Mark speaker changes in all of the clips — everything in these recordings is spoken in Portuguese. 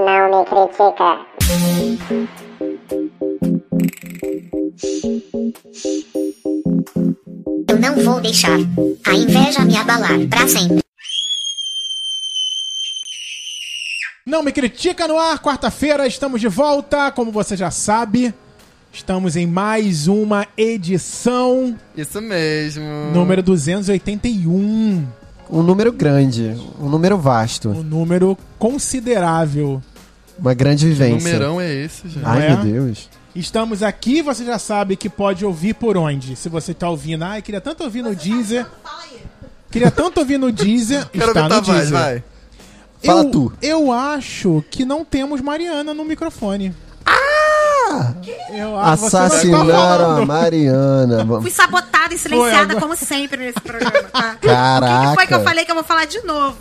Speaker 1: me critica.
Speaker 2: Eu não vou deixar a inveja me abalar pra sempre.
Speaker 3: Não me critica no ar, quarta-feira estamos de volta, como você já sabe. Estamos em mais uma edição,
Speaker 4: Isso mesmo.
Speaker 3: número 281.
Speaker 5: Um número grande, um número vasto,
Speaker 3: Um número considerável.
Speaker 5: uma grande vivência.
Speaker 4: Numerão é esse, gente.
Speaker 5: Ai,
Speaker 3: é?
Speaker 5: meu Deus.
Speaker 3: Estamos aqui, você já sabe que pode ouvir por onde. Se você tá ouvindo, ai, queria tanto ouvir no Deezer. Queria tanto ouvir no Deezer,
Speaker 4: Quero
Speaker 3: está
Speaker 4: ver
Speaker 3: no
Speaker 4: tua voz,
Speaker 3: Deezer.
Speaker 4: vai.
Speaker 5: Fala
Speaker 3: eu,
Speaker 5: tu.
Speaker 3: Eu acho que não temos Mariana no microfone. Ah! Eu acho que você não está
Speaker 5: Assassinaram a
Speaker 3: falando.
Speaker 5: Mariana.
Speaker 6: Fui sabotada e
Speaker 3: Foi,
Speaker 6: silenciada,
Speaker 3: agora-
Speaker 6: como sempre, nesse programa, tá? O que que,
Speaker 5: Caraca.
Speaker 6: foi que eu falei que eu vou falar de novo?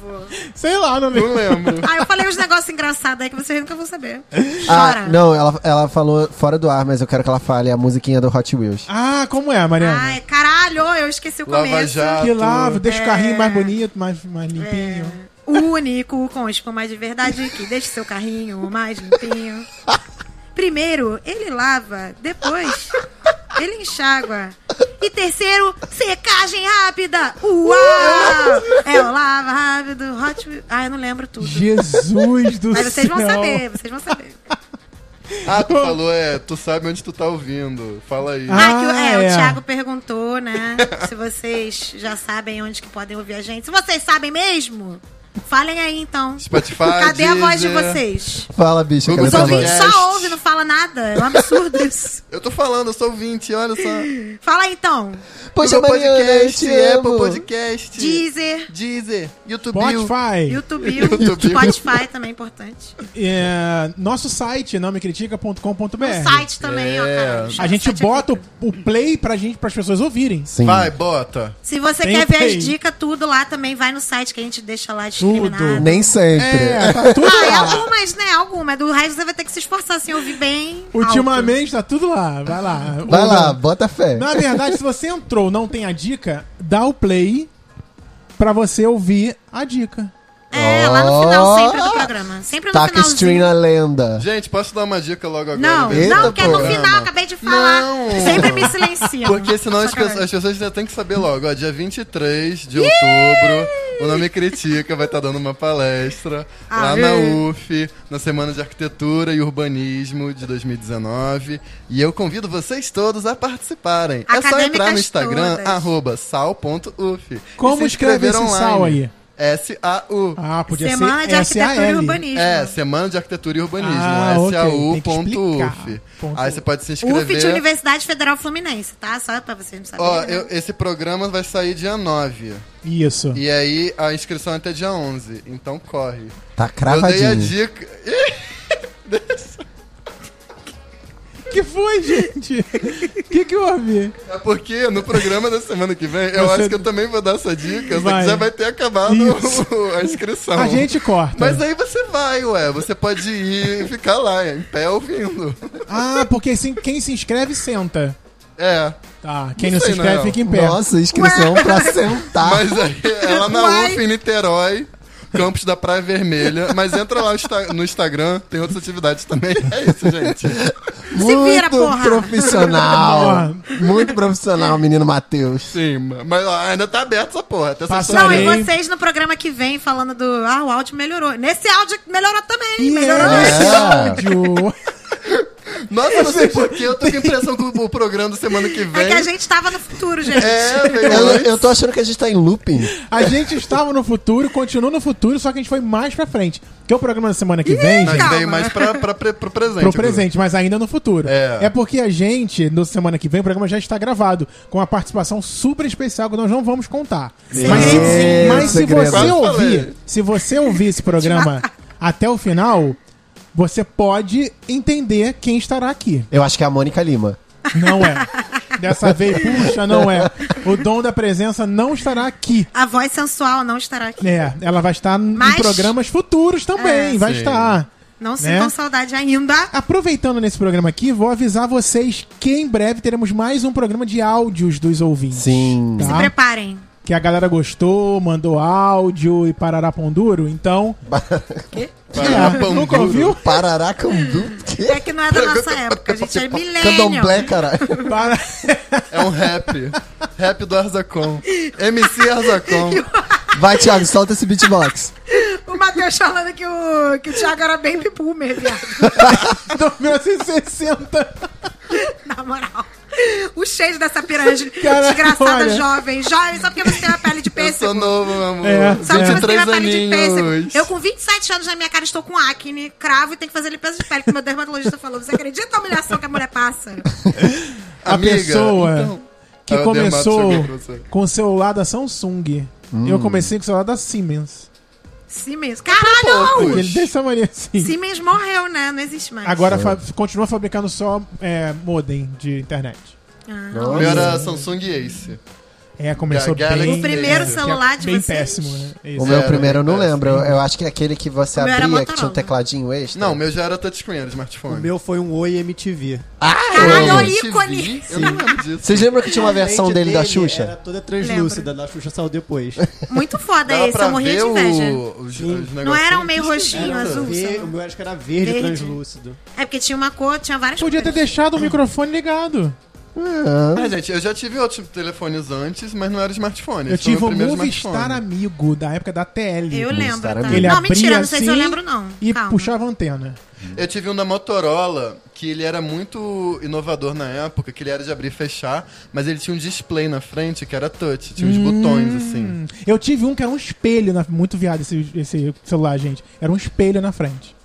Speaker 3: Sei lá, não
Speaker 4: Não
Speaker 3: lembro.
Speaker 4: lembro.
Speaker 6: Ah, eu falei uns negócios engraçados aí que vocês nunca vão saber. Chora.
Speaker 5: Ah, não, ela, ela falou fora do ar, mas eu quero que ela fale a musiquinha do Hot Wheels.
Speaker 3: Ah, como é, Mariana?
Speaker 6: Ai, caralho, eu esqueci o
Speaker 4: Lava
Speaker 6: começo.
Speaker 4: Jato.
Speaker 3: que lava, deixa o carrinho
Speaker 6: É.
Speaker 3: mais bonito, mais, mais limpinho.
Speaker 6: Único, com espuma de verdade, que deixa o seu carrinho mais limpinho. Primeiro, ele lava. Depois, ele enxágua. E terceiro, secagem rápida. Uau! É o lava rápido, hot... Wheels. Ah, eu não lembro tudo.
Speaker 3: Jesus do céu.
Speaker 6: Mas vocês vão saber, vocês vão saber.
Speaker 4: Ah, tu falou, é, tu sabe onde tu tá ouvindo. Fala aí.
Speaker 3: Ah.
Speaker 6: Ah, que o- é,
Speaker 3: é.
Speaker 6: o Thiago perguntou, né? se vocês já sabem onde que podem ouvir a gente. Se vocês sabem mesmo, falem aí então.
Speaker 4: Spotify,
Speaker 6: Cadê a voz de
Speaker 4: Deezer.
Speaker 6: vocês?
Speaker 5: Fala, bicha,
Speaker 4: Google
Speaker 5: cadê
Speaker 6: Os
Speaker 5: tua
Speaker 4: Translate.
Speaker 5: voz?
Speaker 6: ouvintes
Speaker 4: Podcast.
Speaker 6: só ouvem, não fala nada. É um absurdo isso.
Speaker 4: Eu tô falando, eu sou 20, olha só.
Speaker 6: Fala aí então.
Speaker 5: Poxa,
Speaker 4: Google
Speaker 5: Mariana, eu te
Speaker 4: Apple
Speaker 5: amo.
Speaker 4: Podcast,
Speaker 6: Deezer,
Speaker 4: Deezer, YouTube.
Speaker 3: Spotify.
Speaker 6: YouTube,
Speaker 4: YouTube.
Speaker 6: Spotify também é importante.
Speaker 3: É, nosso site, não me
Speaker 6: O site também, ó, cara.
Speaker 3: É.
Speaker 6: é
Speaker 3: A gente bota o, o play pra gente, pras pessoas ouvirem.
Speaker 5: Sim.
Speaker 4: Vai, bota.
Speaker 6: Se você
Speaker 3: Tem
Speaker 6: quer ver
Speaker 3: play.
Speaker 6: as dicas, tudo lá também, vai no site que a gente deixa lá
Speaker 3: Tudo.
Speaker 6: discriminado.
Speaker 5: Nem sempre.
Speaker 3: É, tá tudo
Speaker 6: Ah, é
Speaker 3: lá.
Speaker 6: algumas, né? Algumas. Do resto você vai ter que se esforçar assim, ouvir bem. alto.
Speaker 3: Ultimamente tá tudo lá. Vai lá.
Speaker 5: Vai
Speaker 3: Ou
Speaker 5: lá,
Speaker 3: não.
Speaker 5: bota fé.
Speaker 3: Na verdade, se você entrou não tem a dica, dá o play pra você ouvir a dica.
Speaker 6: É, lá no final sempre do programa. Sempre no
Speaker 5: Taca Tá stream
Speaker 6: finalzinho.
Speaker 5: na lenda. Tá
Speaker 4: Gente, posso dar uma dica logo agora?
Speaker 6: Não,
Speaker 4: dentro
Speaker 5: Eita,
Speaker 6: não,
Speaker 4: do
Speaker 6: porque no
Speaker 5: pô.
Speaker 4: programa?
Speaker 6: final acabei de falar.
Speaker 4: Não.
Speaker 6: Sempre me silenciam.
Speaker 4: Porque senão as
Speaker 6: Sacanagem.
Speaker 4: pessoas, as pessoas já têm que saber logo, ó, dia 23 de outubro, o Nome Critica vai estar dando uma palestra lá
Speaker 6: Aê.
Speaker 4: na UF, na Semana de Arquitetura e Urbanismo de 2019. E eu convido vocês todos a participarem. É só entrar no
Speaker 6: Acadêmicas
Speaker 4: Instagram,
Speaker 6: todas.
Speaker 4: arroba sal.uf.
Speaker 3: Como
Speaker 4: E
Speaker 3: escreve
Speaker 4: se inscrever
Speaker 3: esse
Speaker 4: online.
Speaker 3: sal aí?
Speaker 4: S-A-U.
Speaker 3: Ah, podia
Speaker 6: Semana
Speaker 3: ser
Speaker 6: de Arquitetura e
Speaker 3: SAL.
Speaker 6: Urbanismo.
Speaker 4: É, Semana de Arquitetura e Urbanismo,
Speaker 3: Ah, ok, tem que
Speaker 4: S-A-U.uf.
Speaker 3: explicar. Ponto
Speaker 4: Aí
Speaker 3: U.
Speaker 4: você pode se
Speaker 6: UF de
Speaker 4: inscrever.
Speaker 6: Universidade Federal Fluminense, tá? Só pra vocês não saberem.
Speaker 4: Ó,
Speaker 6: né?
Speaker 4: eu- esse programa vai sair dia 9.
Speaker 3: Isso.
Speaker 4: E aí a inscrição é até dia 11. Então corre.
Speaker 5: Tá
Speaker 4: Eu dei a
Speaker 5: cravadinho.
Speaker 4: dica.
Speaker 3: que foi, gente? O que, que houve?
Speaker 4: É porque no programa da semana que vem, eu
Speaker 3: Você-
Speaker 4: acho que eu também vou dar essa dica, só
Speaker 3: Vai.
Speaker 4: que já vai ter acabado
Speaker 3: Isso.
Speaker 4: a inscrição.
Speaker 3: A gente corta.
Speaker 4: Mas aí você vai, ué. Você pode ir e ficar lá, em pé ouvindo.
Speaker 3: Ah, porque assim, quem se inscreve, senta.
Speaker 4: É.
Speaker 3: Tá, quem não,
Speaker 4: Não
Speaker 3: se
Speaker 4: sei,
Speaker 3: inscreve
Speaker 4: não.
Speaker 3: fica em pé.
Speaker 5: Nossa, inscrição pra sentar.
Speaker 4: Mas aí é lá na
Speaker 6: Uai.
Speaker 4: UF, em Niterói. Campos da Praia Vermelha, mas entra lá no Insta- no Instagram, tem outras atividades também. É isso, gente.
Speaker 6: Se
Speaker 5: Muito
Speaker 6: vira, porra.
Speaker 5: profissional. Muito profissional, menino Matheus.
Speaker 4: Sim, mas ó, ainda tá aberto essa porra. Até essa
Speaker 3: Passarei.
Speaker 6: Não, e
Speaker 3: Parei.
Speaker 6: vocês no programa que vem falando do. Ah, o áudio melhorou. Nesse áudio melhorou também.
Speaker 3: E
Speaker 6: melhorou
Speaker 3: é
Speaker 6: nesse.
Speaker 3: esse áudio.
Speaker 4: Nossa, não sei porquê, eu tô com a impressão que o- o programa da semana que vem.
Speaker 6: É que a gente tava no futuro, gente.
Speaker 4: É, veio
Speaker 5: Eu,
Speaker 4: antes.
Speaker 5: eu tô achando que a gente tá em looping.
Speaker 3: A gente estava no futuro, continua no futuro, só que a gente foi mais pra frente. Que é o programa da semana que vem,
Speaker 4: Mas
Speaker 3: gente,
Speaker 6: calma. né?
Speaker 4: veio mais pra, pra, pre- pro presente.
Speaker 3: pro
Speaker 4: agora.
Speaker 3: presente, mas ainda no futuro.
Speaker 4: É.
Speaker 3: porque a gente, no semana que vem, o programa já está gravado, com uma participação super especial que nós não vamos contar. Mas, se-
Speaker 5: Segredo.
Speaker 3: mas se
Speaker 5: Segredo.
Speaker 3: você
Speaker 4: Quase
Speaker 3: ouvir,
Speaker 4: falei.
Speaker 3: se você ouvir esse programa até o final, você pode entender quem estará aqui.
Speaker 5: Eu acho que é a Mônica Lima.
Speaker 3: Não é. Dessa vez, puxa, não é. O dom da presença não estará aqui.
Speaker 6: A voz sensual não estará aqui.
Speaker 3: É, ela vai estar em
Speaker 6: Mas-
Speaker 3: programas futuros também,
Speaker 6: É.
Speaker 3: vai
Speaker 4: Sim.
Speaker 3: estar.
Speaker 6: Não sintam
Speaker 3: Né?
Speaker 6: saudade ainda.
Speaker 3: Aproveitando nesse programa aqui, vou avisar vocês que em breve teremos mais um programa de áudios dos ouvintes.
Speaker 5: Sim.
Speaker 6: Se preparem.
Speaker 3: que a galera gostou, mandou áudio e parará pão duro. Então, É,
Speaker 4: Parará pão
Speaker 3: nunca
Speaker 4: duro.
Speaker 3: ouviu?
Speaker 5: Parará candu. Que?
Speaker 6: É que não é da nossa época, a gente é milênio.
Speaker 5: Candomblé, caralho.
Speaker 3: Para-
Speaker 4: É um rap. rap do Arzacon. MC Arzacon.
Speaker 5: Vai, Thiago, solta esse beatbox.
Speaker 6: O Matheus falando que o, que o Thiago era baby boomer, viado.
Speaker 3: 1960.
Speaker 6: Na moral. O cheiro dessa piranha
Speaker 3: Caralho,
Speaker 6: desgraçada
Speaker 3: olha.
Speaker 6: jovem. Jovem, só porque você tem uma pele de
Speaker 4: Eu sou
Speaker 6: pêssego.
Speaker 4: novo, meu amor.
Speaker 3: É.
Speaker 6: Só porque você tem
Speaker 4: 23
Speaker 6: uma pele de
Speaker 4: aninhos.
Speaker 6: pêssego. Eu com 27 anos na minha cara estou com acne, cravo e tenho que fazer limpeza de pele, que meu dermatologista falou. Você acredita na humilhação que a mulher passa?
Speaker 3: A
Speaker 4: Amiga,
Speaker 3: pessoa
Speaker 4: então-
Speaker 3: que
Speaker 4: Ah, eu Hum. dei uma
Speaker 3: começou
Speaker 4: surra pra você.
Speaker 3: com o celular da Samsung. Eu comecei com o celular da Siemens.
Speaker 6: Sim mesmo. Caralho!
Speaker 4: Puxa.
Speaker 3: Ele dessa maneira assim.
Speaker 6: Siemens morreu, né? Não existe mais.
Speaker 3: Agora fa- continua fabricando só é, modem de internet.
Speaker 6: Ah.
Speaker 4: O meu era Samsung Ace.
Speaker 3: É, começou
Speaker 4: Ga- Galaxy
Speaker 3: bem...
Speaker 6: O
Speaker 3: é,
Speaker 6: primeiro celular de
Speaker 3: Bem
Speaker 6: vocês?
Speaker 3: péssimo, né? Isso.
Speaker 5: O meu
Speaker 4: Era,
Speaker 5: primeiro eu não
Speaker 4: parece.
Speaker 5: lembro. Eu, eu acho que é aquele que você
Speaker 6: O meu era
Speaker 5: abria, que tinha um
Speaker 6: Motorola.
Speaker 5: tecladinho extra.
Speaker 4: Não, o meu já era touchscreen, era smartphone.
Speaker 1: O meu foi um Oi MTV.
Speaker 5: Ah,
Speaker 6: Caralho,
Speaker 4: Eu te
Speaker 6: ícone!
Speaker 4: vi, Eu não lembro disso.
Speaker 5: Vocês lembram que tinha uma versão
Speaker 1: A
Speaker 5: dele, da
Speaker 1: frente Era
Speaker 5: Xuxa?
Speaker 1: toda translúcida, da Xuxa saiu depois.
Speaker 6: Muito foda
Speaker 4: Dava
Speaker 6: esse, eu morria de
Speaker 4: o-
Speaker 6: inveja.
Speaker 4: os, os
Speaker 6: Não era
Speaker 4: negocinhos.
Speaker 6: um meio roxinho,
Speaker 1: Era
Speaker 6: azul,
Speaker 1: ver-
Speaker 6: sei lá.
Speaker 1: O meu acho que era verde,
Speaker 6: Verde.
Speaker 1: translúcido.
Speaker 6: É porque tinha uma cor, tinha várias
Speaker 3: Podia ter
Speaker 6: cores.
Speaker 3: deixado o microfone ligado.
Speaker 4: É, gente, eu já tive outros telefones antes, mas não era smartphone.
Speaker 3: Eu
Speaker 4: Esse foi
Speaker 3: tive o
Speaker 4: primeiro
Speaker 3: Movistar
Speaker 4: smartphone.
Speaker 3: Amigo, da época da TL.
Speaker 6: Eu lembro,
Speaker 5: Star
Speaker 6: tá?
Speaker 5: Amigo.
Speaker 3: Ele
Speaker 6: não,
Speaker 3: abria
Speaker 6: mentira, não sei se eu
Speaker 3: assim
Speaker 6: lembro, não.
Speaker 3: E
Speaker 6: Calma.
Speaker 3: puxava a antena.
Speaker 4: Eu tive um da Motorola, que ele era muito inovador na época, que ele era de abrir e fechar, mas ele tinha um display na frente que era touch, tinha uns botões assim.
Speaker 3: Eu tive um que era um espelho, na... muito viado esse, esse celular, gente. Era um espelho na frente.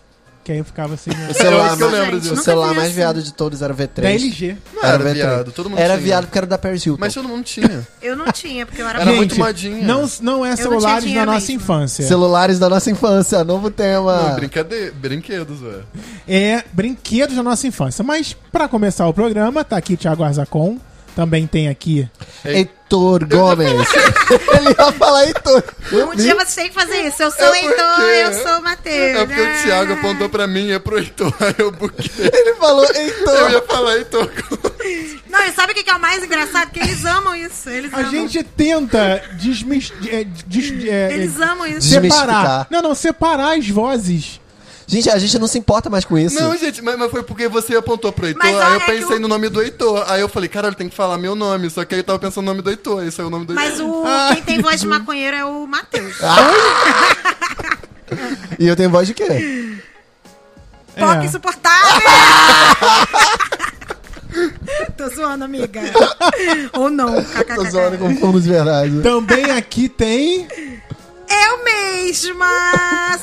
Speaker 3: Que aí eu ficava assim... né?
Speaker 5: O celular,
Speaker 4: acho É que eu
Speaker 5: mais-
Speaker 4: lembro
Speaker 6: Gente,
Speaker 4: disso.
Speaker 5: o
Speaker 6: nunca assim.
Speaker 5: celular
Speaker 6: vi
Speaker 5: mais
Speaker 6: isso.
Speaker 5: viado de todos era o V3.
Speaker 3: da LG.
Speaker 4: Não era,
Speaker 5: V3.
Speaker 4: viado, todo mundo
Speaker 5: Era
Speaker 4: tinha.
Speaker 5: viado porque era da Paris Hilton.
Speaker 4: Mas todo mundo tinha.
Speaker 6: Eu não tinha, porque eu era,
Speaker 4: Era
Speaker 6: muito.
Speaker 4: muito modinha.
Speaker 3: Não, não é
Speaker 6: tinha
Speaker 3: celulares na
Speaker 6: dinheiro
Speaker 3: nossa
Speaker 6: mesmo.
Speaker 3: infância.
Speaker 5: É. Celulares da nossa infância, novo tema.
Speaker 4: Não, brincade... Brinquedos, ué.
Speaker 3: é brinquedos da nossa infância. Mas pra começar o programa, tá aqui Thiago Arzacon. Também tem aqui.
Speaker 5: Heitor Gomes. Ele ia falar Heitor.
Speaker 6: Um dia você tem que fazer isso. Eu sou o
Speaker 4: É porque-
Speaker 6: Heitor, eu sou o Matheus.
Speaker 4: É porque o Thiago apontou pra mim e é pro Heitor, aí eu buquei.
Speaker 5: Ele falou Heitor.
Speaker 4: Eu ia falar Heitor.
Speaker 6: Não, e sabe o que que é o mais engraçado? Que eles amam isso. Eles
Speaker 3: A
Speaker 6: amam.
Speaker 3: gente tenta desmis... é, des- é,
Speaker 6: Eles amam isso.
Speaker 3: separar.
Speaker 5: Desmistificar.
Speaker 3: Não, não, separar as vozes.
Speaker 5: Gente, a gente não se importa mais com isso.
Speaker 4: Não, gente, mas, mas foi porque você apontou pro Heitor,
Speaker 6: Mas
Speaker 4: aí eu
Speaker 6: olha que
Speaker 4: pensei
Speaker 6: o-
Speaker 4: no nome do Heitor. Aí eu falei, caralho, tem que falar meu nome. Só que aí eu tava pensando no nome do Heitor, aí saiu o nome do
Speaker 6: Mas
Speaker 4: Heitor.
Speaker 6: o, quem tem voz de maconheiro é o Matheus.
Speaker 5: E eu tenho voz de quê?
Speaker 6: Poca
Speaker 3: É.
Speaker 6: insuportável! Tô zoando, amiga. Ou não,
Speaker 5: Tô
Speaker 6: kkkk.
Speaker 5: zoando com fomos verdade.
Speaker 3: Também aqui tem.
Speaker 6: Eu mesma!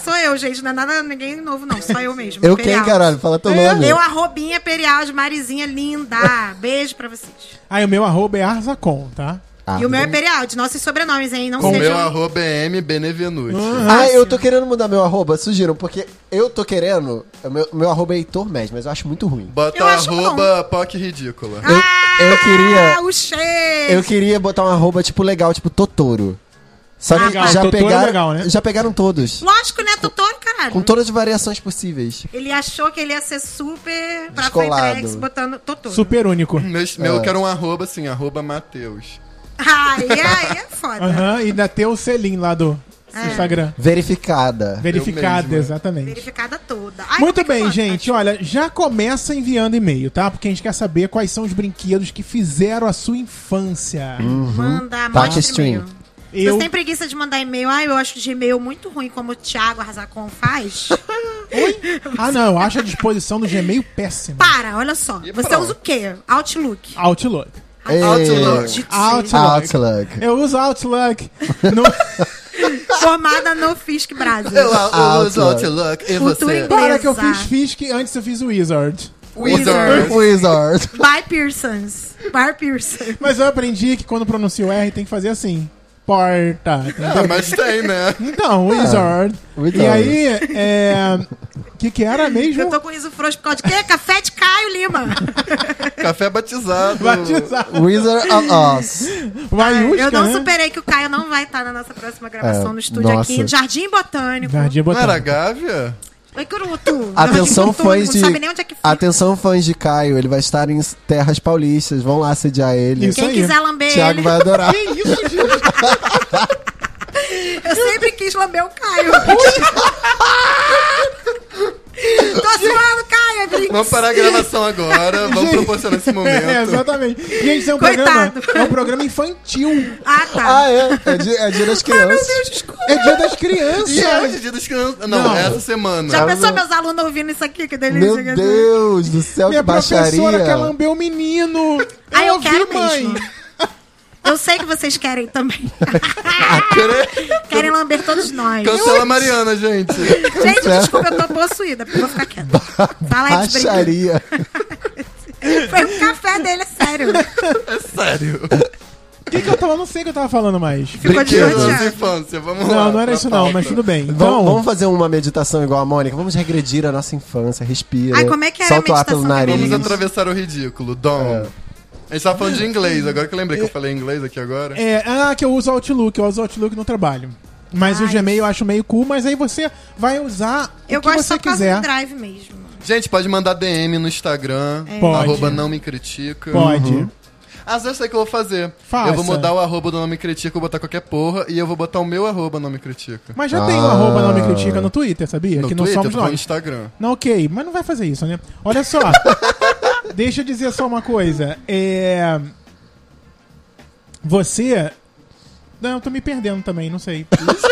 Speaker 6: Sou eu, gente. Não é nada, ninguém novo, não. Só eu mesma.
Speaker 5: Eu
Speaker 6: Imperial.
Speaker 5: quem, caralho? Fala teu nome.
Speaker 6: Eu, arrobinha é Perial de Marizinha linda. Beijo pra vocês.
Speaker 3: Aí o meu arroba é Arzacon, tá?
Speaker 5: Ah,
Speaker 6: e o meu é Perial, de nossos sobrenomes, hein? Não
Speaker 4: O meu
Speaker 6: sejam.
Speaker 4: arroba é M Benevenuti.
Speaker 5: Ah, eu tô querendo mudar meu arroba, sugiram, porque eu tô querendo. o Meu, meu arroba é Heitor Médio, mas eu acho muito ruim.
Speaker 4: Bota
Speaker 6: Eu
Speaker 4: o
Speaker 6: acho
Speaker 4: arroba POC ridícula.
Speaker 5: Eu, eu
Speaker 6: Ah,
Speaker 5: queria.
Speaker 6: o cheiro!
Speaker 5: Eu queria botar um arroba, tipo, legal, tipo Totoro. Só que
Speaker 3: Legal,
Speaker 5: já,
Speaker 3: Totoro é
Speaker 5: pegaram,
Speaker 3: legal, né?
Speaker 5: já pegaram todos.
Speaker 6: Lógico, né, tutor, caralho?
Speaker 5: Com todas as variações possíveis.
Speaker 6: Ele achou que ele ia ser super pra
Speaker 5: Descolado.
Speaker 6: Frentex, botando tutor.
Speaker 3: Super único.
Speaker 4: Meu, meu
Speaker 3: É.
Speaker 4: eu quero um arroba assim, arroba Mateus.
Speaker 6: Ai, ai, é foda.
Speaker 3: Aham, e ainda tem o selinho lá do
Speaker 6: Ah.
Speaker 3: Instagram.
Speaker 5: Verificada.
Speaker 3: Verificado,
Speaker 4: mesmo, é.
Speaker 3: exatamente.
Speaker 6: Verificada toda. Ai,
Speaker 3: Muito
Speaker 6: como é que
Speaker 3: bem,
Speaker 6: bota?
Speaker 3: gente. Olha, já começa enviando e-mail, tá? Porque a gente quer saber quais são os brinquedos que fizeram a sua infância.
Speaker 6: Hum. Manda,
Speaker 5: Taca
Speaker 6: manda
Speaker 5: stream.
Speaker 6: e-mail.
Speaker 3: Eu-
Speaker 6: Vocês têm preguiça de mandar e-mail? Ah, eu acho de e-mail muito ruim, como o Thiago Arrasacon faz.
Speaker 3: Ah, não, eu acho a disposição do Gmail péssima.
Speaker 6: Para, olha só.
Speaker 4: E
Speaker 6: Você
Speaker 4: pronto.
Speaker 6: usa o quê? Outlook.
Speaker 3: Outlook.
Speaker 5: Ei,
Speaker 4: Outlook.
Speaker 3: Outlook.
Speaker 5: Outlook.
Speaker 3: Eu uso Outlook. No...
Speaker 6: Formada no Fisk Brasil.
Speaker 4: Eu
Speaker 3: Ah,
Speaker 4: eu uso
Speaker 5: Outlook.
Speaker 4: Outlook e
Speaker 6: Futuro
Speaker 4: você?
Speaker 6: inglês.
Speaker 3: Para que eu fiz
Speaker 6: Beleza.
Speaker 3: Fisk, antes eu fiz Wizard.
Speaker 4: Wizard.
Speaker 5: Wizard.
Speaker 6: By Pearsons. By Pearson.
Speaker 3: Mas eu aprendi que quando pronuncia o R tem que fazer assim. Porta.
Speaker 4: Ah, mas tem, né?
Speaker 3: Então, Wizard.
Speaker 5: Wizard.
Speaker 3: E aí, é... O que que era mesmo?
Speaker 6: Eu tô com riso frouxo por causa de quê? Café de Caio Lima.
Speaker 4: Café batizado.
Speaker 3: Batizado.
Speaker 5: Wizard of Oz.
Speaker 3: Maiúscula,
Speaker 6: eu não
Speaker 3: né?
Speaker 6: superei que o Caio não vai estar na nossa próxima gravação
Speaker 5: É,
Speaker 6: no estúdio
Speaker 5: nossa.
Speaker 6: aqui. Jardim Botânico.
Speaker 3: Jardim
Speaker 4: Não era
Speaker 3: Botânico.
Speaker 4: Gávea?
Speaker 6: Oi, Curutu.
Speaker 5: Atenção,
Speaker 6: Jardim Botânico,
Speaker 5: fãs de.
Speaker 6: Não sabe nem onde é que
Speaker 5: Atenção, fãs de Caio, ele vai estar em terras paulistas, vão lá sediar ele.
Speaker 3: Isso
Speaker 6: Quem
Speaker 3: aí.
Speaker 6: quiser lamber
Speaker 5: Thiago
Speaker 6: ele,
Speaker 5: vai adorar.
Speaker 6: eu sempre quis lamber o Caio. Tô zoando, Caio, é brinco.
Speaker 4: Vamos parar a gravação agora, vamos proporcionar esse
Speaker 3: É,
Speaker 4: momento.
Speaker 3: exatamente. Gente, isso é um
Speaker 6: Coitado.
Speaker 3: programa. É um programa infantil.
Speaker 6: Ah, tá. Ah,
Speaker 5: Ah, é? É dia, é dia das
Speaker 6: Meu
Speaker 5: crianças.
Speaker 6: Deus, desculpa.
Speaker 3: É dia das
Speaker 4: E
Speaker 3: crianças.
Speaker 4: é hoje dia das crianças. Não,
Speaker 3: Não.
Speaker 4: é essa semana.
Speaker 6: Já pensou meus alunos ouvindo isso aqui? Que delícia.
Speaker 5: Meu
Speaker 6: que
Speaker 5: Deus do céu,
Speaker 3: Minha
Speaker 5: que baixaria.
Speaker 3: professora quer lamber o menino.
Speaker 6: Ah, eu
Speaker 3: ouvi,
Speaker 6: quero mesmo. Eu sei que vocês querem também.
Speaker 5: Ah,
Speaker 6: querem lamber todos nós.
Speaker 4: Cancela a Mariana, gente.
Speaker 6: Gente, desculpa, eu tô possuída. Vou ficar quieta. Fala aí, desbrinca.
Speaker 5: Baixaria.
Speaker 6: Foi um café dele, é sério.
Speaker 4: É sério.
Speaker 3: O que, que eu tava? Eu Não sei o que eu tava falando mais.
Speaker 6: Ficou
Speaker 4: Brinquedos da
Speaker 6: desnorteado.
Speaker 4: infância, vamos lá.
Speaker 3: Não, não era
Speaker 4: pra
Speaker 3: isso não,
Speaker 4: pauta.
Speaker 3: mas tudo bem.
Speaker 5: Vamos,
Speaker 3: Então,
Speaker 5: vamos fazer uma meditação igual a Mônica? Vamos regredir a nossa infância, respira.
Speaker 6: Ai, como é que era a
Speaker 5: Solta o ar
Speaker 6: meditação
Speaker 5: pelo
Speaker 6: da
Speaker 5: nariz.
Speaker 4: Vamos atravessar o ridículo. Dom. A gente tava falando de inglês, agora que eu lembrei que eu falei inglês aqui agora.
Speaker 3: é, ah, que eu uso Outlook, eu uso Outlook no trabalho. Mas o
Speaker 6: Ai.
Speaker 3: Gmail eu acho meio cool, mas aí você vai usar o
Speaker 6: Eu
Speaker 3: que
Speaker 6: gosto
Speaker 3: você
Speaker 6: só por causa do
Speaker 3: quiser.
Speaker 6: drive mesmo.
Speaker 4: Gente, pode mandar DM no Instagram.
Speaker 6: É.
Speaker 3: Pode.
Speaker 4: Arroba não me critica.
Speaker 3: Pode.
Speaker 4: Ah, já sei o que eu vou fazer.
Speaker 3: Faça.
Speaker 4: Eu vou mudar o arroba do nome critica, eu vou botar qualquer porra, e eu vou botar o meu arroba não me critica.
Speaker 3: Mas já tem o arroba não me critica no Twitter, sabia?
Speaker 4: No
Speaker 3: que
Speaker 4: Twitter,
Speaker 3: não somos
Speaker 4: no
Speaker 3: nós.
Speaker 4: Instagram.
Speaker 3: Não, ok, mas não vai fazer isso, né? Olha só. deixa eu dizer só uma coisa. É. Você. Não, eu tô me perdendo também, não sei.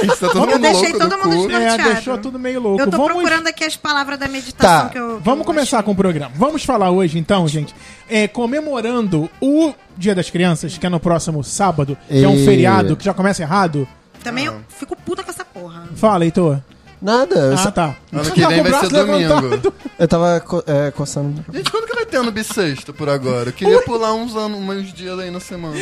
Speaker 4: Gente, tá todo
Speaker 6: Eu
Speaker 4: mundo
Speaker 6: deixei
Speaker 4: louco
Speaker 6: todo
Speaker 4: no
Speaker 6: mundo
Speaker 4: cu.
Speaker 6: desnorteado.
Speaker 3: É, deixou tudo meio louco.
Speaker 6: Eu tô
Speaker 3: Vamos-
Speaker 6: procurando aqui as palavras da meditação
Speaker 5: Tá,
Speaker 6: que eu. que eu
Speaker 3: Vamos começar
Speaker 6: achei.
Speaker 3: com o programa. Vamos falar hoje, então, gente, é, comemorando o Dia das Crianças, que é no próximo sábado, que é um
Speaker 5: E-
Speaker 3: feriado que já começa errado.
Speaker 6: Também
Speaker 3: Ah.
Speaker 6: eu fico puta com essa porra.
Speaker 3: Fala, Heitor.
Speaker 5: Nada, eu,
Speaker 3: Ah,
Speaker 5: só-
Speaker 3: tá.
Speaker 4: Ano que
Speaker 3: Tá
Speaker 4: vem
Speaker 3: com o
Speaker 4: vai
Speaker 3: braço
Speaker 4: ser domingo.
Speaker 3: levantado.
Speaker 5: eu tava co- é, coçando.
Speaker 4: Gente, quando que vai ter ano bissexto por agora? Eu queria pular uns anos, uns dias aí na semana.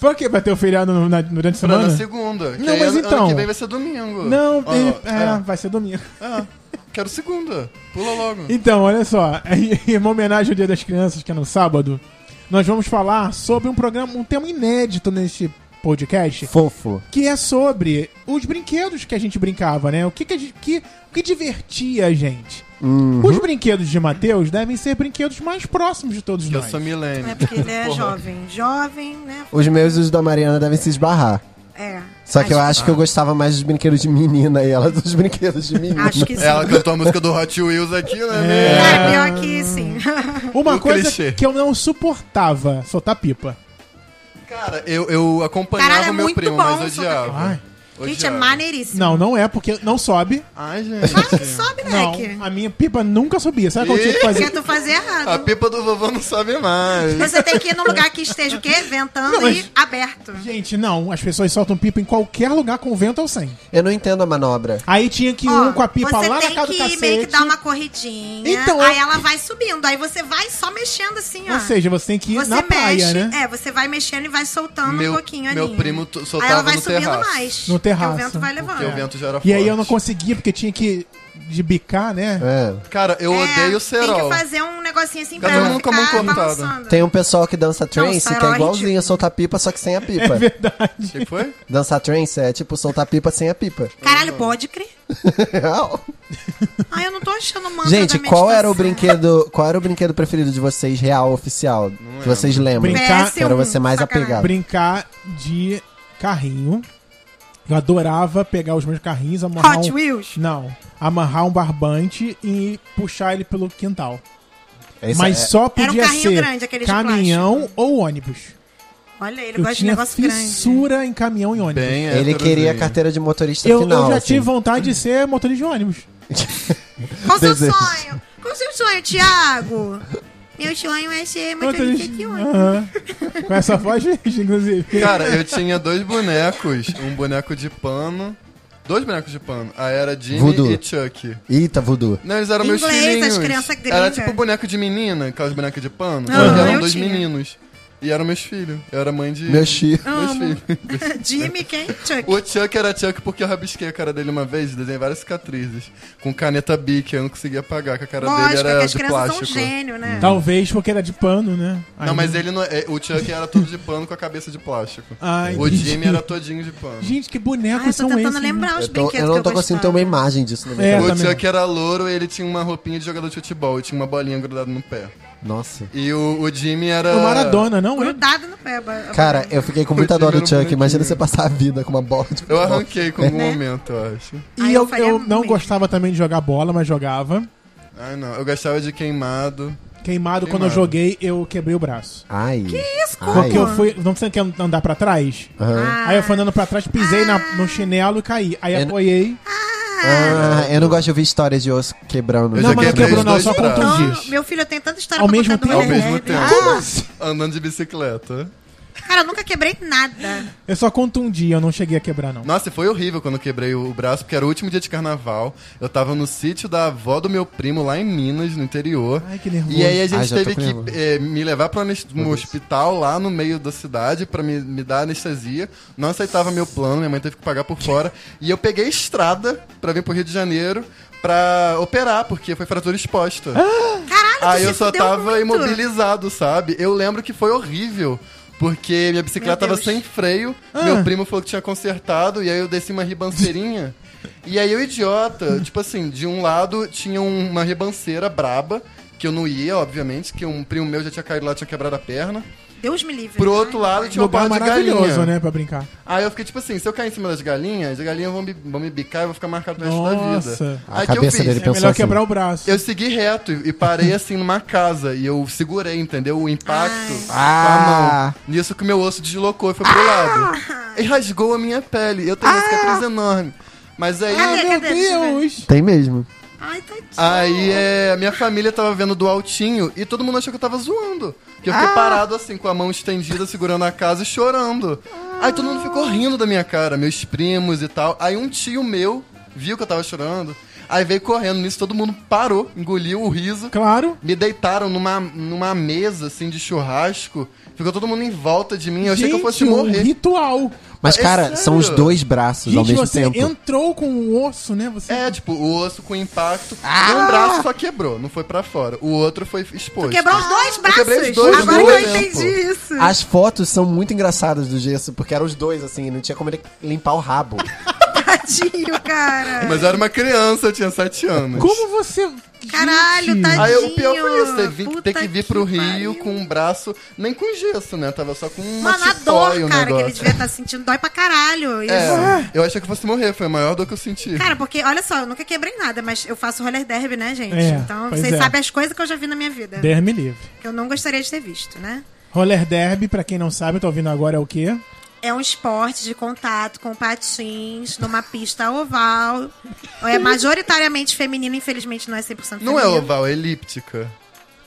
Speaker 3: Por que vai ter o feriado no- na- durante a
Speaker 4: Pra
Speaker 3: semana?
Speaker 4: na segunda. que
Speaker 3: Não,
Speaker 4: aí
Speaker 3: mas
Speaker 4: ano,
Speaker 3: então-
Speaker 4: ano que vem vai ser domingo.
Speaker 3: Não, é.
Speaker 4: Ó,
Speaker 3: e- é,
Speaker 4: é,
Speaker 3: vai ser domingo.
Speaker 4: Quero segunda. Pula logo.
Speaker 3: Então, olha só, em homenagem ao Dia das Crianças, que é no sábado, nós vamos falar sobre um programa, um tema inédito neste podcast,
Speaker 5: Fofo.
Speaker 3: que é sobre os brinquedos que a gente brincava, né? O que, que, a gente- que- o que divertia a gente. Os brinquedos de Matheus devem ser brinquedos mais próximos de todos
Speaker 4: Que eu
Speaker 3: nós.
Speaker 4: sou milênio.
Speaker 6: É porque ele é
Speaker 4: Porra.
Speaker 6: jovem. Jovem, né?
Speaker 5: Os meus e os da Mariana devem se esbarrar.
Speaker 6: É.
Speaker 5: Só que eu acho que eu gostava mais dos brinquedos de menina e ela dos brinquedos de menina.
Speaker 6: Acho que sim.
Speaker 4: É, Ela cantou a música do Hot Wheels aqui,
Speaker 3: É.
Speaker 4: né? né?
Speaker 6: Cara, é pior que sim.
Speaker 3: Uma
Speaker 4: O
Speaker 3: coisa
Speaker 4: clichê.
Speaker 3: que eu não suportava, soltar pipa.
Speaker 4: Cara, eu, eu acompanhava
Speaker 6: Caralho, é
Speaker 4: o meu
Speaker 6: muito
Speaker 4: primo,
Speaker 6: bom,
Speaker 4: mas
Speaker 6: só-
Speaker 4: odiava.
Speaker 3: Ai.
Speaker 6: Gente, é
Speaker 4: Odiava.
Speaker 6: maneiríssimo.
Speaker 3: Não, não é, porque não sobe.
Speaker 4: Ai, gente.
Speaker 6: Sobe,
Speaker 3: Não,
Speaker 6: Neck.
Speaker 3: a minha pipa nunca subia. Sabe o que eu tinha que fazer?
Speaker 6: Porque tu fazer
Speaker 4: A
Speaker 6: errado.
Speaker 4: pipa do vovô não sabe mais.
Speaker 6: Você tem que ir num lugar que esteja o quê? Ventando
Speaker 3: Não, mas-
Speaker 6: e aberto.
Speaker 3: Gente, não, as pessoas soltam pipa em qualquer lugar com vento ou sem.
Speaker 5: Eu não entendo a manobra.
Speaker 3: Aí tinha que ir
Speaker 6: Ó,
Speaker 3: um com a pipa
Speaker 6: você
Speaker 3: lá
Speaker 6: tem
Speaker 3: na casa
Speaker 6: que
Speaker 3: do
Speaker 6: ir meio que
Speaker 3: cacete.
Speaker 6: dar uma corridinha.
Speaker 3: Então,
Speaker 6: aí
Speaker 3: eu-
Speaker 6: ela vai subindo. Aí você vai só mexendo assim, ó.
Speaker 3: Ou seja, você tem que ir
Speaker 6: você
Speaker 3: na
Speaker 6: mexe,
Speaker 3: praia, né?
Speaker 6: é, você vai mexendo e vai soltando
Speaker 4: Meu-
Speaker 6: um pouquinho
Speaker 4: meu
Speaker 6: ali.
Speaker 4: primo t- soltava
Speaker 6: Aí ela vai
Speaker 4: no
Speaker 6: subindo
Speaker 4: terraço.
Speaker 6: mais.
Speaker 3: No terraço,
Speaker 6: Porque o vento vai levando.
Speaker 4: Porque o vento já era
Speaker 6: é.
Speaker 3: E aí eu não
Speaker 4: forte.
Speaker 3: conseguia, porque tinha que de bicar, né?
Speaker 5: É.
Speaker 4: Cara, eu
Speaker 6: É,
Speaker 4: odeio o
Speaker 6: Tem
Speaker 4: cerol.
Speaker 6: que fazer um negocinho assim pra
Speaker 4: Cada
Speaker 6: ela
Speaker 4: um com a mão
Speaker 6: ficar
Speaker 4: cortada.
Speaker 6: balançando.
Speaker 5: Tem um pessoal que dança trance
Speaker 6: Sarah
Speaker 5: que é
Speaker 6: é
Speaker 5: igualzinho
Speaker 6: ridículo.
Speaker 5: a soltar pipa, só que sem a pipa.
Speaker 4: O que foi?
Speaker 5: Dançar trance é tipo soltar pipa sem a pipa.
Speaker 6: Caralho, pode crer.
Speaker 5: Real.
Speaker 6: Ah, eu não tá tô achando o mantra
Speaker 5: Gente,
Speaker 6: da
Speaker 5: qual era o
Speaker 6: meditação.
Speaker 5: brinquedo, qual era o brinquedo preferido de vocês, real, oficial? Que vocês lembram?
Speaker 3: Brinca-
Speaker 6: PS1,
Speaker 5: Pra você mais
Speaker 6: sacanagem.
Speaker 5: apegado.
Speaker 3: Brincar de carrinho. Eu adorava pegar os meus carrinhos, amarrar.
Speaker 6: Hot
Speaker 3: um...
Speaker 6: Wheels?
Speaker 3: Não. Amarrar um barbante e puxar ele pelo quintal.
Speaker 5: Esse
Speaker 3: Mas
Speaker 5: é-
Speaker 3: só podia
Speaker 6: um carrinho
Speaker 3: ser
Speaker 6: grande, aquele de
Speaker 3: caminhão ou ônibus.
Speaker 6: Olha, ele
Speaker 3: Eu
Speaker 6: gosta de
Speaker 3: tinha
Speaker 6: negócio grande.
Speaker 3: fissura em caminhão e ônibus.
Speaker 4: Bem
Speaker 5: ele queria a
Speaker 4: heterozinho.
Speaker 5: carteira de motorista
Speaker 3: eu, eu
Speaker 5: final.
Speaker 3: já
Speaker 5: assim.
Speaker 3: tive vontade de ser motorista de ônibus.
Speaker 6: Qual o seu
Speaker 5: Desejo.
Speaker 6: sonho? Qual o seu sonho, Thiago? Meu sonho é ser motorista de ônibus.
Speaker 3: Aham. Com essa voz, inclusive.
Speaker 4: Cara, eu tinha dois bonecos. Um boneco de pano. Dois bonecos de pano. A era Jimmy
Speaker 5: Voodoo.
Speaker 4: e Chuck.
Speaker 5: Eita, voodoo.
Speaker 4: Não, eles eram meus
Speaker 6: Inglês,
Speaker 4: filhinhos.
Speaker 6: as crianças
Speaker 4: Era
Speaker 6: gringas.
Speaker 4: tipo boneco de menina, aquelas bonecas de pano.
Speaker 6: Aham,
Speaker 4: Mas eram
Speaker 6: eu
Speaker 4: dois
Speaker 6: tinha.
Speaker 4: meninos. E eram meus filhos. Eu era mãe de.
Speaker 5: Meu chi.
Speaker 4: Meus
Speaker 6: Amo.
Speaker 4: filhos.
Speaker 6: Jimmy, quem? Chuck.
Speaker 4: O Chuck era Chuck porque eu rabisquei a cara dele uma vez, desenhei várias cicatrizes. Com caneta bic, eu não conseguia apagar, que a cara
Speaker 6: Lógico,
Speaker 4: dele
Speaker 6: é que
Speaker 4: era
Speaker 6: as
Speaker 4: de
Speaker 6: crianças são um
Speaker 4: plástico.
Speaker 6: gênio,
Speaker 5: Hum.
Speaker 6: né?
Speaker 3: Talvez porque era de pano, né? Aí-
Speaker 4: Não, mas ele não. é- O Chuck era todo de pano com a cabeça de plástico.
Speaker 3: Ai,
Speaker 4: o
Speaker 3: entendi.
Speaker 4: Jimmy era todinho de pano.
Speaker 3: Gente, que
Speaker 6: Ah, eu
Speaker 3: bonecos
Speaker 6: tô
Speaker 3: são esses? né?
Speaker 6: tentando lembrar os
Speaker 5: Eu, tô-
Speaker 6: brinquedos
Speaker 5: eu
Speaker 6: que
Speaker 5: não
Speaker 6: eu
Speaker 5: tô assim conseguindo ter
Speaker 6: gostava.
Speaker 5: uma imagem disso na minha
Speaker 3: É,
Speaker 5: cabeça.
Speaker 4: o
Speaker 3: também
Speaker 4: Chuck era louro e ele tinha uma roupinha de jogador de futebol e tinha uma bolinha grudada no pé.
Speaker 5: Nossa.
Speaker 4: E o, o Jimmy era.
Speaker 3: O Maradona, não é?
Speaker 6: Grudado no pé. ba-
Speaker 5: Cara, eu fiquei com muita dó
Speaker 4: Primeiro
Speaker 5: do Chuck.
Speaker 4: branquinho.
Speaker 5: Imagina você passar a vida com uma bola de
Speaker 4: Eu
Speaker 5: futebol.
Speaker 4: arranquei com algum
Speaker 6: Né?
Speaker 4: momento, eu acho.
Speaker 6: Aí
Speaker 3: E
Speaker 6: eu
Speaker 3: eu,
Speaker 6: faria
Speaker 3: eu não
Speaker 6: mesmo.
Speaker 3: gostava também de jogar bola, mas jogava.
Speaker 4: Ai, não. Eu gostava de queimado.
Speaker 3: Queimado, quando eu joguei, eu quebrei o braço.
Speaker 5: Ai. Que isso,
Speaker 3: Porque eu fui. Não sei que andar pra trás. Aí eu fui andando pra trás, pisei na-
Speaker 4: Ah.
Speaker 3: no chinelo e caí. Aí
Speaker 4: É,
Speaker 5: Eu-
Speaker 3: apoiei.
Speaker 5: Ah, eu não gosto de ouvir histórias de osso quebrando.
Speaker 4: Eu
Speaker 3: não, mas
Speaker 4: já
Speaker 3: não
Speaker 4: quebrei
Speaker 3: quebrou,
Speaker 4: os
Speaker 3: não,
Speaker 4: dois
Speaker 3: só
Speaker 4: braços.
Speaker 6: Então,
Speaker 3: contundiu.
Speaker 6: meu filho, eu tenho tanta história
Speaker 3: Ao
Speaker 6: pra
Speaker 3: mesmo
Speaker 6: contar do
Speaker 3: tempo?
Speaker 4: Ao mesmo
Speaker 6: Werner.
Speaker 4: tempo.
Speaker 3: Como assim?
Speaker 6: Ah!
Speaker 4: Andando de bicicleta.
Speaker 6: Cara, eu nunca quebrei nada.
Speaker 3: Eu só contundi, eu não cheguei a quebrar, não.
Speaker 4: Nossa, e foi horrível quando eu quebrei o braço, porque era o último dia de carnaval. Eu tava no sítio da avó do meu primo, lá em Minas, no interior.
Speaker 3: Ai, que nervoso.
Speaker 4: E aí a gente
Speaker 5: Ai, já tô
Speaker 4: teve
Speaker 5: com
Speaker 4: que
Speaker 5: nervoso.
Speaker 4: eh, me levar pra um anes- um hospital lá no meio da cidade pra me, me dar anestesia. Não aceitava meu plano, minha mãe teve que pagar por fora. E eu peguei estrada pra vir pro Rio de Janeiro pra operar, porque foi fratura exposta.
Speaker 3: Ah!
Speaker 6: Caralho,
Speaker 4: Aí
Speaker 6: tu
Speaker 4: eu
Speaker 6: se
Speaker 4: só
Speaker 6: fudeu
Speaker 4: tava
Speaker 6: muito.
Speaker 4: imobilizado, sabe? Eu lembro que foi horrível. Porque minha bicicleta
Speaker 6: Meu
Speaker 4: tava
Speaker 6: Deus.
Speaker 4: sem freio,
Speaker 3: Ah.
Speaker 4: meu primo falou que tinha consertado, e aí eu desci uma ribanceirinha. e aí eu, idiota, tipo assim, de um lado tinha um- uma ribanceira braba, que eu não ia, obviamente, que um primo meu já tinha caído lá, tinha quebrado a perna.
Speaker 6: Deus me livre.
Speaker 4: Pro outro lado tinha um
Speaker 3: Lugar
Speaker 4: par de galinha.
Speaker 3: maravilhoso, né, pra brincar.
Speaker 4: Aí eu fiquei tipo assim, se eu cair em cima das galinhas, as galinhas vão me, vão me bicar e eu vou ficar marcado pro resto
Speaker 3: Nossa.
Speaker 4: da vida.
Speaker 5: A
Speaker 4: Aí que eu
Speaker 5: cabeça
Speaker 4: fiz?
Speaker 5: dele
Speaker 3: É
Speaker 5: Pensou
Speaker 3: melhor
Speaker 5: assim.
Speaker 3: quebrar o braço.
Speaker 4: Eu segui reto e e parei assim numa casa e eu segurei, entendeu? O impacto com a
Speaker 5: Ah.
Speaker 4: mão. Nisso que meu osso deslocou e foi pro lado. E rasgou a minha pele. Eu tenho uma cicatriz enorme. Mas aí.
Speaker 5: Ah,
Speaker 6: Cadê,
Speaker 3: Meu
Speaker 6: cadê?
Speaker 4: assim.
Speaker 6: Deixa eu ver.
Speaker 3: Deus!
Speaker 5: Tem mesmo.
Speaker 6: Ai, tadinho.
Speaker 4: Aí é, minha família tava vendo do altinho e todo mundo achou que eu tava zoando. Que eu fiquei parado assim, com a mão estendida, segurando a casa e chorando. Aí todo mundo ficou rindo da minha cara, meus primos e tal. Aí um tio meu viu que eu tava chorando. Aí veio correndo nisso, todo mundo parou, engoliu o riso.
Speaker 3: Claro.
Speaker 4: Me deitaram numa, numa mesa, assim, de churrasco. Ficou todo mundo em volta de mim. Eu achei que eu
Speaker 3: Gente,
Speaker 4: fosse
Speaker 3: um
Speaker 4: morrer.
Speaker 3: ritual.
Speaker 5: Mas,
Speaker 4: É
Speaker 5: cara,
Speaker 4: sério?
Speaker 5: são os dois braços ao
Speaker 3: Gente,
Speaker 5: mesmo
Speaker 3: você
Speaker 5: tempo.
Speaker 3: entrou com o osso, né? Você...
Speaker 4: É, tipo, o osso com impacto.
Speaker 3: Ah!
Speaker 4: Um braço só quebrou, não foi pra fora. O outro foi exposto.
Speaker 6: Quebrou os dois braços.
Speaker 4: quebrei os dois no
Speaker 6: Agora que eu
Speaker 4: mesmo tempo.
Speaker 6: entendi isso.
Speaker 5: As fotos são muito engraçadas do gesso, porque eram os dois, assim, não tinha como ele limpar o rabo.
Speaker 6: Tadinho, cara.
Speaker 4: Ah. Mas eu era uma criança, eu tinha 7 anos.
Speaker 3: Como você.
Speaker 6: Caralho,
Speaker 3: Gente.
Speaker 6: tá-
Speaker 4: Aí o pior foi isso, ter, vi-
Speaker 6: Puta
Speaker 4: ter que vir
Speaker 6: que
Speaker 4: pro Rio
Speaker 6: pariu.
Speaker 4: com um braço, nem com gesso, né? Tava só com uma
Speaker 6: Mano, a
Speaker 4: tifóia
Speaker 6: dor,
Speaker 4: o
Speaker 6: cara, que ele
Speaker 4: negócio.
Speaker 6: devia estar sentindo. Dói pra caralho. Isso.
Speaker 3: Ah!
Speaker 4: É, eu achei que eu fosse morrer, foi a maior dor que eu senti.
Speaker 6: Cara, porque, olha só, eu nunca quebrei nada, mas eu faço roller derby, né, gente?
Speaker 3: É,
Speaker 6: então,
Speaker 3: pois
Speaker 6: vocês
Speaker 3: é.
Speaker 6: sabem as coisas que eu já vi na minha vida.
Speaker 3: Derme livre.
Speaker 6: Que eu não gostaria de ter visto, né?
Speaker 3: Roller derby, pra quem não sabe, tá ouvindo agora, é o quê?
Speaker 6: É um esporte de contato com patins numa pista oval. É majoritariamente feminino, infelizmente não é 100% feminino.
Speaker 4: Não é oval, é elíptica.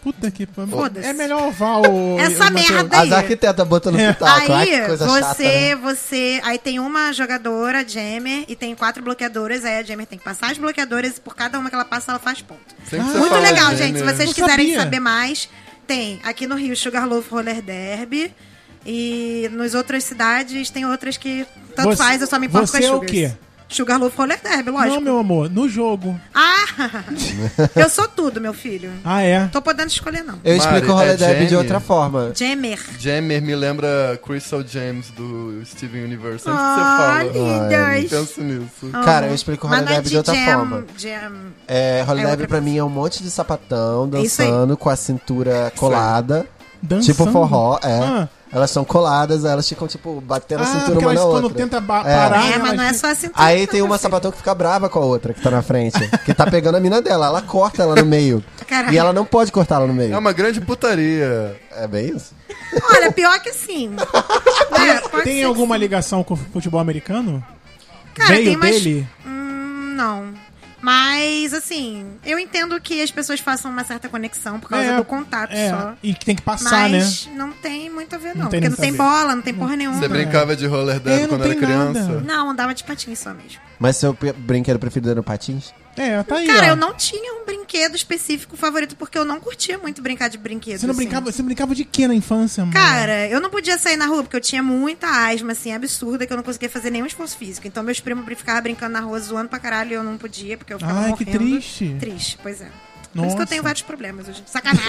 Speaker 3: Puta que pariu.
Speaker 6: Foda-se.
Speaker 3: É melhor oval.
Speaker 6: Essa merda
Speaker 5: As
Speaker 6: aí.
Speaker 5: arquitetas botando no pitaco. Ai,
Speaker 6: Aí,
Speaker 5: que coisa
Speaker 6: você,
Speaker 5: chata. né?
Speaker 6: você. Aí tem uma jogadora, Jammer, e tem quatro bloqueadoras. Aí a Jammer tem que passar as bloqueadoras e por cada uma que ela passa, ela faz ponto.
Speaker 3: Ah!
Speaker 4: Sempre você
Speaker 6: Muito
Speaker 4: fala,
Speaker 6: legal,
Speaker 4: né,
Speaker 6: gente. Se
Speaker 4: né?
Speaker 6: vocês
Speaker 3: Não
Speaker 6: quiserem
Speaker 3: sabia.
Speaker 6: saber mais, tem aqui no Rio Sugarloaf Roller Derby. E nas outras cidades tem outras que tanto
Speaker 3: Você-
Speaker 6: faz, eu só me importo
Speaker 3: você
Speaker 6: com as
Speaker 3: é o
Speaker 6: sugars.
Speaker 3: quê?
Speaker 6: Sugarloaf Roller Derby, lógico.
Speaker 3: Não, meu amor, no jogo.
Speaker 6: Ah! eu sou tudo, meu filho.
Speaker 3: Ah, é?
Speaker 6: Tô podendo escolher, não.
Speaker 5: Eu
Speaker 4: Mari,
Speaker 5: explico o
Speaker 4: é
Speaker 5: Holiday Derby de
Speaker 4: gênio.
Speaker 5: outra forma.
Speaker 6: Jammer.
Speaker 3: É
Speaker 4: Jammer me lembra Crystal James do Steven Universe. Sempre
Speaker 6: Ah,
Speaker 4: que você fala.
Speaker 6: lindas.
Speaker 3: então,
Speaker 4: Penso nisso.
Speaker 5: Cara, eu explico o
Speaker 6: Mas
Speaker 5: Holiday
Speaker 6: não é
Speaker 5: Derby de outra
Speaker 6: jam-
Speaker 5: forma.
Speaker 6: jam-
Speaker 5: É, Holiday
Speaker 6: É
Speaker 5: Derby
Speaker 6: outra
Speaker 5: pra mim é um monte de sapatão
Speaker 6: É isso aí.
Speaker 5: dançando com a cintura colada.
Speaker 3: Dançando.
Speaker 5: Tipo forró, é.
Speaker 3: Ah.
Speaker 5: Elas são coladas, aí elas ficam, tipo, batendo a
Speaker 3: Ah,
Speaker 5: cintura
Speaker 3: porque
Speaker 5: uma
Speaker 3: elas
Speaker 5: na
Speaker 3: quando
Speaker 5: outra.
Speaker 3: tenta ba-
Speaker 5: É.
Speaker 3: parar.
Speaker 6: É, mas
Speaker 3: elas-
Speaker 6: não é só assim.
Speaker 5: Aí tem uma sapatão que fica brava com a outra que tá na frente. Que tá pegando a mina dela. Ela corta ela no meio.
Speaker 6: Caralho.
Speaker 5: E ela não pode cortar ela no meio.
Speaker 4: É uma grande putaria.
Speaker 5: É bem isso?
Speaker 6: Olha, pior que sim. É, pode
Speaker 3: Tem
Speaker 6: ser
Speaker 3: alguma ligação com o futebol americano?
Speaker 6: que- Cara,
Speaker 3: Veio
Speaker 6: tem mais...
Speaker 3: dele?
Speaker 6: Hum, não. Mas, assim, eu entendo que as pessoas façam uma certa conexão por causa
Speaker 3: É,
Speaker 6: do contato
Speaker 3: é.
Speaker 6: só.
Speaker 3: E que tem que passar, né?
Speaker 6: Mas não tem muito a ver, não.
Speaker 3: tem
Speaker 6: porque
Speaker 3: nem
Speaker 6: não tem
Speaker 3: saber.
Speaker 6: bola, não tem porra nenhuma.
Speaker 4: Você brincava de roller
Speaker 3: É,
Speaker 4: derby
Speaker 3: não
Speaker 4: quando era
Speaker 3: tem nada.
Speaker 4: criança?
Speaker 6: Não, andava de patins só mesmo.
Speaker 5: Mas seu pe- brinquedo preferido era o patins?
Speaker 3: É, tá aí.
Speaker 6: Cara,
Speaker 3: ó.
Speaker 6: eu não tinha um brinquedo específico favorito, porque eu não curtia muito brincar de brinquedo.
Speaker 3: Você não
Speaker 6: assim.
Speaker 3: brincava, você brincava de quê na infância, mano?
Speaker 6: Cara, eu não podia sair na rua porque eu tinha muita asma, assim, absurda, que eu não conseguia fazer nenhum esforço físico. Então meus primos ficavam brincando na rua, zoando pra caralho, e eu não podia, porque eu ficava
Speaker 3: Ai, que
Speaker 6: morrendo.
Speaker 3: triste.
Speaker 6: Triste, pois é. Por isso que
Speaker 3: Nossa.
Speaker 6: eu tenho vários problemas hoje. Sacanagem!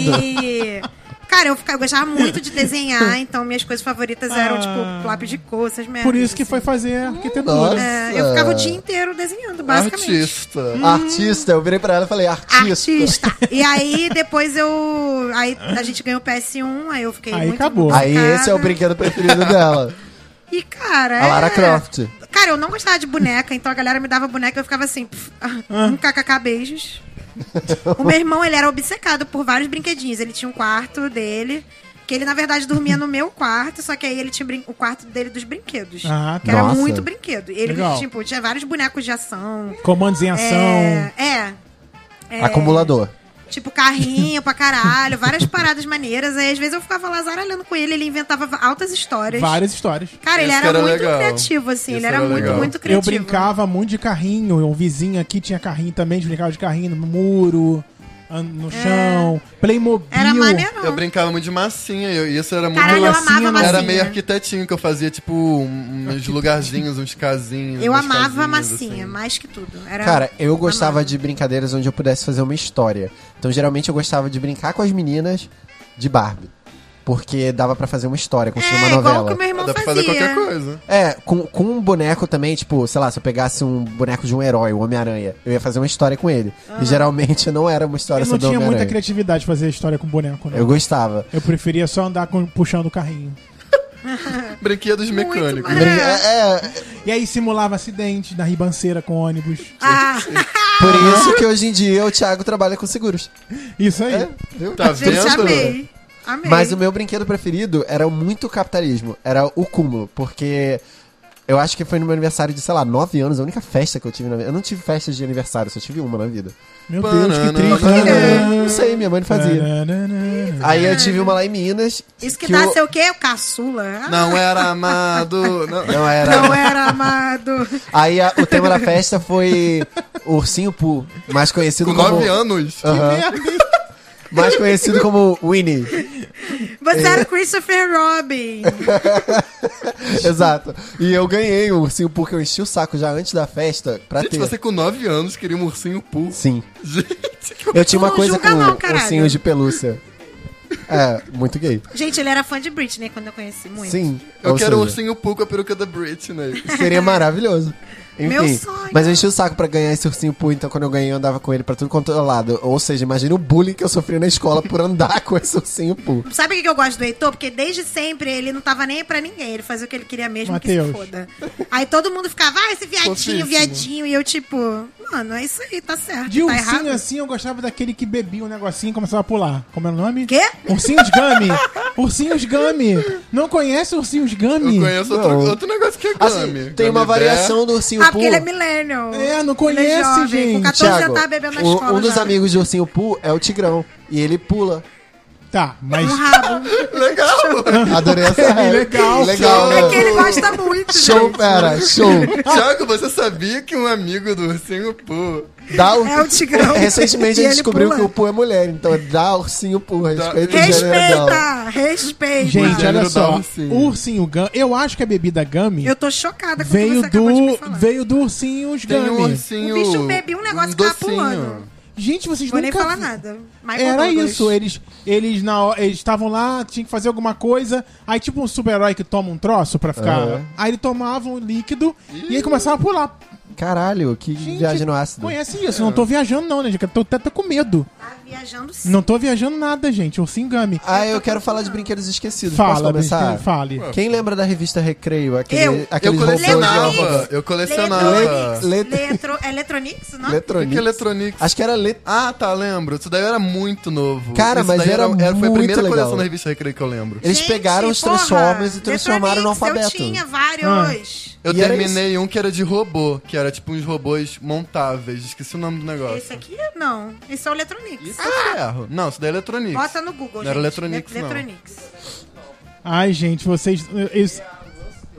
Speaker 6: e... Cara, eu, ficava, eu gostava muito de desenhar, então minhas coisas favoritas eram,
Speaker 3: Ah.
Speaker 6: tipo, lápis de cor, essas merdas.
Speaker 3: Por isso que
Speaker 6: assim.
Speaker 3: foi fazer arquitetura.
Speaker 6: É, eu ficava o dia inteiro desenhando, basicamente.
Speaker 4: Artista.
Speaker 5: Artista, eu virei pra ela e falei, artista.
Speaker 6: Artista. E aí depois eu. Aí a gente ganhou o PS1, aí eu fiquei.
Speaker 3: Aí
Speaker 6: muito
Speaker 3: acabou.
Speaker 5: Aí
Speaker 6: embasbacada.
Speaker 5: esse é o brinquedo preferido dela.
Speaker 6: E cara.
Speaker 5: A Lara
Speaker 6: Ah. é-
Speaker 5: Croft.
Speaker 6: Cara, eu não gostava de boneca, então a galera me dava boneca e eu ficava assim. pff, ah, Um kkk beijos. o meu irmão, ele era obcecado por vários brinquedinhos. Ele tinha um quarto dele. Que ele, na verdade, dormia no meu quarto, só que aí ele tinha brin- o quarto dele dos brinquedos.
Speaker 3: Ah,
Speaker 6: que era
Speaker 5: Nossa.
Speaker 6: muito brinquedo. Ele,
Speaker 3: Legal.
Speaker 6: tipo, tinha vários bonecos de ação.
Speaker 3: Comandos em ação.
Speaker 6: É, é,
Speaker 5: Acumulador.
Speaker 6: Tipo, carrinho pra caralho, várias paradas maneiras. Aí às vezes eu ficava lá zaralhando com ele, ele inventava altas histórias.
Speaker 3: Várias histórias.
Speaker 6: Cara, ele
Speaker 4: Esse
Speaker 6: era,
Speaker 4: era
Speaker 6: muito
Speaker 4: legal.
Speaker 6: criativo,
Speaker 4: Esse
Speaker 6: assim. ele era,
Speaker 4: era
Speaker 6: muito,
Speaker 4: legal.
Speaker 6: muito
Speaker 3: Eu
Speaker 6: criativo. né?
Speaker 3: brincava muito de carrinho. Um vizinho aqui tinha carrinho também, a gente brincava de carrinho no muro, an- no chão, Playmobil.
Speaker 6: É. Era maneirão.
Speaker 4: Eu brincava muito de massinha, eu, e isso era muito
Speaker 6: Caralho, eu
Speaker 3: massinha,
Speaker 6: amava
Speaker 3: não
Speaker 6: massinha.
Speaker 4: Era meio arquitetinho que eu fazia, tipo, um- uns lugarzinhos, uns casinhos.
Speaker 6: Eu
Speaker 4: umas
Speaker 6: amava a
Speaker 4: casinhas,
Speaker 6: massinha,
Speaker 4: assim.
Speaker 6: mais que tudo. Era- é
Speaker 5: Cara, eu gostava
Speaker 6: amava.
Speaker 5: de brincadeiras onde eu pudesse fazer uma história. Então, geralmente, eu gostava de brincar com as meninas de Barbie. Porque dava pra fazer uma história,
Speaker 6: É,
Speaker 5: construir uma
Speaker 6: igual que
Speaker 5: novela.
Speaker 6: o meu irmão
Speaker 4: Dá pra fazer
Speaker 6: fazia.
Speaker 4: qualquer coisa.
Speaker 5: É, com, com um boneco também, tipo, sei lá, se eu pegasse um boneco de um herói, o Homem-Aranha, eu ia fazer uma história com ele. E geralmente não era uma história
Speaker 3: Eu Ah. não
Speaker 5: sobre o
Speaker 3: tinha muita
Speaker 5: Homem-Aranha.
Speaker 3: criatividade fazer história com boneco, não.
Speaker 5: Eu
Speaker 3: Eu,
Speaker 5: gostava.
Speaker 3: preferia só andar com- puxando o carrinho.
Speaker 4: Brinquedos
Speaker 6: Muito
Speaker 4: mecânicos.
Speaker 3: Ah.
Speaker 6: mais.
Speaker 5: Brin- é, é,
Speaker 3: E aí simulava acidente na ribanceira com ônibus.
Speaker 6: Ah,
Speaker 5: por isso que hoje em dia o Thiago trabalha com seguros. É,
Speaker 3: Isso aí.
Speaker 4: Tá
Speaker 6: gente,
Speaker 4: vendo?
Speaker 6: amei. Amei.
Speaker 5: Mas o meu brinquedo preferido era muito capitalismo, era o cúmulo, porque eu acho que foi no meu aniversário de, sei lá, 9 anos, a única festa que eu tive na vida. Eu não tive festas de aniversário, só tive uma na vida.
Speaker 3: Meu Deus, que triste.
Speaker 5: É,
Speaker 3: Ah.
Speaker 5: não sei, minha mãe não
Speaker 3: É,
Speaker 5: fazia.
Speaker 3: Tananana.
Speaker 5: Aí eu tive uma lá em Minas.
Speaker 6: Isso que,
Speaker 5: que
Speaker 6: dá
Speaker 5: o-
Speaker 6: ser o quê? O caçula. Ah,
Speaker 4: Não era amado. Não.
Speaker 5: Não era.
Speaker 6: não era amado.
Speaker 5: Aí a- o tema da festa foi Ursinho Poo, mais conhecido
Speaker 4: Com
Speaker 5: como.
Speaker 4: nove anos.
Speaker 5: Mais conhecido como Winnie.
Speaker 6: Você
Speaker 4: É.
Speaker 6: era o Christopher Robin.
Speaker 5: Exato. E eu ganhei o Ursinho Poo, que eu enchi o saco já antes da festa pra
Speaker 4: Gente,
Speaker 5: ter.
Speaker 4: você com nove anos queria um ursinho pulso.
Speaker 5: Sim.
Speaker 4: Gente, que
Speaker 5: Eu tinha uma
Speaker 6: Não
Speaker 5: coisa
Speaker 6: julga
Speaker 5: com
Speaker 6: não, caralho.
Speaker 5: ursinhos de pelúcia. É, muito gay.
Speaker 6: Gente, ele era fã de Britney quando eu conheci muito.
Speaker 5: Sim.
Speaker 4: Eu
Speaker 5: ou
Speaker 4: quero um
Speaker 5: seja,
Speaker 4: ursinho pulso com a peruca da Britney.
Speaker 5: Seria maravilhoso. Enfim,
Speaker 6: Meu sonho.
Speaker 5: mas eu enchi o saco pra ganhar esse ursinho poo, então quando eu ganhei eu andava com ele pra tudo quanto é lado. Ou seja, imagina o bullying que eu sofri na escola por andar com esse ursinho poo.
Speaker 6: Sabe o que que eu gosto do Heitor? Porque desde sempre ele não tava nem aí pra ninguém. Ele fazia o que ele queria mesmo, que
Speaker 3: Mateus.
Speaker 6: se foda. Aí todo mundo ficava, ah, esse viadinho,
Speaker 4: Fofíssimo.
Speaker 6: viadinho. E eu, tipo, mano, é isso aí, tá certo.
Speaker 3: De
Speaker 6: tá
Speaker 3: ursinho
Speaker 6: errado.
Speaker 3: assim, eu gostava daquele que bebia um negocinho e começava a pular. Como é o nome?
Speaker 6: Quê?
Speaker 3: Ursinhos Gummy. Ursinhos Gummy. Não conhece Ursinhos Gummy?
Speaker 4: Eu conheço outro,
Speaker 5: Não.
Speaker 4: outro negócio que é
Speaker 5: Assim,
Speaker 4: gummy.
Speaker 5: tem uma
Speaker 4: Gummy bear.
Speaker 5: variação do ursinho
Speaker 6: Ah,
Speaker 5: poo.
Speaker 6: porque ele é millennial.
Speaker 3: É, não
Speaker 6: Ele
Speaker 3: conhece,
Speaker 6: jovem,
Speaker 3: gente.
Speaker 6: Com 14 já
Speaker 5: Thiago,
Speaker 6: tá bebendo na
Speaker 5: um-
Speaker 6: escola.
Speaker 5: um, dos
Speaker 6: já.
Speaker 5: amigos de Ursinho Poo é o Tigrão. E ele pula.
Speaker 3: Tá, mas.
Speaker 6: Um rabo.
Speaker 4: Legal!
Speaker 5: Adorei essa
Speaker 3: Que legal.
Speaker 5: Legal,
Speaker 6: É que
Speaker 5: né?
Speaker 6: ele gosta muito.
Speaker 5: Show, é,
Speaker 6: gente.
Speaker 5: pera, show.
Speaker 4: Tiago, você sabia que um amigo do ursinho poo.
Speaker 5: Dá o...
Speaker 6: É o Tigrão.
Speaker 5: Recentemente
Speaker 6: E
Speaker 5: a
Speaker 6: ele
Speaker 5: gente descobriu
Speaker 6: pula.
Speaker 5: que o Poo é mulher, então dá ursinho Poo, respeita o gênero dela.
Speaker 6: Respeita, respeita.
Speaker 3: Gente,
Speaker 4: gênero
Speaker 3: olha
Speaker 4: da
Speaker 3: só.
Speaker 4: ursinha.
Speaker 3: Ursinho Gummy. Eu acho que a bebida Gummy
Speaker 6: eu tô chocada com o que
Speaker 3: veio
Speaker 6: você acabou de me
Speaker 3: do,
Speaker 6: falar.
Speaker 3: veio do Ursinhos
Speaker 4: Tem um
Speaker 3: Gummy.
Speaker 4: ursinho.
Speaker 6: O bicho bebia um negócio e ficava
Speaker 4: docinho.
Speaker 6: pulando.
Speaker 3: Gente, vocês
Speaker 6: Vou
Speaker 3: nunca
Speaker 6: nem falar
Speaker 3: vi-
Speaker 6: nada. Michael
Speaker 3: Era
Speaker 6: Douglas.
Speaker 3: isso, eles eles na hora- eles estavam lá, tinham que fazer alguma coisa, aí tipo um super-herói que toma um troço pra ficar.
Speaker 5: Aham.
Speaker 3: Aí ele tomava um líquido e aí começava a pular.
Speaker 5: Caralho, que
Speaker 3: Gente,
Speaker 5: viagem no ácido.
Speaker 3: Conhece isso, não tô viajando não, né, gente? Eu Tô até tô com medo.
Speaker 6: Tá viajando sim.
Speaker 3: Não tô viajando nada, gente, ursinho gummy.
Speaker 5: Ah, eu quero falar de brinquedos esquecidos. Posso
Speaker 3: Fala,
Speaker 5: começar?
Speaker 3: bicho, fale.
Speaker 5: Quem lembra da revista Recreio? Aquele,
Speaker 6: Eu.
Speaker 5: aquele
Speaker 4: Eu colecionava. Eu
Speaker 6: Eletronics.
Speaker 4: colecionava.
Speaker 5: Le- Let-
Speaker 6: Eletro- Electronics, não?
Speaker 4: O que que é
Speaker 5: Eletronics.
Speaker 4: Electronics?
Speaker 5: Acho que era let...
Speaker 4: Ah, tá, lembro. Isso daí era muito novo.
Speaker 5: Cara,
Speaker 4: Isso
Speaker 5: mas
Speaker 4: daí
Speaker 5: era muito
Speaker 4: Foi a primeira
Speaker 5: legal.
Speaker 4: coleção da revista Recreio que eu lembro.
Speaker 5: Eles
Speaker 6: Gente,
Speaker 5: pegaram os
Speaker 6: porra,
Speaker 5: Transformers e transformaram no
Speaker 6: Electronics,
Speaker 5: alfabeto.
Speaker 6: Eu tinha vários.
Speaker 4: Eu
Speaker 5: E era
Speaker 4: terminei um que era de robô, que era tipo uns robôs montáveis. Esqueci o nome do negócio.
Speaker 6: Esse aqui? Não. Esse é o Electronics.
Speaker 4: Ah. Isso é ferro. Não, isso daí é Electronics.
Speaker 6: Bota no
Speaker 4: Não
Speaker 6: Google,
Speaker 4: era
Speaker 6: gente.
Speaker 4: Electronics,
Speaker 6: Le-
Speaker 4: não.
Speaker 6: Electronics.
Speaker 3: eh, Ai, gente, vocês isso-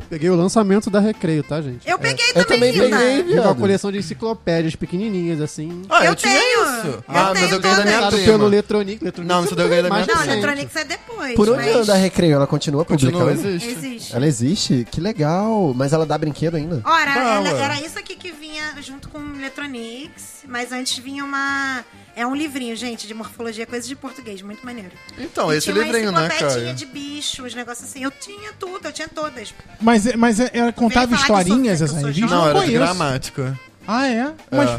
Speaker 1: Peguei o lançamento da Recreio, tá, gente?
Speaker 4: É.
Speaker 6: Eu peguei
Speaker 5: Eu também
Speaker 6: também, Linda.
Speaker 5: peguei,
Speaker 1: Tive uma
Speaker 5: viado.
Speaker 1: coleção de enciclopédias pequenininhas, assim.
Speaker 4: Ah,
Speaker 6: Eu tenho. Eu
Speaker 4: Ah, mas
Speaker 6: tenho
Speaker 4: eu ganhei da minha
Speaker 1: Passado
Speaker 4: prima.
Speaker 1: pelo Letronic. Letronic
Speaker 4: Não, isso daí eu ganhei da
Speaker 1: mais
Speaker 4: minha
Speaker 6: Não,
Speaker 4: prima.
Speaker 1: recente.
Speaker 6: Eletronics é depois.
Speaker 5: Por onde
Speaker 6: mas
Speaker 5: anda a Recreio? Ela continua publicando?
Speaker 4: Continua, existe.
Speaker 6: Existe.
Speaker 5: Ela existe? Que legal. Mas ela dá brinquedo ainda?
Speaker 6: Ora,
Speaker 4: Ah,
Speaker 6: ela-
Speaker 4: ué.
Speaker 6: era isso aqui que vinha junto com o Eletronics, mas antes vinha uma. É um livrinho, gente, de morfologia, coisas de português, muito maneiro.
Speaker 4: Então,
Speaker 6: E
Speaker 4: esse
Speaker 6: tinha uma
Speaker 4: livrinho, né,
Speaker 6: enciclopedinha
Speaker 4: cara?
Speaker 6: de bichos, negócio assim. Eu tinha tudo, eu tinha todas.
Speaker 3: Mas, mas ela contava
Speaker 6: falar que eu sou-
Speaker 3: historinhas
Speaker 6: que eu
Speaker 3: essa
Speaker 6: sou
Speaker 3: revista?
Speaker 6: jovem.
Speaker 4: Não, era de
Speaker 3: conheço.
Speaker 4: gramática.
Speaker 3: Ah, é? Mas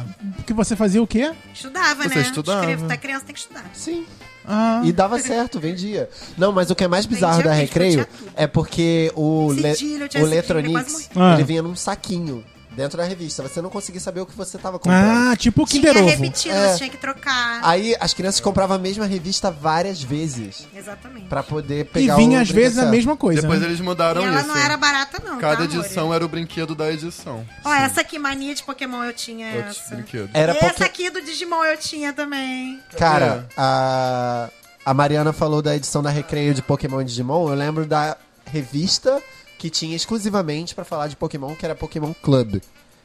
Speaker 3: que você fazia o quê?
Speaker 6: Estudava,
Speaker 4: Você
Speaker 6: né?
Speaker 4: estudava.
Speaker 6: Escrevo, tá criança, tem que estudar.
Speaker 5: Sim.
Speaker 3: Ah,
Speaker 5: E dava certo, vendia. Não, mas o que é mais bizarro
Speaker 6: Vendia
Speaker 5: da
Speaker 6: mesmo,
Speaker 5: Recreio
Speaker 6: tinha tudo.
Speaker 5: é porque o, le-
Speaker 6: Cedilha, eu tinha
Speaker 5: o
Speaker 6: cedilha,
Speaker 5: Letronix,
Speaker 6: quase
Speaker 3: morri.
Speaker 5: ele
Speaker 3: Ah.
Speaker 5: vinha num saquinho dentro da revista. Você não conseguia saber o que você tava comprando.
Speaker 3: ah tipo o
Speaker 6: Tinha
Speaker 3: Kinder Ovo.
Speaker 6: repetido,
Speaker 5: É. Ah,
Speaker 6: você tinha que trocar.
Speaker 5: Aí as crianças compravam a mesma revista várias vezes
Speaker 6: Exatamente.
Speaker 5: pra poder
Speaker 3: E
Speaker 5: pegar
Speaker 3: vinha
Speaker 5: o
Speaker 3: às vezes a
Speaker 5: brinquedo certo.
Speaker 3: mesma coisa.
Speaker 4: Depois
Speaker 3: né?
Speaker 4: eles
Speaker 6: E
Speaker 4: mudaram
Speaker 6: ela
Speaker 4: isso.
Speaker 6: não era barata, não.
Speaker 4: assim. Cada
Speaker 6: tá,
Speaker 4: edição
Speaker 6: amor?
Speaker 4: era o brinquedo da edição.
Speaker 6: Ó, essa aqui, mania de Pokémon, eu tinha
Speaker 4: Outros
Speaker 6: essa.
Speaker 4: brinquedos.
Speaker 5: Era
Speaker 6: essa
Speaker 5: porque,
Speaker 6: aqui do Digimon eu tinha também.
Speaker 5: cara, a a Mariana falou da edição da Recreio de Pokémon e Digimon, eu lembro da revista que tinha exclusivamente pra falar de Pokémon, que era Pokémon Club.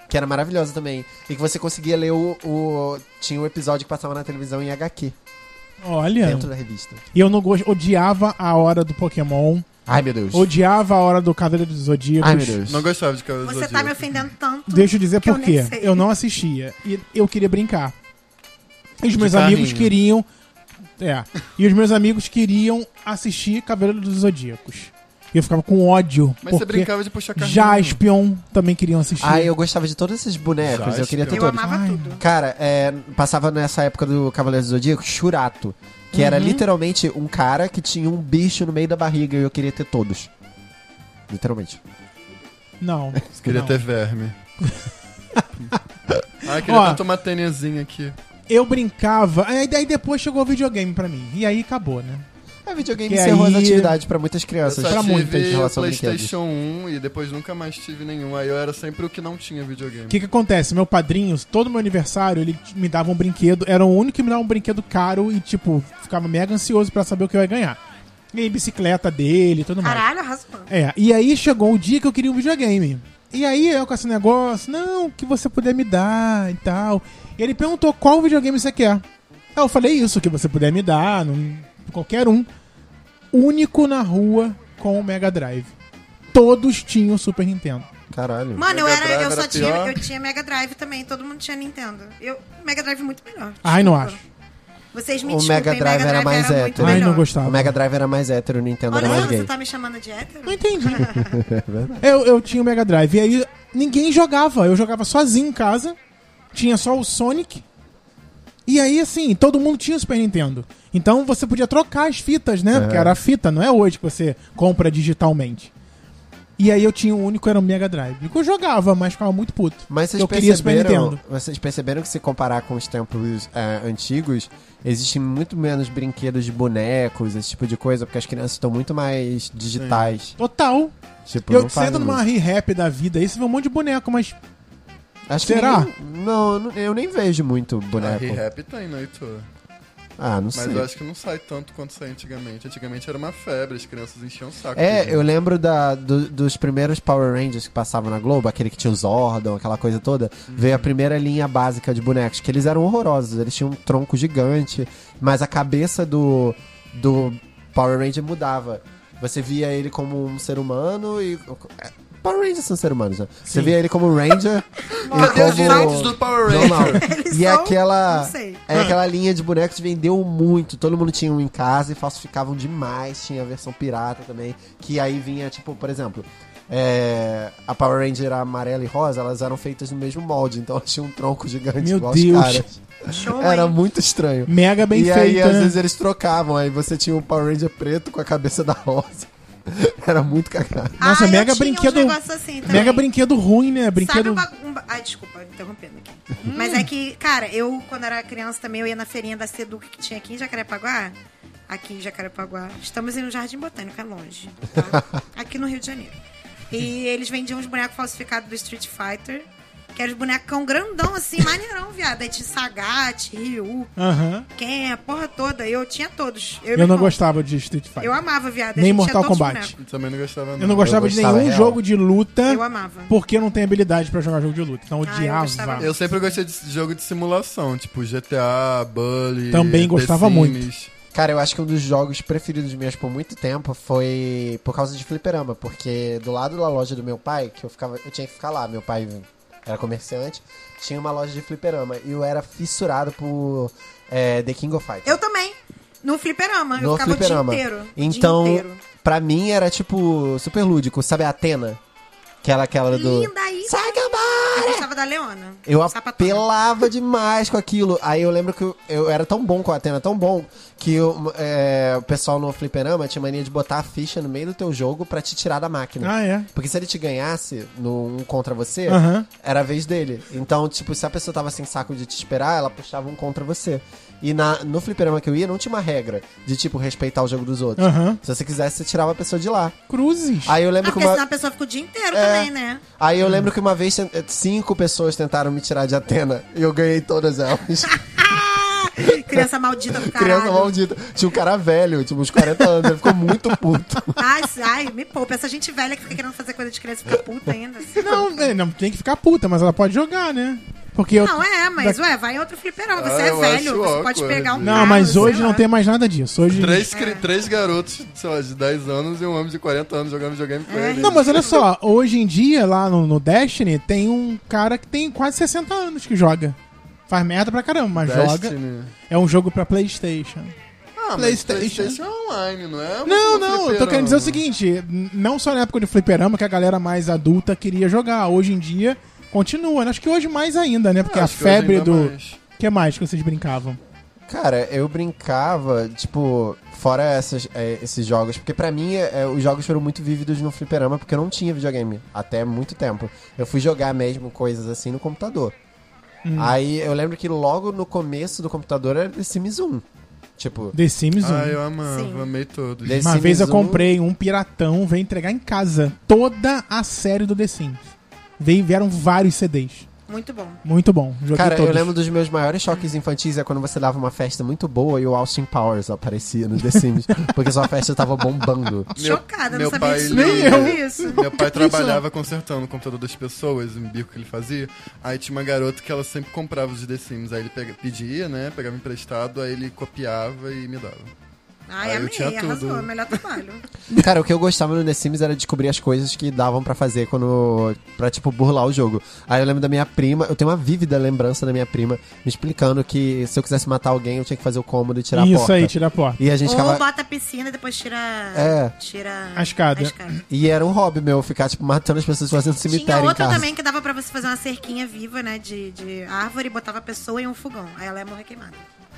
Speaker 5: Que era maravilhosa também. E que você conseguia ler o, o- Tinha um episódio que passava na televisão em HQ,
Speaker 3: Olha.
Speaker 5: dentro da revista.
Speaker 3: E eu não gosto. Odiava a hora do Pokémon.
Speaker 5: Ai, meu Deus.
Speaker 3: Odiava a hora do Cavaleiro dos Zodíacos.
Speaker 5: Ai, meu Deus.
Speaker 4: Não gostava de Cavaleiros do
Speaker 6: Você tá me
Speaker 4: Zodíaco.
Speaker 6: ofendendo tanto.
Speaker 3: Deixa eu dizer
Speaker 6: que
Speaker 3: por quê.
Speaker 6: nem sei.
Speaker 3: Eu não assistia. E eu queria brincar. E os meus
Speaker 4: carrinho.
Speaker 3: amigos queriam. É. E os meus amigos queriam assistir Cavaleiro dos Zodíacos. E eu ficava com ódio.
Speaker 4: Mas você
Speaker 3: porque
Speaker 4: brincava de puxar carrinho. Ah,
Speaker 3: Jaspion também queriam assistir.
Speaker 5: Ai, eu gostava de todos esses bonecos,
Speaker 4: Jaspion.
Speaker 5: eu queria ter
Speaker 6: Eu
Speaker 5: todos.
Speaker 6: amava
Speaker 3: Ai.
Speaker 6: tudo.
Speaker 5: Cara, é, passava nessa época do Cavaleiro do Zodíaco, Churato. Que era literalmente um cara que tinha um bicho no meio da barriga e eu queria ter todos. Literalmente.
Speaker 3: Não.
Speaker 4: Você queria
Speaker 3: não.
Speaker 4: ter verme. ah, queria
Speaker 3: Ó.
Speaker 4: tanto uma tênisinha aqui.
Speaker 3: Eu brincava. Aí daí depois chegou o videogame pra mim. E aí acabou, né?
Speaker 5: É, videogame
Speaker 3: Que
Speaker 5: encerrou
Speaker 3: aí-
Speaker 5: as atividades pra muitas
Speaker 4: Eu
Speaker 5: crianças.
Speaker 4: só
Speaker 5: pra
Speaker 4: tive
Speaker 5: muitas em relação a brinquedos.
Speaker 4: Playstation 1 e depois nunca mais tive nenhum. Aí eu era sempre o que não tinha videogame.
Speaker 3: O que que acontece? Meu padrinho, todo meu aniversário, ele t- me dava um brinquedo. Era o único que me dava um brinquedo caro e, tipo, ficava mega ansioso pra saber o que eu ia ganhar. E aí, bicicleta dele e tudo mais.
Speaker 6: Caralho, arrasou.
Speaker 3: É, e aí chegou o dia que eu queria um videogame. E aí eu com esse negócio, não, o que você puder me dar e tal. E ele perguntou qual videogame você quer. Aí eu falei isso, o que você puder me dar, não- qualquer um. Único na rua com o Mega Drive. Todos tinham Super Nintendo.
Speaker 5: Caralho.
Speaker 6: Mano, eu
Speaker 4: Mega
Speaker 6: era, eu
Speaker 4: Drive
Speaker 6: só
Speaker 4: era
Speaker 6: tinha,
Speaker 4: pior.
Speaker 6: eu tinha Mega Drive também, todo mundo tinha Nintendo. Eu Mega Drive muito melhor.
Speaker 3: Ai, não
Speaker 6: desculpa.
Speaker 3: acho.
Speaker 6: Vocês me
Speaker 5: O
Speaker 6: desculpem,
Speaker 5: Mega Drive era mais
Speaker 6: muito
Speaker 5: hétero.
Speaker 3: Ai,
Speaker 6: melhor.
Speaker 3: não gostava.
Speaker 5: O Mega Drive era mais hétero, o Nintendo
Speaker 6: Olha,
Speaker 5: era mais
Speaker 6: você
Speaker 5: gay.
Speaker 6: tá me chamando de hétero?
Speaker 3: Não entendi.
Speaker 5: É
Speaker 3: eu, eu tinha o Mega Drive. E aí ninguém jogava. Eu jogava sozinho em casa. Tinha só o Sonic. E aí, assim, todo mundo tinha o Super Nintendo. Então você podia trocar as fitas, né? Porque era a fita, não é hoje que você compra digitalmente. E aí eu tinha o único, era o Mega Drive. Que eu jogava, mas ficava muito puto.
Speaker 5: Mas vocês
Speaker 3: eu queria Super
Speaker 5: perceberam,
Speaker 3: Nintendo.
Speaker 5: vocês perceberam que se comparar com os tempos eh, antigos, existem muito menos brinquedos de bonecos, esse tipo de coisa, porque as crianças estão muito mais digitais.
Speaker 3: Total.
Speaker 5: Tipo,
Speaker 3: Eu
Speaker 5: não fazem
Speaker 3: sento numa
Speaker 5: muito.
Speaker 3: re-rap da vida aí, você vê um monte de boneco, mas
Speaker 5: Acho
Speaker 3: Será?
Speaker 5: Que ninguém- não, eu não- eu nem vejo muito
Speaker 4: A
Speaker 5: boneco.
Speaker 4: Re-Rap Né? tem no Heitor.
Speaker 5: Ah, não
Speaker 4: é. Mas
Speaker 5: sei.
Speaker 4: eu acho que não sai tanto quanto saía antigamente. Antigamente era uma febre, as crianças enchiam o saco.
Speaker 5: É,
Speaker 4: Né?
Speaker 5: eu lembro da, do- dos primeiros Power Rangers que passavam na Globo, aquele que tinha o Zordon, aquela coisa toda.
Speaker 4: Uhum.
Speaker 5: Veio a primeira linha básica de bonecos, que eles eram horrorosos. Eles tinham um tronco gigante, mas a cabeça do, do Power Ranger mudava. Você via ele como um ser humano e... é, Power Rangers são seres humanos, né? Você via ele como um Ranger e
Speaker 4: Cadê os direitos
Speaker 5: como...
Speaker 4: do Power
Speaker 5: Normal.
Speaker 4: Ranger?
Speaker 6: Eles
Speaker 5: E
Speaker 6: são-
Speaker 5: aquela,
Speaker 6: não sei.
Speaker 5: é aquela linha de bonecos vendeu muito. Todo mundo tinha um em casa e falsificavam demais. Tinha a versão pirata também. Que aí vinha, tipo, por exemplo, é, a Power Ranger amarela e rosa, elas eram feitas no mesmo molde. Então elas tinham um tronco gigante
Speaker 3: Meu
Speaker 5: igual
Speaker 3: Deus.
Speaker 5: os caras.
Speaker 6: Show,
Speaker 5: Era
Speaker 6: hein?
Speaker 5: muito estranho.
Speaker 3: mega bem
Speaker 5: e
Speaker 3: feito.
Speaker 5: aí, às
Speaker 3: né?
Speaker 5: vezes, eles trocavam. Aí você tinha um Power Ranger preto com a cabeça da rosa. Era muito cagado.
Speaker 3: Nossa,
Speaker 6: Ah, eu
Speaker 3: mega
Speaker 6: tinha uns
Speaker 3: brinquedo-
Speaker 6: negócios assim também.
Speaker 3: Mega brinquedo ruim, né? Brinquedo. Uhum.
Speaker 6: Sabe um bagu- um ba- Ai, desculpa, interrompendo aqui. Mas é que, cara, eu, quando era criança também, eu ia na feirinha da Seduc que tinha aqui em Jacarepaguá. Aqui em Jacarepaguá. Estamos em um jardim botânico, é longe. tá? aqui no Rio de Janeiro. E eles vendiam uns bonecos falsificados do Street Fighter. Que era os bonecão grandão, assim, maneirão, viado. Aí tinha Sagat, Ryu,
Speaker 3: Aham.
Speaker 6: Ken, a porra toda. Eu tinha todos. Eu, e meu
Speaker 3: Eu não
Speaker 6: irmão.
Speaker 3: gostava de Street Fighter.
Speaker 6: Eu amava, viado. A
Speaker 3: Nem
Speaker 6: gente
Speaker 3: Mortal
Speaker 6: tinha todos os
Speaker 3: Kombat.
Speaker 6: bonecos.
Speaker 4: Eu Também não gostava, não.
Speaker 3: Eu não gostava, de
Speaker 5: gostava
Speaker 3: nenhum
Speaker 5: real.
Speaker 3: jogo de luta.
Speaker 6: Eu amava.
Speaker 3: Porque eu não tenho habilidade pra jogar jogo de luta. Então eu
Speaker 6: Ah, eu
Speaker 3: odiava.
Speaker 6: gostava.
Speaker 4: Eu sempre gostei de jogo de simulação, tipo GTA, Bully.
Speaker 3: Também gostava
Speaker 4: The Sims.
Speaker 3: muito.
Speaker 5: Cara, eu acho que um dos jogos preferidos meus por muito tempo foi por causa de fliperama, porque do lado da loja do meu pai, que eu ficava, eu tinha que ficar lá, meu pai era comerciante, tinha uma loja de fliperama e eu era fissurado por é, The King of Fighters.
Speaker 6: Eu também. No fliperama. eu
Speaker 5: no
Speaker 6: ficava
Speaker 5: fliperama.
Speaker 6: o dia inteiro.
Speaker 5: então,
Speaker 6: Dia inteiro.
Speaker 5: pra mim era tipo super lúdico, sabe a Atena? Aquela aquela do
Speaker 6: Linda aí. Eu
Speaker 5: Sagamara!
Speaker 6: gostava da Leona. Ah,
Speaker 5: Eu
Speaker 3: é
Speaker 6: Sapatona.
Speaker 5: apelava demais com aquilo. Aí eu lembro que eu, eu era tão bom com a Atena, tão bom, que eu, é, o pessoal no Fliperama tinha mania de botar a ficha no meio do teu jogo pra te tirar da máquina.
Speaker 3: Ah, é.
Speaker 5: Porque se ele te ganhasse no um contra você,
Speaker 3: Aham.
Speaker 5: era a vez dele. Então, tipo, se a pessoa tava sem saco de te esperar, ela puxava um contra você. E na, no fliperama que eu ia, não tinha uma regra de, tipo, respeitar o jogo dos outros.
Speaker 3: Aham.
Speaker 5: Se você quisesse, você tirava a pessoa de lá.
Speaker 3: Cruzes.
Speaker 5: Aí eu
Speaker 6: Ah,
Speaker 5: lembro que
Speaker 6: porque
Speaker 5: uma...
Speaker 6: senão a pessoa fica o dia inteiro
Speaker 5: É.
Speaker 6: também, né?
Speaker 5: Aí eu lembro que uma vez eh, cinco pessoas tentaram me tirar de Atena e eu ganhei todas elas.
Speaker 6: Criança maldita do caralho.
Speaker 5: Criança maldita. Tinha um cara velho, tipo, uns 40 anos, ele ficou muito puto.
Speaker 6: Ai, ai, me poupa. Essa gente velha que fica querendo fazer coisa de criança e fica puta ainda. assim.
Speaker 3: Não, é, não tem que ficar puta, mas ela pode jogar, né? Porque eu.
Speaker 6: Não, é, mas ué, vai em outro fliperama. Você
Speaker 4: Ah,
Speaker 6: é
Speaker 4: eu
Speaker 6: velho,
Speaker 4: acho é.
Speaker 6: você
Speaker 4: awkward.
Speaker 6: pode pegar um
Speaker 3: Não,
Speaker 6: carro,
Speaker 3: Ah, mas
Speaker 6: sei
Speaker 3: hoje
Speaker 6: lá.
Speaker 3: não tem mais nada disso. Hoje.
Speaker 4: Três, cri- três garotos, sei lá, de 10 anos e um homem de 40 anos jogando videogame com ele.
Speaker 3: É. Não, mas olha só, hoje em dia, lá no, no Destiny, tem um cara que tem quase 60 anos que joga. Faz merda pra caramba, mas joga.
Speaker 4: Destiny.
Speaker 3: É um jogo pra Playstation.
Speaker 4: Ah, mas
Speaker 3: PlayStation.
Speaker 4: PlayStation é online, não é?
Speaker 3: Não,
Speaker 4: Um
Speaker 3: não, eu tô
Speaker 4: fliperama.
Speaker 3: querendo dizer o seguinte: n- não só na época de fliperama que a galera mais adulta queria jogar. Hoje em dia, continua. né? Acho que hoje mais ainda, né? Porque
Speaker 4: Ah,
Speaker 3: a
Speaker 4: acho que hoje
Speaker 3: febre
Speaker 4: ainda
Speaker 3: do.
Speaker 4: mais.
Speaker 3: O que mais que vocês brincavam?
Speaker 5: Cara, eu brincava, tipo, fora essas, eh, esses jogos, porque pra mim eh, os jogos foram muito vívidos no fliperama, porque eu não tinha videogame até muito tempo. Eu fui jogar mesmo coisas assim no computador.
Speaker 3: Hum.
Speaker 5: Aí eu lembro que logo no começo do computador era The Sims 1. Tipo,
Speaker 3: The Sims 1.
Speaker 4: Ah, eu amava,
Speaker 6: Sim.
Speaker 4: amei todos.
Speaker 5: The
Speaker 3: Uma
Speaker 5: Sims
Speaker 3: vez eu
Speaker 5: 1
Speaker 3: comprei um piratão, veio entregar em casa toda a série do The Sims. Veio, vieram vários CDs.
Speaker 6: Muito bom.
Speaker 3: Muito bom. Joguei
Speaker 5: Cara,
Speaker 3: todos.
Speaker 5: eu lembro dos meus maiores choques infantis é quando você dava uma festa muito boa e o Austin Powers aparecia no The Sims, porque sua festa tava bombando.
Speaker 4: Meu-
Speaker 6: Chocada,
Speaker 4: meu
Speaker 6: não sabia
Speaker 4: pai,
Speaker 6: disso.
Speaker 4: ele-
Speaker 6: não sabia disso.
Speaker 4: Meu pai trabalhava consertando o computador das pessoas, um bico que ele fazia. Aí tinha uma garota que ela sempre comprava os The Sims. Aí ele pega- pedia, né? Pegava emprestado, aí ele copiava e me dava. Ah,
Speaker 6: Ai,
Speaker 4: eu
Speaker 6: amei,
Speaker 4: tinha tudo.
Speaker 6: arrasou. Melhor trabalho.
Speaker 5: Cara, o que eu gostava no The Sims era descobrir as coisas que davam pra fazer quando. pra, tipo, burlar o jogo. Aí eu lembro da minha prima, eu tenho uma vívida lembrança da minha prima me explicando que se eu quisesse matar alguém eu tinha que fazer o cômodo e tirar a
Speaker 3: Isso
Speaker 5: porta.
Speaker 3: aí, tira a porta.
Speaker 5: E a gente
Speaker 6: Ou
Speaker 5: ficava.
Speaker 6: bota a piscina e depois tira.
Speaker 5: É.
Speaker 6: Tira.
Speaker 3: A escada.
Speaker 5: E era um hobby meu ficar, tipo, matando as pessoas fazendo
Speaker 6: Tinha
Speaker 5: cemitério em
Speaker 6: outra
Speaker 5: casa.
Speaker 6: também que dava pra você fazer uma cerquinha viva, né? De, de árvore e botava a pessoa em um fogão. Aí ela ia morrer queimada.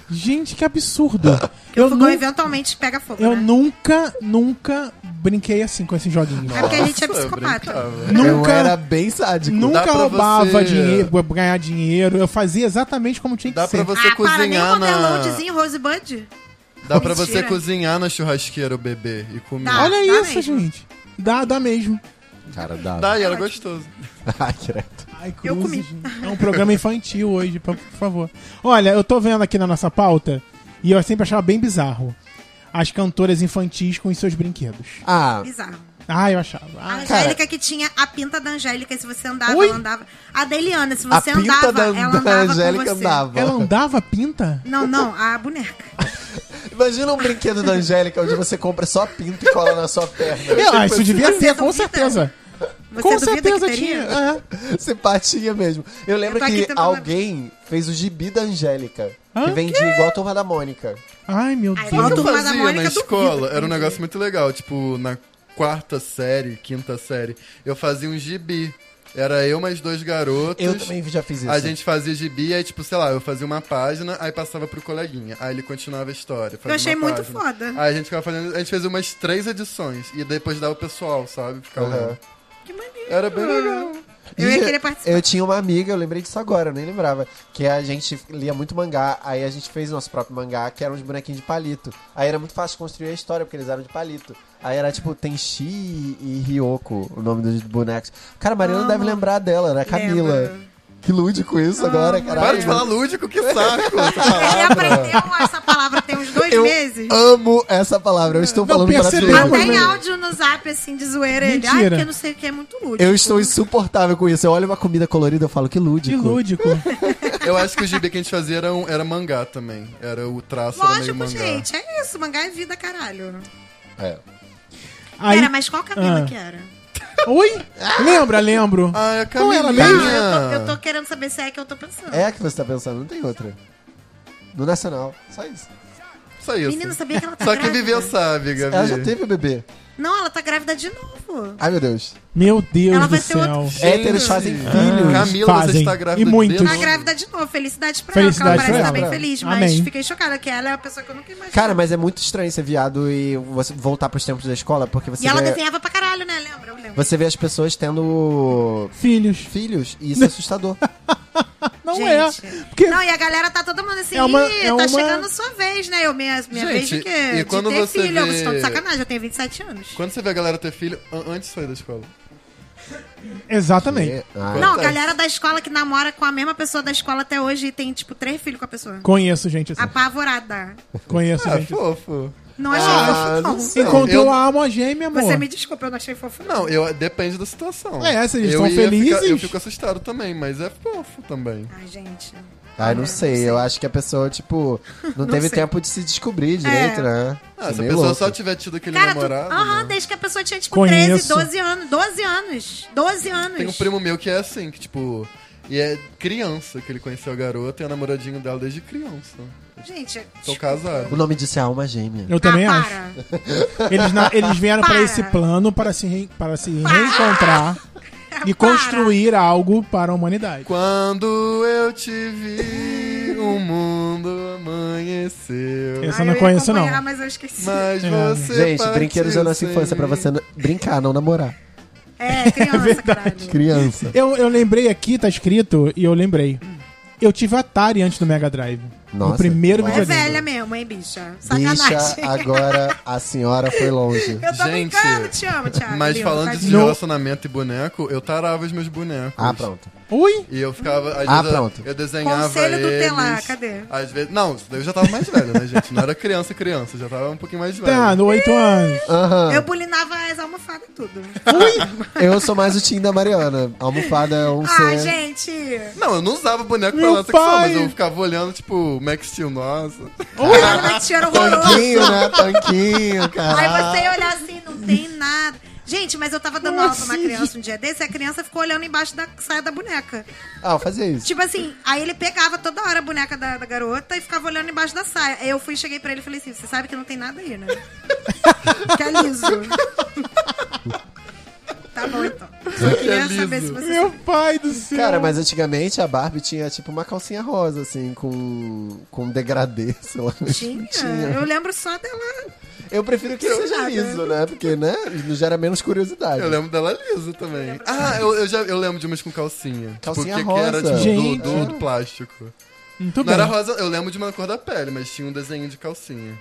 Speaker 3: Gente, que absurdo.
Speaker 6: Porque o
Speaker 3: eu
Speaker 6: fogão
Speaker 3: nu-
Speaker 6: eventualmente pega fogo.
Speaker 3: eu
Speaker 6: né?
Speaker 3: nunca, nunca brinquei assim com esses joguinhos.
Speaker 6: É porque a gente é
Speaker 4: Nossa, eu
Speaker 6: psicopata.
Speaker 4: brincava.
Speaker 5: Eu
Speaker 3: Nunca-
Speaker 5: era bem sádico.
Speaker 4: Tipo, Dá
Speaker 3: Nunca
Speaker 4: pra
Speaker 3: roubava
Speaker 4: você-
Speaker 3: dinheiro, ganhar dinheiro. Eu fazia exatamente como tinha que
Speaker 4: Dá
Speaker 3: ser.
Speaker 4: pra você
Speaker 6: ah, para, nem o
Speaker 4: cozinhar na...
Speaker 6: Overloadzinho Rosebud.
Speaker 4: Dá pra você
Speaker 6: Mentira.
Speaker 4: cozinhar na churrasqueira o bebê e comer.
Speaker 6: Dá.
Speaker 3: Olha isso,
Speaker 6: mesmo.
Speaker 3: gente. Dá, dá mesmo.
Speaker 5: Cara, dá.
Speaker 4: Dá, e era gostoso.
Speaker 5: Ai, direto.
Speaker 3: Ai, cruzes,
Speaker 6: Eu comi.
Speaker 3: gente. É um programa infantil hoje, por, por favor. Olha, eu tô vendo aqui na nossa pauta e eu sempre achava bem bizarro. As cantoras infantis com os seus brinquedos.
Speaker 5: Ah,
Speaker 6: Bizarro.
Speaker 3: Ah, eu achava.
Speaker 6: A
Speaker 3: Ah,
Speaker 6: Angélica que tinha a pinta da Angélica, e se você andava,
Speaker 3: Ui.
Speaker 6: ela andava. A da Eliana, se
Speaker 5: a
Speaker 6: você
Speaker 5: pinta
Speaker 6: andava,
Speaker 5: da,
Speaker 6: ela
Speaker 5: da
Speaker 6: andava
Speaker 5: Angélica
Speaker 6: com você.
Speaker 5: andava.
Speaker 3: ela andava pinta?
Speaker 6: Não, não, a boneca.
Speaker 5: Imagina um brinquedo da Angélica onde você compra só pinto e cola na sua perna. Tipo
Speaker 3: ah, isso devia
Speaker 6: Você
Speaker 3: ter, com
Speaker 6: duvida?
Speaker 3: certeza.
Speaker 6: Você
Speaker 3: com
Speaker 6: duvida
Speaker 3: certeza
Speaker 6: que
Speaker 3: tinha.
Speaker 6: teria?
Speaker 3: É.
Speaker 5: Simpatia assim, mesmo. Eu lembro
Speaker 6: Eu tô aqui
Speaker 5: que
Speaker 6: tentando
Speaker 5: alguém fez o gibi da Angélica.
Speaker 3: Hã?
Speaker 5: Que vendia igual a turma da Mônica.
Speaker 3: Ai, meu
Speaker 6: Ai,
Speaker 3: Deus.
Speaker 6: igual
Speaker 4: Eu
Speaker 6: Turma da
Speaker 4: fazia
Speaker 6: Mônica
Speaker 4: na
Speaker 6: duvido
Speaker 4: escola,
Speaker 6: que
Speaker 4: era um
Speaker 6: tenha.
Speaker 4: negócio muito legal. Tipo, na quarta série, quinta série, eu fazia um gibi. Era eu mais dois garotos.
Speaker 5: Eu também já fiz isso.
Speaker 4: A gente fazia gibi, aí, tipo, sei lá, eu fazia uma página, aí passava pro coleguinha. Aí ele continuava a história. fazia
Speaker 6: Eu achei
Speaker 4: uma
Speaker 6: muito
Speaker 4: página.
Speaker 6: foda.
Speaker 4: Aí a gente ficava fazendo. A gente fez umas três edições. E depois dava o pessoal, sabe? Ficava.
Speaker 5: Aham.
Speaker 6: Que maneiro.
Speaker 4: Era bem legal.
Speaker 6: Eu
Speaker 5: E
Speaker 6: ia querer participar.
Speaker 5: Eu tinha uma amiga, eu lembrei disso agora, eu nem lembrava. Que a gente lia muito mangá, aí a gente fez nosso próprio mangá, que eram uns bonequinhos de palito. Aí era muito fácil construir a história, porque eles eram de palito. Aí era tipo Tenchi e Ryoko, o nome dos bonecos. Cara, a Mariana
Speaker 6: Amo.
Speaker 5: deve lembrar dela, era a Camila.
Speaker 6: Lembro.
Speaker 5: Que lúdico isso agora, caralho.
Speaker 4: Para de falar lúdico, que saco essa palavra.
Speaker 6: Ele aprendeu essa palavra tem uns dois
Speaker 5: Eu
Speaker 6: meses.
Speaker 5: amo essa palavra. Eu estou
Speaker 3: Não,
Speaker 5: falando
Speaker 3: percebemos,
Speaker 5: brasileiro.
Speaker 6: Até em
Speaker 3: né?
Speaker 6: áudio no zap, assim, de zoeira. Ele, ai,
Speaker 3: Mentira.
Speaker 6: porque não sei o que é muito lúdico.
Speaker 5: Eu estou insuportável com isso. Eu olho uma comida colorida e falo, que
Speaker 3: Que
Speaker 5: lúdico.
Speaker 3: lúdico.
Speaker 4: Eu acho que o gibi que a gente fazia era, um- era mangá também. Era o traço era meio
Speaker 6: Lógico,
Speaker 4: mangá.
Speaker 6: gente. É isso. Mangá é vida, caralho.
Speaker 5: É.
Speaker 3: Aí...
Speaker 6: Pera, mas qual cabelo
Speaker 3: Ah.
Speaker 6: que era?
Speaker 3: Oi? Lembra, lembro.
Speaker 4: Ah, é a
Speaker 3: Com ela
Speaker 4: Camilinha.
Speaker 6: Não,
Speaker 4: Ah.
Speaker 6: eu tô, eu tô querendo saber se é que eu tô pensando.
Speaker 5: É a que você tá pensando, não tem outra. No Nacional, só isso.
Speaker 4: Só isso.
Speaker 6: Menina, sabia que ela tá
Speaker 4: Só quem
Speaker 6: grávida?
Speaker 4: viveu sabe, Gabi.
Speaker 5: Ela já teve o bebê.
Speaker 6: Não, ela tá grávida de novo.
Speaker 5: Ai, meu Deus.
Speaker 3: Meu Deus
Speaker 6: Ela vai
Speaker 3: do
Speaker 6: ter
Speaker 3: céu.
Speaker 6: outro-
Speaker 5: Héteros
Speaker 4: É.
Speaker 5: fazem filhos.
Speaker 4: Ah. Camila, você
Speaker 3: Fazem.
Speaker 4: está grávida
Speaker 3: E
Speaker 4: de
Speaker 3: muitos.
Speaker 4: dedo?
Speaker 6: Tá grávida de novo. Felicidades pra ela,
Speaker 3: Felicidades
Speaker 6: que ela parece
Speaker 3: pra
Speaker 6: estar bem
Speaker 5: ela.
Speaker 6: feliz. Mas
Speaker 3: Amém.
Speaker 6: fiquei chocada que ela é uma pessoa que eu nunca imaginei.
Speaker 5: Cara, mas é muito estranho ser viado e você voltar pros tempos da escola, porque você
Speaker 6: e ela
Speaker 4: é-
Speaker 5: vê,
Speaker 6: desenhava pra caralho, né? Lembra? Eu lembro.
Speaker 5: você vê as pessoas tendo
Speaker 3: Filhos.
Speaker 5: filhos e isso é assustador.
Speaker 3: Não é.
Speaker 6: Gente.
Speaker 3: Porque
Speaker 6: Não, e a galera tá todo mundo assim,
Speaker 3: É uma-
Speaker 6: Ih,
Speaker 3: é
Speaker 6: tá
Speaker 3: uma-
Speaker 6: chegando a sua vez, né? Eu, minha minha
Speaker 4: Gente,
Speaker 6: vez de quê?
Speaker 4: e
Speaker 6: de
Speaker 4: quando
Speaker 6: ter
Speaker 4: você
Speaker 6: filho.
Speaker 4: vê-
Speaker 6: Vocês estão de sacanagem, eu tenho 27 anos.
Speaker 4: Quando você vê a galera ter filho, an- antes de sair da escola. É.
Speaker 3: Exatamente.
Speaker 5: Ah,
Speaker 6: Não, a
Speaker 4: Acontece.
Speaker 6: galera da escola que namora com a mesma pessoa da escola até hoje e tem, tipo, três filhos com a pessoa.
Speaker 3: Conheço gente assim.
Speaker 6: Apavorada.
Speaker 3: Conheço
Speaker 4: Ah,
Speaker 3: gente. assim.
Speaker 4: fofo.
Speaker 6: Não achei fofo, não.
Speaker 5: não sei.
Speaker 3: Encontrou
Speaker 4: Eu-
Speaker 3: a alma gêmea, amor.
Speaker 6: Você me desculpa, eu não achei fofo, não.
Speaker 4: Não, eu, depende da situação.
Speaker 3: É, se eles
Speaker 4: Eu
Speaker 3: estão
Speaker 4: ia
Speaker 3: felizes.
Speaker 4: ficar- eu fico assustado também, mas é fofo também.
Speaker 6: Ai, gente.
Speaker 5: Ai, não sei. Eu acho que a pessoa, tipo, não, teve
Speaker 6: sei.
Speaker 5: tempo de se descobrir direito,
Speaker 6: É.
Speaker 5: né?
Speaker 4: Ah, se
Speaker 5: É
Speaker 4: a
Speaker 5: meio
Speaker 4: pessoa
Speaker 5: louco.
Speaker 4: só tiver tido aquele
Speaker 6: Cara, tu...
Speaker 4: namorado.
Speaker 6: Aham,
Speaker 4: né?
Speaker 6: desde que a pessoa tinha, tipo,
Speaker 3: Conheço.
Speaker 6: 13, 12 anos. 12 anos. 12 anos.
Speaker 4: Tem um primo meu que é assim, que tipo. E é criança que ele conheceu a garota e é namoradinho dela desde criança.
Speaker 6: Gente,
Speaker 4: São
Speaker 6: desculpa.
Speaker 4: casados.
Speaker 5: O nome disso é alma gêmea.
Speaker 3: Eu também
Speaker 6: ah,
Speaker 3: acho.
Speaker 6: para.
Speaker 3: Eles, na- eles vieram para
Speaker 6: Para.
Speaker 3: esse plano para se, re- para se reencontrar e
Speaker 6: Para.
Speaker 3: construir algo para a humanidade.
Speaker 4: Quando eu te vi, o mundo
Speaker 3: Essa
Speaker 4: amanheceu.
Speaker 3: eu
Speaker 6: Ah,
Speaker 3: não
Speaker 6: ia
Speaker 3: conheço, não.
Speaker 6: acompanhar, Mas eu esqueci.
Speaker 4: Mas
Speaker 3: É.
Speaker 4: você.
Speaker 5: Gente,
Speaker 4: partiu
Speaker 5: brinquedos da nossa
Speaker 4: sem
Speaker 5: infância pra
Speaker 4: mim.
Speaker 5: você n- brincar, não namorar.
Speaker 6: É, criança, caralho.
Speaker 5: Criança.
Speaker 3: Eu, eu lembrei aqui, tá escrito, e eu lembrei. Eu tive Atari antes do Mega Drive.
Speaker 5: Nossa.
Speaker 3: O primeiro
Speaker 6: É
Speaker 3: videogame.
Speaker 6: velha mesmo, hein, bicha? Sacanagem.
Speaker 5: Bicha, agora a senhora foi longe.
Speaker 6: Eu tô
Speaker 4: Gente,
Speaker 6: brincando, te amo, Thiago.
Speaker 4: Mas
Speaker 6: lindo,
Speaker 4: falando de
Speaker 6: tadinho.
Speaker 4: relacionamento e boneco, eu tarava os meus bonecos.
Speaker 5: Ah, pronto.
Speaker 3: Ui!
Speaker 4: E eu ficava. Às
Speaker 5: Ah,
Speaker 4: vezes, eu-
Speaker 5: pronto.
Speaker 4: Eu desenhava.
Speaker 6: Conselho do
Speaker 4: eles,
Speaker 6: telar, cadê?
Speaker 4: Às vezes. Não, isso daí eu já tava mais velho, né, gente? Não era criança, criança. Já tava um pouquinho mais velho.
Speaker 3: Tá, no 8 anos.
Speaker 5: Aham.
Speaker 6: Eu bulinava as almofadas e tudo.
Speaker 5: Eu sou mais o Tim da Mariana. Almofada é um
Speaker 6: ah,
Speaker 5: ser.
Speaker 6: gente.
Speaker 4: Não, eu não usava boneco pra
Speaker 3: Meu
Speaker 4: lá sexual, mas
Speaker 3: pai!
Speaker 4: eu ficava olhando, tipo, Max Steel, nossa.
Speaker 6: Olhando na tia era horroroso.
Speaker 5: Tanquinho, né? Tanquinho,
Speaker 6: é Aí
Speaker 5: cara.
Speaker 6: você ia olhar assim, não tem nada. Gente, mas eu tava dando aula pra uma criança um dia desse e a criança ficou olhando embaixo da saia da boneca.
Speaker 5: Ah, eu fazia isso.
Speaker 6: Tipo assim, aí ele pegava toda hora a boneca da, da garota e ficava olhando embaixo da saia. Aí eu fui e cheguei pra ele e falei assim: você sabe que não tem nada aí, né? que é liso. tá bom então. Só queria
Speaker 4: liso.
Speaker 6: saber se você.
Speaker 3: Meu pai do céu.
Speaker 5: Cara, mas antigamente a Barbie tinha tipo uma calcinha rosa, assim, com, com degradê, sei lá.
Speaker 6: Tinha. Eu lembro só dela.
Speaker 5: Eu prefiro que seja isso, né? Porque, né? Não gera menos curiosidade.
Speaker 4: Eu lembro dela lisa também. Ah, eu, eu já eu lembro de umas com calcinha.
Speaker 5: Calcinha
Speaker 4: tipo, que, que era
Speaker 5: rosa.
Speaker 4: tipo,
Speaker 3: Gente.
Speaker 4: Do, do, do plástico.
Speaker 3: Muito
Speaker 4: Não
Speaker 3: bem.
Speaker 4: era rosa, eu lembro de uma cor da pele, mas tinha um desenho de calcinha.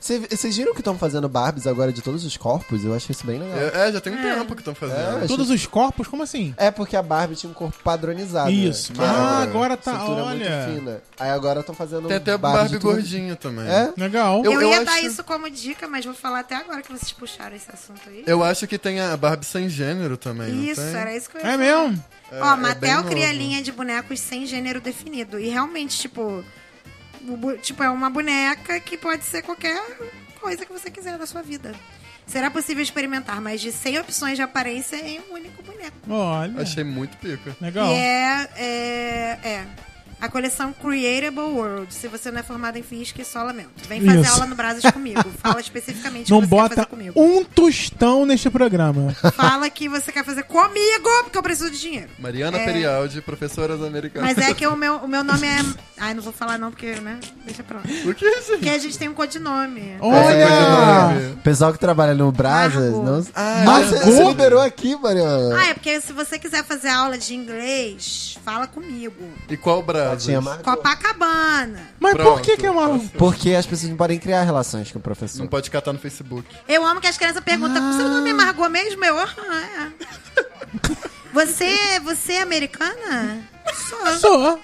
Speaker 5: Cê- Vocês viram que estão fazendo Barbies agora de todos os corpos? Eu acho isso bem legal.
Speaker 4: É, é, já tem um tempo que estão fazendo.
Speaker 5: É.
Speaker 3: Todos os corpos, como assim?
Speaker 5: É porque a Barbie tinha um corpo padronizado.
Speaker 3: Isso.
Speaker 5: Né?
Speaker 3: Ah,
Speaker 5: Uma
Speaker 3: agora tá.
Speaker 5: Cintura muito
Speaker 3: Olha.
Speaker 5: fina. Aí agora estão fazendo.
Speaker 4: Tem até
Speaker 5: Barbie
Speaker 4: Barbie
Speaker 5: de tudo.
Speaker 4: gordinha também.
Speaker 5: É?
Speaker 3: Legal.
Speaker 4: Eu-
Speaker 6: Eu, ia
Speaker 4: eu
Speaker 6: dar
Speaker 4: acho-
Speaker 6: isso como dica, mas vou falar até agora que vocês puxaram esse assunto aí.
Speaker 4: Eu acho que tem a Barbie sem gênero também. não
Speaker 6: Isso,
Speaker 4: tem? um
Speaker 6: era isso que eu ia
Speaker 3: É
Speaker 6: falar.
Speaker 3: mesmo?
Speaker 6: Ó,
Speaker 4: é bem
Speaker 6: Mattel
Speaker 4: novo.
Speaker 6: cria linha de bonecos sem gênero definido. E realmente, tipo. o bu- Tipo, é uma boneca que pode ser qualquer coisa que você quiser da sua vida. Será possível experimentar mais de 100 opções de aparência em um único boneco.
Speaker 3: Olha.
Speaker 4: Achei muito pica.
Speaker 3: Legal.
Speaker 6: E é, é. É. A coleção Creatable World. Se você não é formado em física, só lamento. Vem fazer
Speaker 3: Isso.
Speaker 6: aula no Brasas comigo. Fala especificamente o
Speaker 3: Não
Speaker 6: que você quer
Speaker 3: bota
Speaker 6: fazer comigo.
Speaker 3: um tostão neste programa.
Speaker 6: Fala que você quer fazer comigo, porque eu preciso de dinheiro.
Speaker 4: Mariana Perialdi, professoras americanas.
Speaker 6: É. Mas é que o meu, o meu nome é. Ai, não vou falar não, porque, né? Deixa pra lá.
Speaker 4: O que é, gente?
Speaker 6: Porque a gente tem um codinome.
Speaker 5: Oh.
Speaker 3: Olha!
Speaker 5: O pessoal que trabalha no Brasas.
Speaker 6: Margot.
Speaker 5: Não...
Speaker 4: Ah,
Speaker 5: Nossa,
Speaker 4: é
Speaker 5: você
Speaker 4: verdade.
Speaker 5: liberou aqui, Mariana.
Speaker 6: Ah, é porque se você quiser fazer aula de inglês, fala comigo.
Speaker 4: E qual braço?
Speaker 5: Tinha Margot.
Speaker 6: Copacabana.
Speaker 3: Mas por
Speaker 4: Pronto.
Speaker 3: que que é uma.
Speaker 5: Porque as pessoas não podem criar relações com o
Speaker 4: Não
Speaker 5: professor.
Speaker 4: pode catar no Facebook.
Speaker 5: Ah.
Speaker 6: Eu amo que as crianças perguntam: seu nome é Margot mesmo? Eu, aham, é. Você, você é americana? Sou.
Speaker 3: Sou.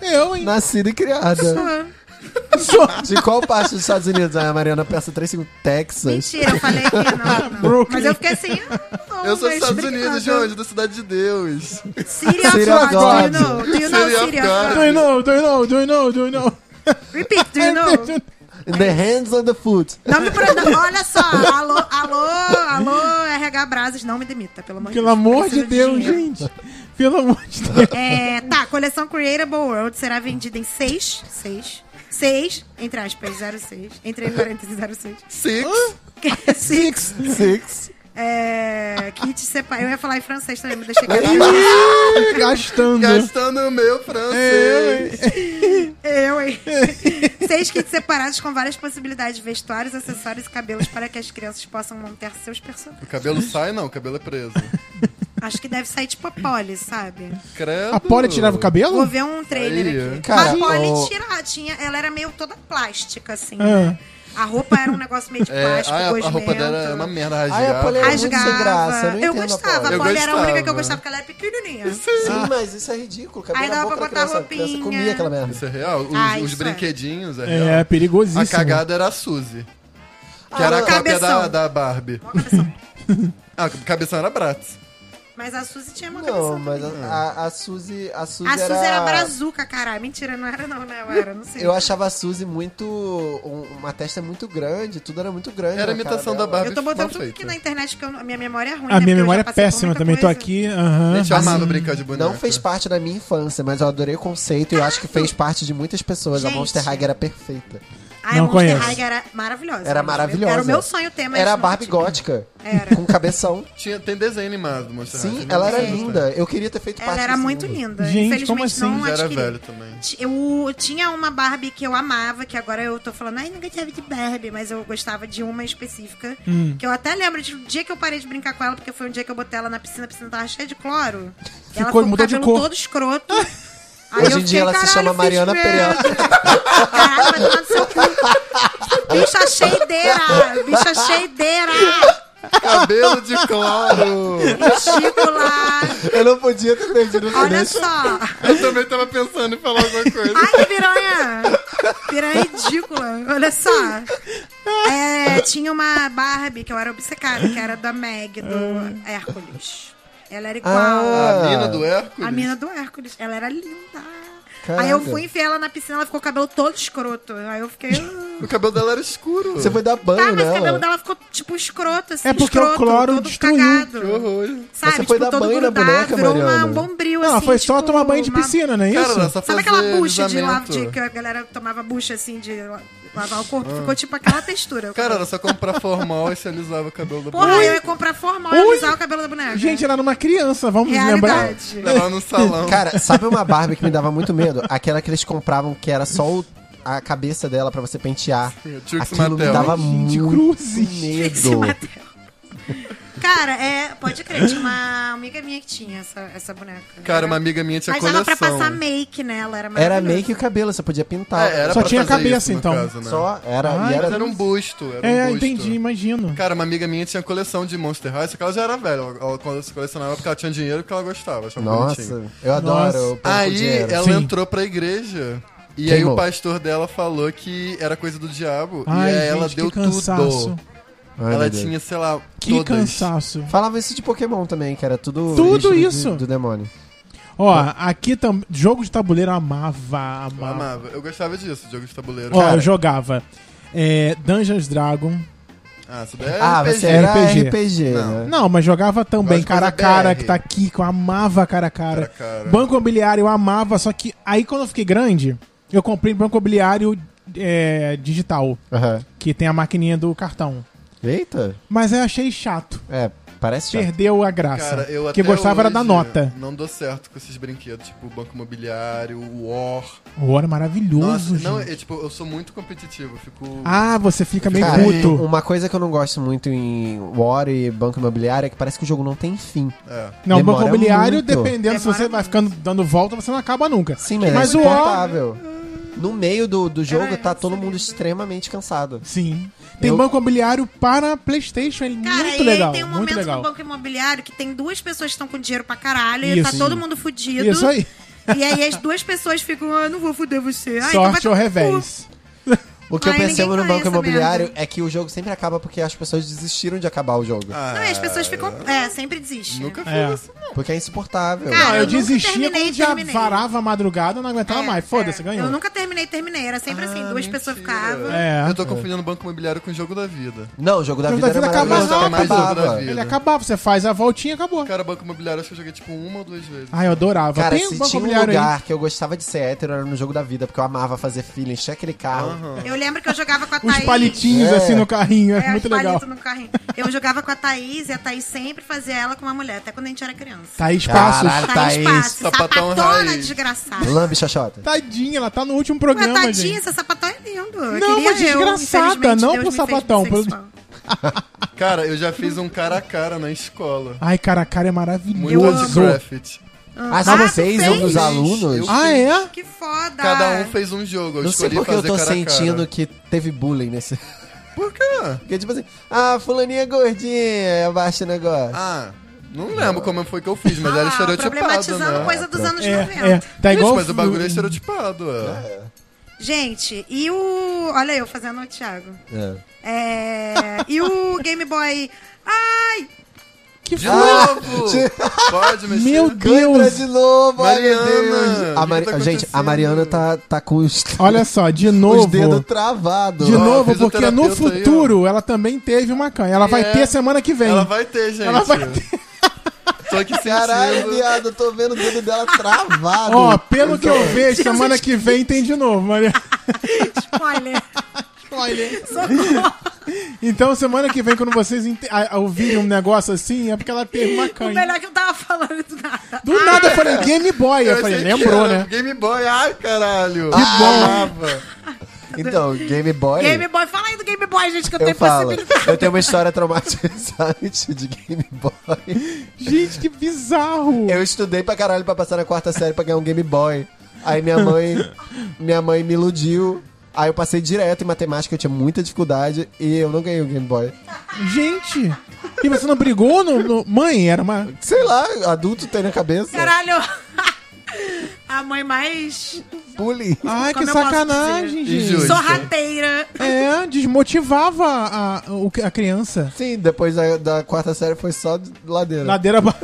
Speaker 3: Eu, hein?
Speaker 5: Nascida e criada.
Speaker 6: Sou.
Speaker 3: Sou.
Speaker 5: De qual parte dos Estados Unidos? Ah, Mariana Peça 35, Texas.
Speaker 6: Mentira, eu falei que não. não.
Speaker 3: Brooklyn.
Speaker 6: Mas eu fiquei assim. ah, não,
Speaker 4: Eu sou dos
Speaker 6: mas
Speaker 4: Estados Unidos, de
Speaker 6: obrigada.
Speaker 4: onde? Da Cidade de Deus.
Speaker 6: City of
Speaker 5: City of
Speaker 6: God.
Speaker 5: God.
Speaker 6: Do you know? Do you know
Speaker 4: City of
Speaker 6: City of
Speaker 4: God.
Speaker 3: Do
Speaker 6: God?
Speaker 3: you know, do you know, do you know, do you know?
Speaker 6: Repeat, do you know?
Speaker 5: In the hands of the foot.
Speaker 6: Não me proibiu. Olha só. Alô, alô, alô, RH Brasas, não me demita, pelo amor de
Speaker 3: Pelo
Speaker 6: Deus.
Speaker 3: amor de
Speaker 6: Preciso
Speaker 3: Deus,
Speaker 6: dinheiro.
Speaker 3: gente. Pelo amor de Deus.
Speaker 6: É, tá, coleção Creatable World será vendida em 6, 6, 6, entre aspas, 06, entre parênteses 06.
Speaker 4: Six.
Speaker 6: Six.
Speaker 5: Six.
Speaker 6: É, kit separa. Eu ia falar em francês também, mas deixei quieto.
Speaker 3: Ih, Gastando.
Speaker 4: Gastando o meu francês.
Speaker 6: Eu, hein? Seis kits separados com várias possibilidades de vestuários, acessórios e cabelos para que as crianças possam montar seus personagens.
Speaker 5: É.
Speaker 4: O cabelo sai, não, o cabelo é preso.
Speaker 6: Acho que deve sair tipo a Polly, sabe?
Speaker 4: Credo.
Speaker 3: A Polly tirava o
Speaker 6: Vou
Speaker 3: cabelo?
Speaker 6: ver um trailer
Speaker 4: Aí,
Speaker 6: aqui.
Speaker 5: cara,
Speaker 6: a Polly
Speaker 5: o-
Speaker 6: tira- tinha, ela era meio toda plástica, assim.
Speaker 3: Ah.
Speaker 6: né? A roupa era um negócio meio de
Speaker 4: É,
Speaker 6: plástico,
Speaker 4: ai, a, a
Speaker 6: gosmento.
Speaker 4: roupa dela era uma merda
Speaker 5: Ai, a
Speaker 4: rasgada.
Speaker 5: Polly é era muito sem graça. Eu,
Speaker 6: Rasgava.
Speaker 5: não
Speaker 6: Eu
Speaker 5: entendo a
Speaker 6: gostava.
Speaker 5: Polly.
Speaker 6: A
Speaker 4: Eu
Speaker 6: Polly era a única que
Speaker 4: gostava.
Speaker 6: eu gostava, porque ela era pequenininha.
Speaker 5: Sim, mas isso é ridículo. Cabelo
Speaker 6: Aí
Speaker 5: na
Speaker 6: dava
Speaker 5: boca
Speaker 6: pra
Speaker 5: da criança.
Speaker 6: botar
Speaker 5: A criança
Speaker 6: roupinha.
Speaker 5: comia aquela merda.
Speaker 4: Isso é real? Os,
Speaker 6: Ah,
Speaker 4: os
Speaker 6: isso é.
Speaker 4: perigosíssimo. é
Speaker 3: É,
Speaker 4: real.
Speaker 3: perigosíssimo.
Speaker 4: A cagada era a Suzy. Que
Speaker 5: Ah,
Speaker 4: era a
Speaker 5: não.
Speaker 4: cópia da,
Speaker 6: Cabeção.
Speaker 4: da Barbie.
Speaker 6: Mó cabeção.
Speaker 4: Ah, a cabeção era Bratz.
Speaker 6: Mas a Suzy tinha uma cabeção.
Speaker 5: Não, mas
Speaker 6: também.
Speaker 5: a, a, a Suzy... A Suzy,
Speaker 6: A Suzy era... brazuca, caralho. Mentira, não era não, né? Eu era, não sei.
Speaker 5: Eu achava a Suzy muito... um- uma testa muito grande. Tudo era muito grande.
Speaker 4: Era
Speaker 5: na cara
Speaker 4: imitação da
Speaker 5: dela.
Speaker 4: Barbie.
Speaker 6: Eu tô botando
Speaker 4: mal
Speaker 6: tudo aqui
Speaker 4: feita.
Speaker 6: na internet, porque eu não- a minha memória é ruim.
Speaker 3: A minha
Speaker 6: né? Porque eu já
Speaker 3: memória é
Speaker 6: passei por
Speaker 3: péssima
Speaker 6: muita
Speaker 3: também, tô
Speaker 6: coisa.
Speaker 3: aqui. aham.
Speaker 4: Gente, eu amava brincar de boneca.
Speaker 5: Não fez parte da minha infância, mas eu adorei o conceito e eu acho que fez parte de muitas pessoas. A
Speaker 6: Gente.
Speaker 5: Monster High era perfeita.
Speaker 6: Ai,
Speaker 3: Não
Speaker 6: a Monster
Speaker 3: conheço.
Speaker 6: High era maravilhosa.
Speaker 5: Era
Speaker 6: Mas
Speaker 5: maravilhosa.
Speaker 6: Era o meu sonho ter, mas
Speaker 5: Era a
Speaker 6: não
Speaker 5: Barbie
Speaker 6: tive.
Speaker 5: gótica.
Speaker 6: Era.
Speaker 5: Com cabeção.
Speaker 4: Tinha, tem desenho animado do Monster
Speaker 5: Sim,
Speaker 4: Hunter,
Speaker 5: ela era
Speaker 4: né?
Speaker 5: linda. Eu queria ter feito parte
Speaker 6: Ela era
Speaker 5: desse
Speaker 6: muito
Speaker 5: mundo.
Speaker 6: linda.
Speaker 3: Gente,
Speaker 6: Infelizmente
Speaker 3: como assim?
Speaker 6: não
Speaker 4: Já era
Speaker 6: adquiri.
Speaker 4: velho também.
Speaker 6: Ti- Eu tinha uma Barbie que eu amava, que agora eu tô falando, ai, não gostava de Barbie, mas eu gostava de uma específica.
Speaker 3: Hum.
Speaker 6: Que eu até lembro de um dia que eu parei de brincar com ela, porque foi um dia que eu botei ela na piscina, a piscina tava cheia de cloro. E
Speaker 3: Ficou-
Speaker 6: ela ficou com o
Speaker 3: mudou de
Speaker 6: cabelo
Speaker 3: cor.
Speaker 6: todo escroto. Aí
Speaker 5: Hoje
Speaker 6: eu
Speaker 5: em dia
Speaker 6: fiquei,
Speaker 5: ela se
Speaker 6: "Caralho,
Speaker 5: chama
Speaker 6: fiz
Speaker 5: Mariana
Speaker 6: merda." Caralho, vai tomar no seu cu. Bicha cheideira! Bicha cheideira!
Speaker 4: Cabelo de couro!
Speaker 6: Ridícula!
Speaker 5: Eu não podia ter perdido o
Speaker 6: Olha
Speaker 5: finish.
Speaker 6: só!
Speaker 4: Eu também tava pensando em falar alguma coisa.
Speaker 6: Ai, que piranha! Piranha ridícula. Olha só. É, tinha uma Barbie que eu era obcecada, que era da Meg, do
Speaker 3: Ah.
Speaker 6: Hércules. Ela era igual
Speaker 5: Ah,
Speaker 4: A mina do Hércules?
Speaker 6: a mina do Hércules. Ela era linda.
Speaker 5: Caraca.
Speaker 6: Aí eu fui enfiar ela na piscina, ela ficou com o cabelo todo escroto. Aí eu fiquei. "Ah".
Speaker 4: O cabelo dela era escuro.
Speaker 5: Você foi dar banho
Speaker 6: Tá, mas o cabelo
Speaker 5: nela.
Speaker 6: dela ficou tipo escroto, assim,
Speaker 3: É porque o
Speaker 6: escroto,
Speaker 3: cloro
Speaker 6: todo
Speaker 3: destruiu.
Speaker 4: Que
Speaker 6: cagado.
Speaker 4: horror.
Speaker 6: Sabe,
Speaker 5: Você foi
Speaker 6: tipo,
Speaker 5: dar
Speaker 6: todo
Speaker 5: banho na
Speaker 6: grudado,
Speaker 5: boneca,
Speaker 6: virou uma,
Speaker 5: Mariana?
Speaker 6: um bombril,
Speaker 3: Não,
Speaker 6: assim.
Speaker 3: ela Ah, foi só
Speaker 6: tipo,
Speaker 3: tomar banho de
Speaker 6: uma-
Speaker 3: piscina, não é
Speaker 4: Cara, era
Speaker 3: isso?
Speaker 4: só
Speaker 6: Sabe
Speaker 4: fazer
Speaker 6: aquela bucha de, la-
Speaker 4: alisamento.
Speaker 6: de que a galera tomava bucha assim de la- lavar o corpo?
Speaker 3: Ah.
Speaker 6: Ficou tipo aquela textura.
Speaker 4: Cara, era só comprar formal e se alisava o cabelo da
Speaker 6: Porra,
Speaker 4: boneca.
Speaker 6: eu ia comprar formal e
Speaker 3: Ui.
Speaker 6: usar o cabelo da boneca.
Speaker 3: Gente, era numa criança, vamos lembrar.
Speaker 6: realidade.
Speaker 4: Tava no salão.
Speaker 5: Cara, sabe uma Barbie que me dava muito medo? Aquela que eles compravam que era só o- a cabeça dela pra você pentear.
Speaker 4: Trix
Speaker 5: Aquilo me
Speaker 4: Mattel.
Speaker 5: dava
Speaker 3: Gente,
Speaker 5: muito
Speaker 3: cruzes.
Speaker 6: Esse
Speaker 5: medo.
Speaker 6: Mattel. Cara, é, pode crer, tinha uma amiga minha que tinha essa, essa boneca.
Speaker 4: Cara, uma amiga minha tinha
Speaker 6: Mas
Speaker 4: coleção.
Speaker 6: dava pra passar make nela, era
Speaker 5: Era
Speaker 6: maravilhoso.
Speaker 5: meio que o cabelo, você podia pintar.
Speaker 4: É, era
Speaker 3: Só
Speaker 4: pra
Speaker 3: tinha
Speaker 4: fazer
Speaker 3: cabeça,
Speaker 4: isso, no
Speaker 3: então.
Speaker 4: caso, né?
Speaker 5: Só era.
Speaker 3: Ai,
Speaker 5: e era
Speaker 4: Mas era um busto. Era
Speaker 3: É,
Speaker 4: um busto.
Speaker 3: entendi, imagino.
Speaker 4: Cara, uma amiga minha tinha coleção de Monster High, só que ela já era velha. Ela, ela cole- colecionava porque ela tinha dinheiro e porque ela gostava. Achava bonitinho.
Speaker 5: Tá Nossa, eu adoro.
Speaker 3: Nossa.
Speaker 5: o pouco
Speaker 4: Aí
Speaker 5: dinheiro.
Speaker 4: ela
Speaker 3: Sim.
Speaker 4: entrou pra igreja. E aí
Speaker 5: Queimou.
Speaker 4: o pastor dela falou que era coisa do diabo.
Speaker 3: Ai,
Speaker 4: e aí
Speaker 3: gente,
Speaker 4: ela
Speaker 3: que
Speaker 4: deu
Speaker 3: cansaço.
Speaker 4: tudo.
Speaker 5: Ai,
Speaker 4: ela
Speaker 5: meu Deus.
Speaker 4: tinha, sei lá,
Speaker 3: Que
Speaker 4: todas.
Speaker 3: cansaço.
Speaker 5: Falava isso de Pokémon também, que era tudo.
Speaker 3: Tudo
Speaker 5: lixo do-
Speaker 3: isso.
Speaker 5: Do, do demônio.
Speaker 3: Ó, aqui também. Jogo de tabuleiro eu amava,
Speaker 4: Eu
Speaker 3: amava.
Speaker 4: amava. Eu gostava disso, jogo de tabuleiro.
Speaker 3: Ó,
Speaker 4: Cara,
Speaker 3: eu jogava. É, Dungeons Dragon.
Speaker 4: Ah, isso daí é
Speaker 5: Ah,
Speaker 4: RPG.
Speaker 5: você era
Speaker 3: RPG.
Speaker 5: RPG, né?
Speaker 3: Não, mas jogava também
Speaker 4: Gosto de
Speaker 3: cara a
Speaker 4: coisa
Speaker 3: cara,
Speaker 4: BR.
Speaker 3: que tá aqui, que eu amava cara a cara.
Speaker 4: Cara a cara.
Speaker 3: Banco imobiliário eu amava, só que aí quando eu fiquei grande, eu comprei banco imobiliário é, digital,
Speaker 5: Aham.
Speaker 3: que tem a maquininha do cartão.
Speaker 5: Eita.
Speaker 3: Mas aí eu achei chato.
Speaker 5: É, parece chato.
Speaker 3: Perdeu a graça.
Speaker 4: Cara, eu
Speaker 3: O
Speaker 4: até
Speaker 3: que eu gostava era
Speaker 4: hoje
Speaker 3: da nota.
Speaker 4: Não dou certo com esses brinquedos, tipo Banco Imobiliário, War.
Speaker 3: O ouro é maravilhoso,
Speaker 4: Nossa,
Speaker 3: gente.
Speaker 4: não, é, tipo, eu sou muito competitivo, eu fico.
Speaker 3: Ah, você fica meio
Speaker 5: Cara,
Speaker 3: puto.
Speaker 5: uma coisa que eu não gosto muito em War e Banco Imobiliário é que parece que o jogo não tem fim.
Speaker 4: É.
Speaker 3: Não, o banco
Speaker 5: demora
Speaker 3: imobiliário,
Speaker 5: muito.
Speaker 3: dependendo, se
Speaker 6: Demora
Speaker 3: você vai ficando dando volta, você não acaba nunca.
Speaker 5: Sim, mas,
Speaker 3: Mas
Speaker 5: é
Speaker 3: o War,
Speaker 5: insuportável. no meio do, do jogo
Speaker 6: É,
Speaker 5: tá todo
Speaker 6: isso
Speaker 5: mundo
Speaker 6: mesmo.
Speaker 5: extremamente cansado.
Speaker 3: Sim. Tem
Speaker 5: Eu-
Speaker 3: banco imobiliário para Playstation. é
Speaker 6: Cara,
Speaker 3: muito
Speaker 6: e
Speaker 3: legal.
Speaker 6: aí tem um
Speaker 3: muito
Speaker 6: momento
Speaker 3: legal.
Speaker 6: no banco imobiliário que tem duas pessoas que estão com dinheiro pra caralho e
Speaker 3: Isso.
Speaker 6: tá todo mundo fudido.
Speaker 3: Isso aí.
Speaker 6: E aí as duas pessoas ficam, ah, não vou fuder você. Ah, então vai
Speaker 3: Sorte
Speaker 6: tomar
Speaker 3: ao
Speaker 6: no
Speaker 3: revés.
Speaker 5: O que
Speaker 6: Ai,
Speaker 5: eu percebo
Speaker 6: ninguém
Speaker 5: no banco
Speaker 6: conhece
Speaker 5: imobiliário
Speaker 6: mesmo.
Speaker 5: é que o jogo sempre acaba porque as pessoas desistiram de acabar o jogo.
Speaker 6: cu. Não, e as pessoas ficam.
Speaker 3: Ah,
Speaker 6: É, sempre desiste.
Speaker 4: Nunca fiz
Speaker 3: É.
Speaker 4: isso.
Speaker 5: Porque é insuportável.
Speaker 6: Cara,
Speaker 3: Não,
Speaker 6: eu
Speaker 3: Ah, eu
Speaker 6: nunca
Speaker 3: desistia
Speaker 6: terminei,
Speaker 3: quando já
Speaker 6: terminei.
Speaker 3: varava a madrugada, eu não aguentava
Speaker 6: É,
Speaker 3: mais. Ah, Foda-se,
Speaker 6: é.
Speaker 3: ganhou. Ah,
Speaker 6: Eu nunca terminei, terminei. Era sempre assim, duas pessoas ficavam.
Speaker 3: É.
Speaker 4: Eu tô confundindo Banco Imobiliário com o Jogo da Vida.
Speaker 5: Não, o jogo da
Speaker 3: O jogo
Speaker 5: vida
Speaker 3: da vida
Speaker 5: era
Speaker 3: acaba
Speaker 5: maravilhoso.
Speaker 4: rápido.
Speaker 5: acabava.
Speaker 4: Mais jogo da vida.
Speaker 3: Ele acabava, você faz a voltinha e acabou.
Speaker 4: Cara, Banco Imobiliário acho que eu joguei tipo uma ou duas vezes.
Speaker 3: Ah, eu adorava.
Speaker 5: Cara,
Speaker 3: tem
Speaker 5: se
Speaker 3: banco
Speaker 5: tinha um
Speaker 3: imobiliário
Speaker 5: lugar que eu gostava de ser hétero, era no jogo da vida, porque eu amava fazer filha, encher aquele carro.
Speaker 6: Eu lembro que eu jogava com a
Speaker 3: aí. Os
Speaker 6: Thaís.
Speaker 3: palitinhos
Speaker 5: É.
Speaker 3: assim no carrinho, é,
Speaker 6: É,
Speaker 3: muito
Speaker 6: os palitos
Speaker 3: legal.
Speaker 6: no carrinho. Eu jogava com a Thaís e a Thaís sempre fazia ela com uma mulher, até quando a gente era criança.
Speaker 3: Tá, Thaís Passos.
Speaker 5: Caralho. Thaís,
Speaker 6: Passos,
Speaker 4: sapatão
Speaker 6: sapatona
Speaker 4: raiz.
Speaker 6: desgraçada.
Speaker 5: Lambe, xaxota.
Speaker 3: Tadinha, ela tá no último
Speaker 6: Ué,
Speaker 3: programa,
Speaker 6: tadinha,
Speaker 3: gente.
Speaker 6: esse sapatão é lindo. Eu
Speaker 3: Não,
Speaker 6: queria
Speaker 3: mas
Speaker 6: eu,
Speaker 3: desgraçada,
Speaker 6: infelizmente,
Speaker 3: não
Speaker 6: Deus
Speaker 3: pro
Speaker 6: me fez
Speaker 3: sapatão, pro-
Speaker 6: bissexual.
Speaker 3: Ah.
Speaker 4: Cara, eu já fiz um cara a cara na escola.
Speaker 3: Ai, cara, a cara é
Speaker 4: Muito
Speaker 3: maravilhoso.
Speaker 4: anti-graffiti.
Speaker 5: Ah,
Speaker 6: Ah,
Speaker 5: sabe
Speaker 6: tu
Speaker 5: vocês,
Speaker 6: fez?
Speaker 5: um dos alunos?
Speaker 4: Eu-
Speaker 3: Ah, é?
Speaker 6: Que foda.
Speaker 4: Cada um fez um jogo. Eu
Speaker 5: Não sei
Speaker 4: escolhi
Speaker 5: porque
Speaker 4: fazer
Speaker 5: eu tô
Speaker 4: cara
Speaker 5: sentindo
Speaker 4: a cara.
Speaker 5: que teve bullying nesse.
Speaker 4: Por quê?
Speaker 5: Porque, tipo assim, ah, fulaninha é gordinha, abaixa o negócio.
Speaker 4: Ah, não lembro como foi que eu fiz, mas
Speaker 6: Ah,
Speaker 4: era estereotipado,
Speaker 6: problematizando
Speaker 4: né?
Speaker 6: coisa dos anos
Speaker 3: É,
Speaker 6: 90.
Speaker 3: é. Tá
Speaker 4: Gente,
Speaker 3: igual.
Speaker 4: mas o bagulho é estereotipado, é.
Speaker 6: Gente, e o... Olha eu fazendo o Thiago.
Speaker 5: É.
Speaker 6: É... e o Game Boy... Ai,
Speaker 3: Que
Speaker 4: De
Speaker 3: foda.
Speaker 4: novo! Pode mexer.
Speaker 3: Ah, Meu
Speaker 5: Cãibra
Speaker 3: Deus.
Speaker 5: de novo, ai, meu
Speaker 4: Mariana,
Speaker 5: Deus.
Speaker 4: o
Speaker 5: A
Speaker 4: que
Speaker 5: Mari-
Speaker 4: que tá
Speaker 5: Gente, a
Speaker 4: acontecendo?
Speaker 5: Mariana tá, tá com os,
Speaker 3: Olha só, de
Speaker 5: os
Speaker 3: novo.
Speaker 5: dedos travados.
Speaker 3: De
Speaker 4: Ó,
Speaker 3: novo, porque no
Speaker 4: fisioterapeuta aí, ó.
Speaker 3: futuro ela também teve uma canha. Ela vai
Speaker 4: É.
Speaker 3: ter semana que vem.
Speaker 4: Ela vai ter, gente.
Speaker 3: Ela vai ter.
Speaker 4: Tô aqui sentindo.
Speaker 5: Caralho, viado, eu tô vendo o dedo dela travado.
Speaker 3: Ó, pelo que eu vejo, semana que vem tem de novo, Maria.
Speaker 6: spoiler.
Speaker 3: Então, semana que vem, quando vocês ente- a- a ouvirem um negócio assim, é porque ela teve uma
Speaker 6: o
Speaker 3: canha.
Speaker 6: melhor que eu tava falando do nada.
Speaker 3: Do nada eu falei Game Boy. Eu,
Speaker 4: Eu
Speaker 3: falei,
Speaker 4: achei que
Speaker 3: lembrou,
Speaker 4: era
Speaker 3: né?
Speaker 4: Game Boy, ai, caralho.
Speaker 5: Ah,
Speaker 4: Amava.
Speaker 5: Então, Game Boy.
Speaker 6: Game Boy, fala aí do Game Boy, gente, que eu,
Speaker 5: Eu
Speaker 6: tenho
Speaker 5: falo,
Speaker 6: possibilidade.
Speaker 5: eu tenho uma história traumatizante de Game Boy.
Speaker 3: Gente, que bizarro.
Speaker 5: Eu estudei pra caralho pra passar na quarta série pra ganhar um Game Boy. Aí minha mãe, minha mãe me iludiu. Aí eu passei direto em matemática, eu tinha muita dificuldade e eu não ganhei o Game Boy.
Speaker 3: Gente. E você não brigou? No, no- Mãe, era uma...
Speaker 5: Sei lá, adulto tem na cabeça.
Speaker 6: Caralho. A mãe mais
Speaker 5: Bullying.
Speaker 3: Ai,
Speaker 6: Como
Speaker 3: que
Speaker 6: eu posso
Speaker 3: sacanagem,
Speaker 4: dizer?
Speaker 3: gente.
Speaker 4: Injusto.
Speaker 6: sorrateira.
Speaker 3: É, desmotivava a, o que- a criança.
Speaker 5: Sim, depois da, da quarta série foi só de ladeira.
Speaker 3: Ladeira ba-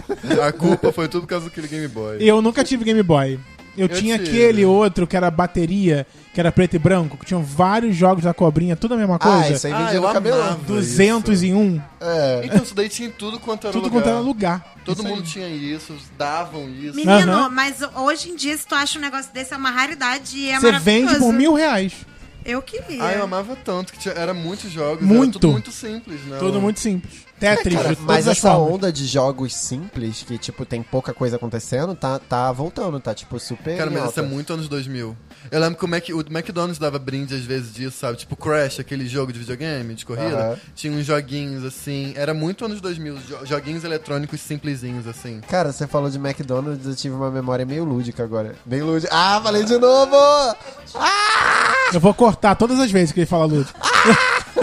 Speaker 4: A culpa foi tudo por causa daquele Game Boy.
Speaker 3: Eu nunca tive Game Boy. Eu,
Speaker 4: Eu
Speaker 3: tinha
Speaker 4: tive.
Speaker 3: aquele outro que era bateria, que era preto e branco, que tinham vários jogos da cobrinha, tudo a mesma
Speaker 5: Ah,
Speaker 3: coisa.
Speaker 5: isso aí
Speaker 4: Ah,
Speaker 5: vendia
Speaker 4: eu
Speaker 5: no cabelão.
Speaker 4: amava.
Speaker 3: 201,
Speaker 5: É.
Speaker 4: Então, isso daí tinha em tudo quanto era
Speaker 3: tudo
Speaker 4: lugar.
Speaker 3: quanto era lugar.
Speaker 4: Todo
Speaker 3: Isso aí.
Speaker 4: mundo tinha isso, davam isso.
Speaker 6: Menino,
Speaker 3: Aham.
Speaker 6: mas hoje em dia, se tu acha um negócio desse, é uma raridade e é
Speaker 3: Você
Speaker 6: maravilhoso.
Speaker 3: vende por mil é reais.
Speaker 6: Eu queria.
Speaker 4: Ah, eu amava tanto, que tinha, era muitos jogos,
Speaker 3: Muito.
Speaker 4: era tudo muito simples, né?
Speaker 3: Tudo muito simples. Tetris,
Speaker 5: É, Cara,
Speaker 3: de todas
Speaker 5: mas
Speaker 3: as
Speaker 5: essa
Speaker 3: formas.
Speaker 5: onda de jogos simples, que, tipo, tem pouca coisa acontecendo, tá, tá voltando, tá, tipo, super.
Speaker 4: Cara, mas isso
Speaker 5: em alta.
Speaker 4: é muito anos 2000. Eu lembro que o, Mac, o McDonald's dava brinde às vezes disso, sabe? Tipo Crash, aquele jogo de videogame, de corrida.
Speaker 5: Aham.
Speaker 4: Tinha uns joguinhos, assim. Era muito anos 2000, jo- joguinhos eletrônicos simplesinhos, assim.
Speaker 5: Cara, você falou de McDonald's, eu tive uma memória meio lúdica agora. Meio lúdica. Ah, falei de novo!
Speaker 3: Eu vou cortar todas as vezes que ele fala lúdico.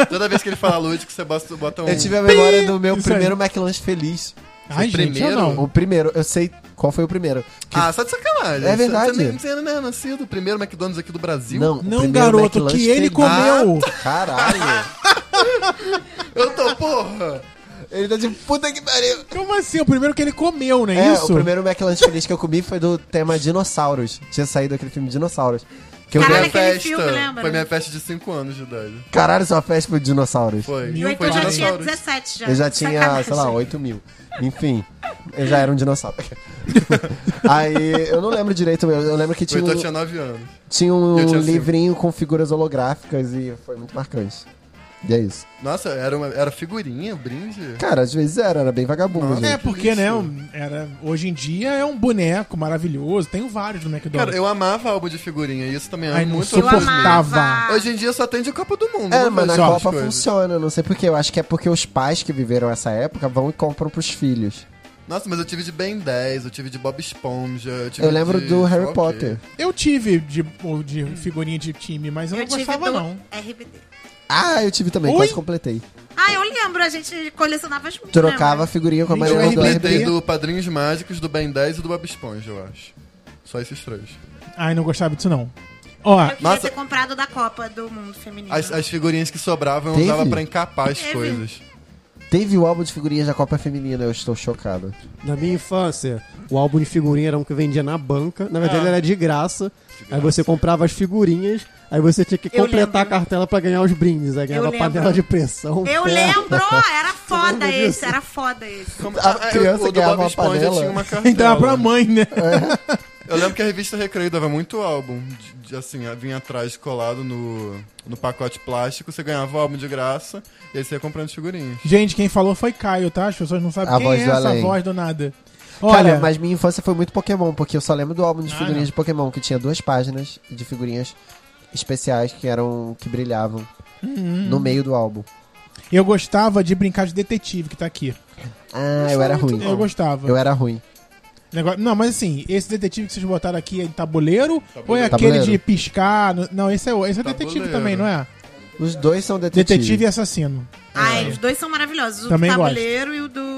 Speaker 4: Toda vez que ele fala lúdico, você bota, bota um...
Speaker 5: Eu tive a memória do meu
Speaker 3: Isso
Speaker 5: primeiro McLanche feliz.
Speaker 3: Ai, gente, eu
Speaker 4: primeiro?
Speaker 3: não.
Speaker 5: O primeiro, eu sei qual foi o primeiro. Que-
Speaker 4: Ah, só de sacanagem.
Speaker 5: É verdade.
Speaker 4: Você, nem- você não é nascido. O primeiro McDonald's aqui do Brasil.
Speaker 5: o
Speaker 3: Não,
Speaker 5: primeiro
Speaker 3: garoto,
Speaker 5: McLanche
Speaker 3: que ele
Speaker 5: feliz- Ah, tá.
Speaker 3: comeu.
Speaker 5: Caralho!
Speaker 4: Eu tô, porra!
Speaker 5: ele tá de puta que pariu!
Speaker 3: Como assim? O primeiro que ele comeu, né?
Speaker 5: É,
Speaker 3: isso?
Speaker 5: o primeiro McLanche feliz que eu comi foi do tema dinossauros. Tinha saído aquele filme Dinossauros. Que eu
Speaker 6: Caralho,
Speaker 4: Minha
Speaker 5: ganhei...
Speaker 6: aquele
Speaker 4: festa.
Speaker 6: filme, né, lembra?
Speaker 4: Foi minha festa de 5 anos de idade.
Speaker 5: Caralho, sua festa foi de dinossauros.
Speaker 4: Foi.
Speaker 3: Meu
Speaker 6: Eu,
Speaker 4: foi
Speaker 6: então já tinha
Speaker 4: dinossauros.
Speaker 6: 17 já.
Speaker 5: Eu já tinha,
Speaker 6: É, Sacanagem.
Speaker 5: sei lá, 8 mil. Enfim, eu já era um dinossauro. Aí, eu não lembro direito, eu, eu lembro que
Speaker 4: O
Speaker 5: tinha,
Speaker 4: Heitor
Speaker 5: um-
Speaker 4: tinha 9 anos.
Speaker 5: tinha
Speaker 4: eu
Speaker 5: um
Speaker 4: tinha assim- cinco.
Speaker 5: livrinho com figuras holográficas e foi muito marcante. E é isso.
Speaker 4: Nossa, era, uma, era figurinha, um brinde.
Speaker 5: Cara, às vezes era, era bem vagabundo,
Speaker 3: É,
Speaker 5: gente.
Speaker 3: porque, né, um- era, hoje em dia é um boneco maravilhoso. Tenho vários no
Speaker 4: Cara,
Speaker 3: McDonald's.
Speaker 4: eu amava álbum de figurinha. Isso também é
Speaker 3: Ai, não
Speaker 4: muito
Speaker 6: Eu
Speaker 3: suportava.
Speaker 4: orgulho.
Speaker 6: amava.
Speaker 4: Hoje em dia só tem de Copa do Mundo.
Speaker 5: É,
Speaker 4: não
Speaker 5: mas na
Speaker 4: vejo essas
Speaker 5: Copa
Speaker 4: coisas.
Speaker 5: funciona, não sei porquê. Eu acho que é porque os pais que viveram essa época vão e compram pros filhos.
Speaker 4: Nossa, mas eu tive de Ben 10, eu tive de Bob Esponja. Eu, tive
Speaker 5: Eu lembro
Speaker 4: de-
Speaker 5: do Harry
Speaker 4: ok.
Speaker 5: Potter.
Speaker 3: Eu tive de, ou de figurinha de time, mas eu, não gostava,
Speaker 6: do
Speaker 3: não.
Speaker 6: RBD.
Speaker 5: Ah, eu tive também,
Speaker 3: Ui!
Speaker 5: quase completei.
Speaker 6: Ah, eu lembro, a gente colecionava as minhas. né,
Speaker 5: Trocava a figurinha com a
Speaker 3: Gente,
Speaker 5: Maria
Speaker 3: o
Speaker 5: do
Speaker 3: RBD.
Speaker 5: RBD.
Speaker 4: Tem do Padrinhos Mágicos, do Ben 10 e do Bob Esponja, eu acho. Só esses três.
Speaker 3: Ai, não gostava disso, não. Ó,
Speaker 6: Eu queria
Speaker 4: Nossa.
Speaker 6: ter comprado da Copa do Mundo Feminino.
Speaker 4: As, as figurinhas que sobravam eu
Speaker 5: Teve?
Speaker 4: usava pra encapar as
Speaker 6: Teve.
Speaker 4: coisas.
Speaker 5: Teve o álbum de figurinhas da Copa Feminina, eu estou chocado.
Speaker 1: Na minha infância, o álbum de figurinha era um que vendia na banca. Na verdade, ele era Ah. de graça. Aí você comprava as figurinhas, aí você tinha que
Speaker 6: Eu
Speaker 1: completar a
Speaker 6: lembro.
Speaker 1: cartela pra ganhar os brindes. Aí ganhava
Speaker 6: lembro.
Speaker 1: panela de pressão. É.
Speaker 6: Eu
Speaker 1: ferro.
Speaker 6: lembro, era foda
Speaker 1: lembra
Speaker 6: esse,
Speaker 1: disso?
Speaker 6: era foda esse.
Speaker 4: Como-
Speaker 5: A
Speaker 4: ah, eu-
Speaker 5: criança
Speaker 4: o do
Speaker 5: ganhava
Speaker 4: Bob
Speaker 5: uma
Speaker 4: Esponja
Speaker 5: panela. Então,
Speaker 4: tinha uma cartela.
Speaker 3: entrava pra mãe, né?
Speaker 5: É.
Speaker 4: Eu lembro que a revista Recreio dava muito álbum. de- de, assim, vinha atrás colado no, no pacote plástico, você ganhava o álbum de graça e aí você ia comprando figurinhas.
Speaker 3: Gente, quem falou foi Caio, tá? As pessoas não sabem
Speaker 5: A
Speaker 3: quem
Speaker 5: voz
Speaker 3: é
Speaker 5: do
Speaker 3: essa
Speaker 5: além.
Speaker 3: voz do nada.
Speaker 5: Olha,
Speaker 3: Olha,
Speaker 5: mas minha infância foi muito Pokémon, porque eu só lembro do álbum de
Speaker 3: Ah,
Speaker 5: figurinhas
Speaker 3: não.
Speaker 5: de Pokémon, que tinha duas páginas de figurinhas especiais que eram. que brilhavam
Speaker 3: Hum.
Speaker 5: no meio do álbum.
Speaker 3: eu gostava de brincar de detetive que tá aqui.
Speaker 5: Ah, eu era ruim.
Speaker 3: Eu gostava.
Speaker 5: Eu era ruim.
Speaker 3: Negó- Não, mas assim, esse detetive que vocês botaram aqui é em tabuleiro?
Speaker 5: Tá
Speaker 3: Ou é
Speaker 4: Tabuleiro.
Speaker 3: aquele
Speaker 5: Tabuleiro.
Speaker 3: de piscar? No- Não, esse é, o- esse
Speaker 5: Tá
Speaker 3: é detetive
Speaker 4: Tabuleiro.
Speaker 3: também, não é?
Speaker 5: Os dois são detetives.
Speaker 3: Detetive é e assassino.
Speaker 4: É.
Speaker 6: Ai, os dois são maravilhosos. O
Speaker 3: Também
Speaker 6: do
Speaker 3: gosto.
Speaker 6: tabuleiro e o do.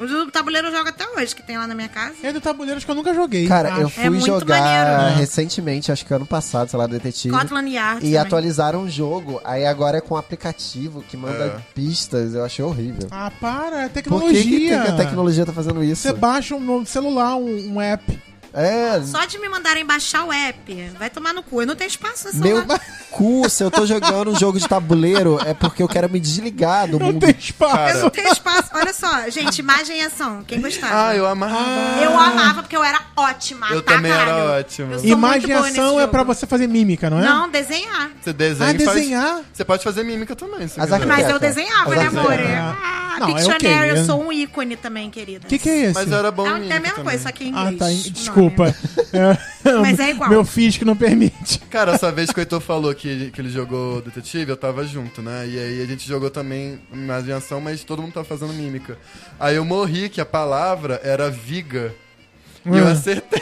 Speaker 6: O do tabuleiro eu jogo até hoje, que tem lá na minha casa.
Speaker 3: É do tabuleiro acho que eu nunca joguei. Ah,
Speaker 5: Cara, eu
Speaker 3: acho.
Speaker 5: fui
Speaker 6: É muito
Speaker 5: jogar
Speaker 6: maneiro, né?
Speaker 5: recentemente, acho que ano passado, sei lá, detetive.
Speaker 6: Scotland Yard.
Speaker 5: E
Speaker 6: também.
Speaker 5: atualizaram o jogo, aí agora é com um aplicativo que manda
Speaker 4: É.
Speaker 5: pistas, eu achei horrível.
Speaker 3: Ah, para, é
Speaker 5: Por
Speaker 3: tecnologia.
Speaker 5: que, que tem- que a tecnologia tá fazendo isso?
Speaker 3: Você baixa um novo celular, um, um app.
Speaker 5: É,
Speaker 6: Só de me mandarem baixar o app, vai tomar no cu. Eu não tenho espaço nesse
Speaker 5: meu
Speaker 6: celular.
Speaker 5: cu, se eu tô jogando um jogo de tabuleiro, é porque eu quero me desligar do
Speaker 3: Não
Speaker 5: mundo.
Speaker 3: tem espaço.
Speaker 6: Eu não tenho espaço. Olha só, gente, imagem e ação. Quem gostava?
Speaker 4: Ah, eu amava.
Speaker 6: Eu amava porque eu era ótima.
Speaker 4: Eu
Speaker 6: tá,
Speaker 4: também era
Speaker 6: caralho?
Speaker 4: ótimo.
Speaker 6: Eu sou muito boa nesse
Speaker 3: Imaginação é
Speaker 6: jogo.
Speaker 3: pra você fazer mímica, não é?
Speaker 6: Não, desenhar.
Speaker 4: Você desenha
Speaker 3: Ah,
Speaker 4: e faz-
Speaker 3: desenhar?
Speaker 4: Você pode fazer mímica também, se
Speaker 5: As
Speaker 4: quiser.
Speaker 5: arquitetas.
Speaker 6: Mas
Speaker 5: Certo.
Speaker 6: eu desenhava, né,
Speaker 5: Exato.
Speaker 6: amor?
Speaker 3: Ah.
Speaker 6: Ah,
Speaker 3: Não, é
Speaker 6: Pictionary,
Speaker 3: ok.
Speaker 6: eu sou um ícone também, querida.
Speaker 3: O que, que é esse?
Speaker 4: Mas eu era bom
Speaker 6: É
Speaker 4: em
Speaker 6: a
Speaker 4: mímica
Speaker 6: mesma
Speaker 4: também.
Speaker 6: coisa, só que em
Speaker 3: Ah,
Speaker 6: inglês.
Speaker 3: tá.
Speaker 6: Não, né?
Speaker 3: Desculpa. É.
Speaker 6: Mas é igual.
Speaker 3: Meu fisco não permite.
Speaker 4: Cara, essa vez que o Heitor falou que, que ele jogou detetive, eu tava junto, né? E aí a gente jogou também imaginação, mas todo mundo tava fazendo mímica. Aí eu morri que a palavra era viga. E eu
Speaker 3: Hum.
Speaker 4: acertei.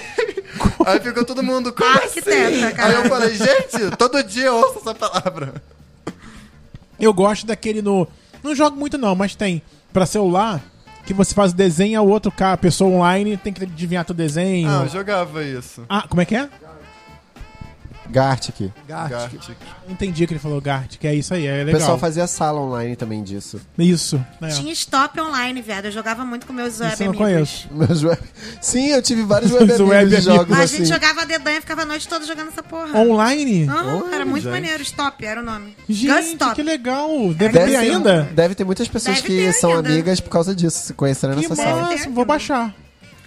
Speaker 4: Aí ficou todo mundo com
Speaker 6: Arquiteta,
Speaker 4: Aí eu
Speaker 6: Ah, cara.
Speaker 4: falei, gente, todo dia eu ouço essa palavra.
Speaker 3: Eu gosto daquele no. Não jogo muito, não, mas tem pra celular que você faz o desenho, a outro cara, a pessoa online tem que adivinhar teu desenho.
Speaker 4: Ah,
Speaker 3: Ah,
Speaker 4: eu jogava isso.
Speaker 3: como é que é?
Speaker 5: Gartic.
Speaker 4: Gartic.
Speaker 3: Entendi que ele falou Gart, que é isso aí, é
Speaker 5: O
Speaker 3: legal.
Speaker 5: pessoal fazia sala online também disso.
Speaker 3: Isso. né?
Speaker 6: Tinha stop online, viado. Eu jogava muito com meus web
Speaker 3: eu não
Speaker 6: amigos.
Speaker 3: conheço.
Speaker 5: Meus web- Sim, eu tive vários web,
Speaker 3: Os
Speaker 5: amigos
Speaker 3: web
Speaker 5: de jogos
Speaker 6: Mas a
Speaker 5: assim.
Speaker 6: gente jogava dedanha e ficava a noite toda jogando essa porra.
Speaker 3: Online?
Speaker 6: Aham, era muito
Speaker 4: gente.
Speaker 6: maneiro. Stop era o nome.
Speaker 3: Gente,
Speaker 6: Gunstop.
Speaker 3: que legal. Deve ter
Speaker 5: ser-
Speaker 3: ainda?
Speaker 5: deve ter muitas pessoas
Speaker 6: Deve
Speaker 5: que
Speaker 6: ter
Speaker 5: são
Speaker 6: ainda.
Speaker 5: amigas por causa disso, se conheceram
Speaker 3: Que
Speaker 5: nessa sala.
Speaker 3: massa, vou baixar.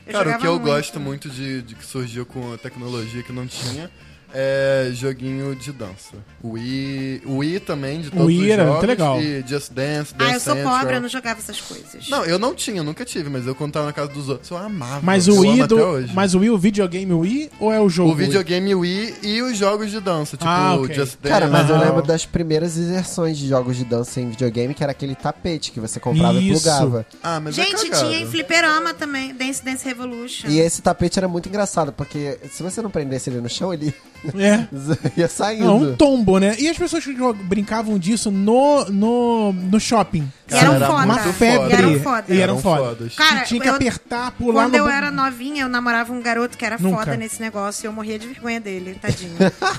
Speaker 6: Eu
Speaker 4: Cara, o
Speaker 6: jogava
Speaker 4: que eu
Speaker 6: muito.
Speaker 4: gosto muito de, de que surgiu com a tecnologia que não tinha é joguinho de dança. Wii, Wii também, de todos
Speaker 3: Wii
Speaker 4: os
Speaker 3: era
Speaker 4: jogos.
Speaker 3: muito legal.
Speaker 4: E Just Dance, Dance
Speaker 6: Ah, eu sou
Speaker 4: Central.
Speaker 6: pobre, eu não jogava essas coisas.
Speaker 4: é Não, eu não tinha, nunca tive, mas eu contava na casa dos outros. Eu amava.
Speaker 3: Mas
Speaker 4: eu
Speaker 3: o
Speaker 4: amo
Speaker 3: Wii, do-
Speaker 4: até hoje.
Speaker 3: mas o Wii, o videogame Wii ou é o jogo?
Speaker 4: O videogame Wii e os jogos de dança, tipo
Speaker 3: Ah, ok.
Speaker 4: Just Dance.
Speaker 5: Cara, mas eu
Speaker 3: Aham.
Speaker 5: lembro das primeiras inserções de jogos de dança em videogame, que era aquele tapete que você comprava e
Speaker 3: Isso.
Speaker 5: plugava.
Speaker 4: Ah, mas é
Speaker 6: Gente,
Speaker 4: cagado.
Speaker 6: tinha em fliperama também, Dance Dance Revolution.
Speaker 5: E esse tapete era muito engraçado, porque se você não prendesse ele no chão, ele
Speaker 3: É.
Speaker 5: ia saindo.
Speaker 3: Não, um tombo, né? E as pessoas que jog- brincavam disso no, no, no shopping.
Speaker 6: E eram
Speaker 4: Cara, era
Speaker 6: foda.
Speaker 3: Uma
Speaker 4: muito
Speaker 3: febre.
Speaker 6: E eram foda.
Speaker 3: E eram
Speaker 4: Eram
Speaker 3: foda.
Speaker 4: fodas.
Speaker 6: Cara,
Speaker 3: E tinha que
Speaker 6: eu-
Speaker 3: apertar, pular
Speaker 6: Quando
Speaker 3: no-
Speaker 6: eu era novinha, eu namorava um garoto que era
Speaker 3: Nunca.
Speaker 6: foda nesse negócio e eu morria de vergonha dele, tadinho.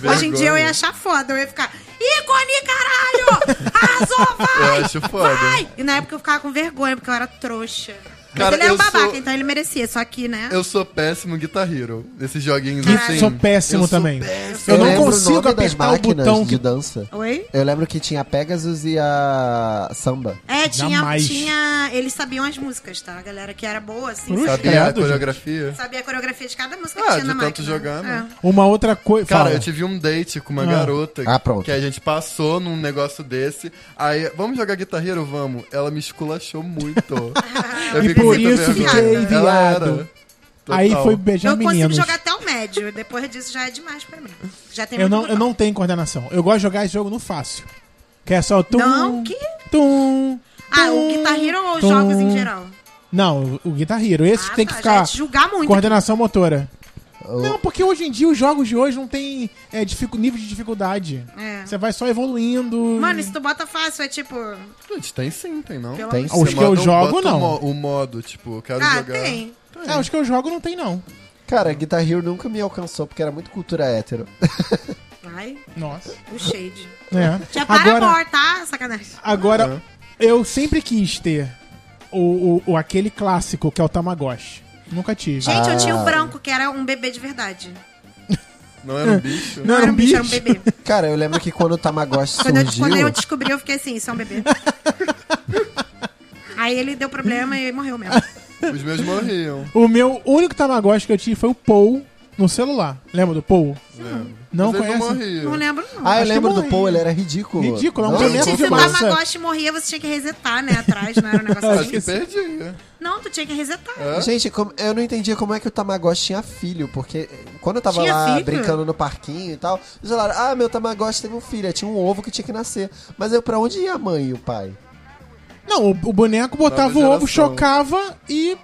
Speaker 6: Hoje em dia eu ia achar foda, eu ia ficar, ícone, caralho! Arrasou, vai!
Speaker 4: Eu acho É, foda.
Speaker 6: Vai! E na época eu ficava com vergonha, porque eu era trouxa. Mas
Speaker 4: Cara,
Speaker 6: ele era um
Speaker 4: eu sou-
Speaker 6: babaca, então ele merecia, só que, né?
Speaker 4: Eu sou péssimo Guitar Hero. Esses joguinhos
Speaker 6: Caralho.
Speaker 4: assim.
Speaker 3: Sou péssimo
Speaker 4: eu sou
Speaker 3: também.
Speaker 4: péssimo.
Speaker 3: Eu não
Speaker 5: lembro o
Speaker 3: consigo
Speaker 5: nome das
Speaker 3: apertar o
Speaker 5: máquinas
Speaker 3: botão
Speaker 5: de
Speaker 3: que-
Speaker 5: dança.
Speaker 6: Oi?
Speaker 5: Eu lembro que tinha a Pegasus e a Samba.
Speaker 6: É, tinha,
Speaker 3: Jamais.
Speaker 6: tinha. Eles sabiam as músicas, tá? A galera que era boa, assim,
Speaker 3: Cruz?
Speaker 6: sabia,
Speaker 4: Sabia
Speaker 3: Credo,
Speaker 4: a
Speaker 3: Tá gente.
Speaker 4: coreografia?
Speaker 6: sabia a coreografia de cada música
Speaker 4: Ah,
Speaker 6: que tinha
Speaker 4: de
Speaker 6: na
Speaker 4: tanto
Speaker 6: máquina.
Speaker 4: jogar, né?
Speaker 6: É.
Speaker 3: Uma outra coisa.
Speaker 4: Cara,
Speaker 3: Fala.
Speaker 4: eu tive um date com uma
Speaker 3: Ah.
Speaker 4: garota
Speaker 5: Ah, pronto.
Speaker 4: que a gente passou num negócio desse. Aí, vamos jogar Guitar Hero? Vamos. Ela me esculachou muito. eu
Speaker 3: E
Speaker 4: fiquei com
Speaker 3: por
Speaker 4: muita
Speaker 3: isso
Speaker 4: vergonha.
Speaker 3: fiquei
Speaker 4: Ela
Speaker 3: viado.
Speaker 4: era. Total.
Speaker 3: Aí foi
Speaker 6: Eu
Speaker 3: beijar
Speaker 6: consigo
Speaker 3: é meninos.
Speaker 6: jogar até o médio, depois disso já é demais pra mim. Já tem
Speaker 3: Eu
Speaker 6: muito
Speaker 3: não, eu
Speaker 6: botão.
Speaker 3: não tenho coordenação. Eu gosto de jogar esse jogo no fácil. Que é só tum.
Speaker 6: Não, que-
Speaker 3: Tum.
Speaker 6: Ah,
Speaker 3: tum,
Speaker 6: o Guitar Hero ou os
Speaker 3: tum.
Speaker 6: jogos em geral?
Speaker 3: Não, o o Guitar Hero. Esse
Speaker 6: Ah,
Speaker 3: Então, tem que
Speaker 6: tá, já
Speaker 3: ficar
Speaker 6: ia te julgar muito.
Speaker 3: coordenação motora. Não, porque hoje em dia os jogos de hoje não tem é, dificu- nível de dificuldade.
Speaker 6: É.
Speaker 3: Você vai só evoluindo.
Speaker 6: Mano, se tu bota fácil, é tipo.
Speaker 4: Gente, tem sim, tem não.
Speaker 6: Pelo
Speaker 5: Tem
Speaker 6: amor de
Speaker 5: sim.
Speaker 3: Os que eu
Speaker 4: Você manda um-
Speaker 3: jogo,
Speaker 4: bota
Speaker 3: não.
Speaker 4: O, mo- o modo, tipo, eu quero
Speaker 6: Ah,
Speaker 4: jogar.
Speaker 6: tem.
Speaker 3: É, os que eu jogo não tem, não.
Speaker 5: Cara, Guitar Hero nunca me alcançou porque era muito cultura hétero.
Speaker 6: Ai,
Speaker 3: Nossa.
Speaker 6: o shade.
Speaker 3: É.
Speaker 6: Já para
Speaker 3: Agora,
Speaker 6: amor, tá? Sacanagem.
Speaker 3: agora eu sempre quis ter o, o, o- aquele clássico que é o Tamagotchi. Nunca tive.
Speaker 6: Gente, eu tinha
Speaker 3: Ah.
Speaker 6: um branco que era um bebê de verdade.
Speaker 4: Não era um bicho.
Speaker 3: Não, era um
Speaker 6: bicho, era um
Speaker 3: bicho.
Speaker 6: bebê.
Speaker 5: Cara, eu lembro que quando o Tamagotchi
Speaker 6: Quando eu, quando eu
Speaker 5: surgiu.
Speaker 6: descobri, eu fiquei assim, isso é um bebê. Aí ele deu problema e morreu mesmo.
Speaker 4: Os meus morriam.
Speaker 3: O meu único Tamagotchi que eu tive foi o Paul no celular. Lembra do Paul? Não
Speaker 4: Mas eles
Speaker 3: conhece?
Speaker 4: não morriam.
Speaker 6: Não lembro, não.
Speaker 5: Ah, eu
Speaker 3: Acho que
Speaker 5: lembro
Speaker 3: eu
Speaker 5: do
Speaker 3: morri.
Speaker 5: Paul, ele era ridículo.
Speaker 3: Ridículo, é um
Speaker 5: Não,
Speaker 3: boneco
Speaker 5: não,
Speaker 6: Gente, se o
Speaker 3: demais.
Speaker 6: Tamagotchi morria, você tinha que resetar, né? Atrás, não era um negócio
Speaker 4: Acho que
Speaker 6: assim.
Speaker 4: perdia.
Speaker 6: Não, tu tinha que resetar.
Speaker 5: Gente, como- eu não entendia como é que o Tamagotchi tinha filho, porque quando eu tava
Speaker 6: Tinha
Speaker 5: lá
Speaker 6: filho?
Speaker 5: brincando no parquinho e tal, eles falaram, ah, meu Tamagotchi teve um filho, aí tinha um ovo que tinha que nascer. Mas eu, pra onde ia a mãe e o pai?
Speaker 3: Não, o, o boneco botava
Speaker 4: Nova
Speaker 3: o ovo,
Speaker 5: um.
Speaker 4: geração.
Speaker 3: chocava e.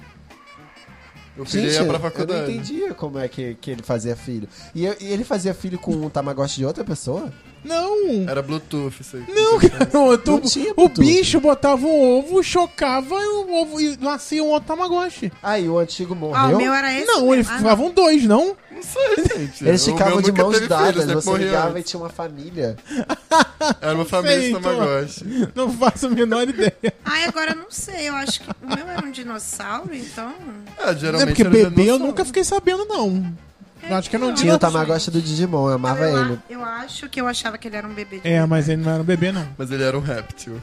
Speaker 4: Eu filhei
Speaker 5: Gente,
Speaker 4: ia pra
Speaker 5: eu
Speaker 4: faculdade.
Speaker 5: não entendia como é que, que ele fazia filho. E, eu- e ele fazia filho com um Tamagotchi de outra pessoa?
Speaker 3: Não!
Speaker 4: Era Bluetooth, isso aí.
Speaker 3: Não, garoto!
Speaker 5: Não tinha
Speaker 3: o
Speaker 5: tudo.
Speaker 3: bicho botava um ovo, chocava e o ovo e nascia um outro Tamagotchi.
Speaker 5: Ah, e o antigo
Speaker 6: Ah,
Speaker 5: morreu?
Speaker 6: o meu era esse.
Speaker 3: Não,
Speaker 6: mesmo.
Speaker 3: eles
Speaker 6: Ah,
Speaker 3: ficavam dois, não?
Speaker 4: Não sei, gente.
Speaker 5: Eles
Speaker 4: O meu
Speaker 5: ficavam de
Speaker 4: nunca
Speaker 5: mãos
Speaker 4: teve filho,
Speaker 5: dadas,
Speaker 4: sempre
Speaker 5: você
Speaker 4: morria
Speaker 5: ligava e
Speaker 4: antes.
Speaker 5: tinha uma família.
Speaker 4: Era uma família
Speaker 3: Sei,
Speaker 4: de
Speaker 3: então.
Speaker 4: Tamagotchi.
Speaker 3: Não faço a menor ideia.
Speaker 6: Ai, agora eu não sei. Eu acho que o meu era um dinossauro, então.
Speaker 4: Ah, geralmente
Speaker 3: É porque
Speaker 4: era
Speaker 3: bebê eu
Speaker 4: dinossauro.
Speaker 3: nunca fiquei sabendo, não.
Speaker 6: É
Speaker 3: Eu acho que eu não
Speaker 5: Tinha
Speaker 3: tinha.
Speaker 5: o Tamagotchi do Digimon, eu amava
Speaker 6: eu, a-
Speaker 5: ele.
Speaker 6: eu acho que eu achava que ele era um bebê de
Speaker 3: É, mas ele não era um bebê, não.
Speaker 4: Mas ele era um réptil.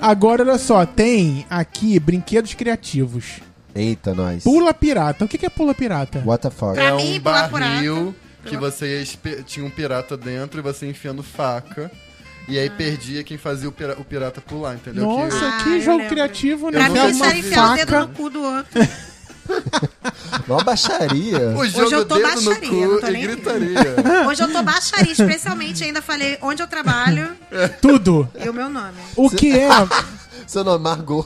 Speaker 3: Agora, olha só, tem aqui brinquedos criativos.
Speaker 5: Eita, nós.
Speaker 3: Pula pirata. O que que é pula pirata?
Speaker 5: What the fuck?
Speaker 6: Pra
Speaker 4: é
Speaker 6: mim,
Speaker 4: um
Speaker 6: pular por
Speaker 4: barril que você ia espe- tinha um pirata dentro e você ia enfiando faca. E aí perdia quem fazia o, pira- o pirata pular, entendeu? Que-
Speaker 3: Nossa,
Speaker 6: Ah,
Speaker 3: que
Speaker 6: eu
Speaker 3: jogo
Speaker 6: lembro.
Speaker 3: criativo, né?
Speaker 6: Pra
Speaker 4: Eu
Speaker 6: mim,
Speaker 4: não
Speaker 6: isso era
Speaker 4: vi.
Speaker 6: enfiar o dedo no cu do outro.
Speaker 5: Mó baixaria.
Speaker 4: O jogo
Speaker 6: eu tô
Speaker 4: dedo
Speaker 6: baixaria,
Speaker 4: no
Speaker 6: não
Speaker 4: cu
Speaker 6: tô
Speaker 4: e
Speaker 6: nem aí.
Speaker 4: gritaria.
Speaker 6: Hoje eu tô baixaria, especialmente ainda falei onde eu trabalho
Speaker 3: Tudo.
Speaker 6: e o meu nome.
Speaker 3: O que é.
Speaker 5: Seu nome, Margot.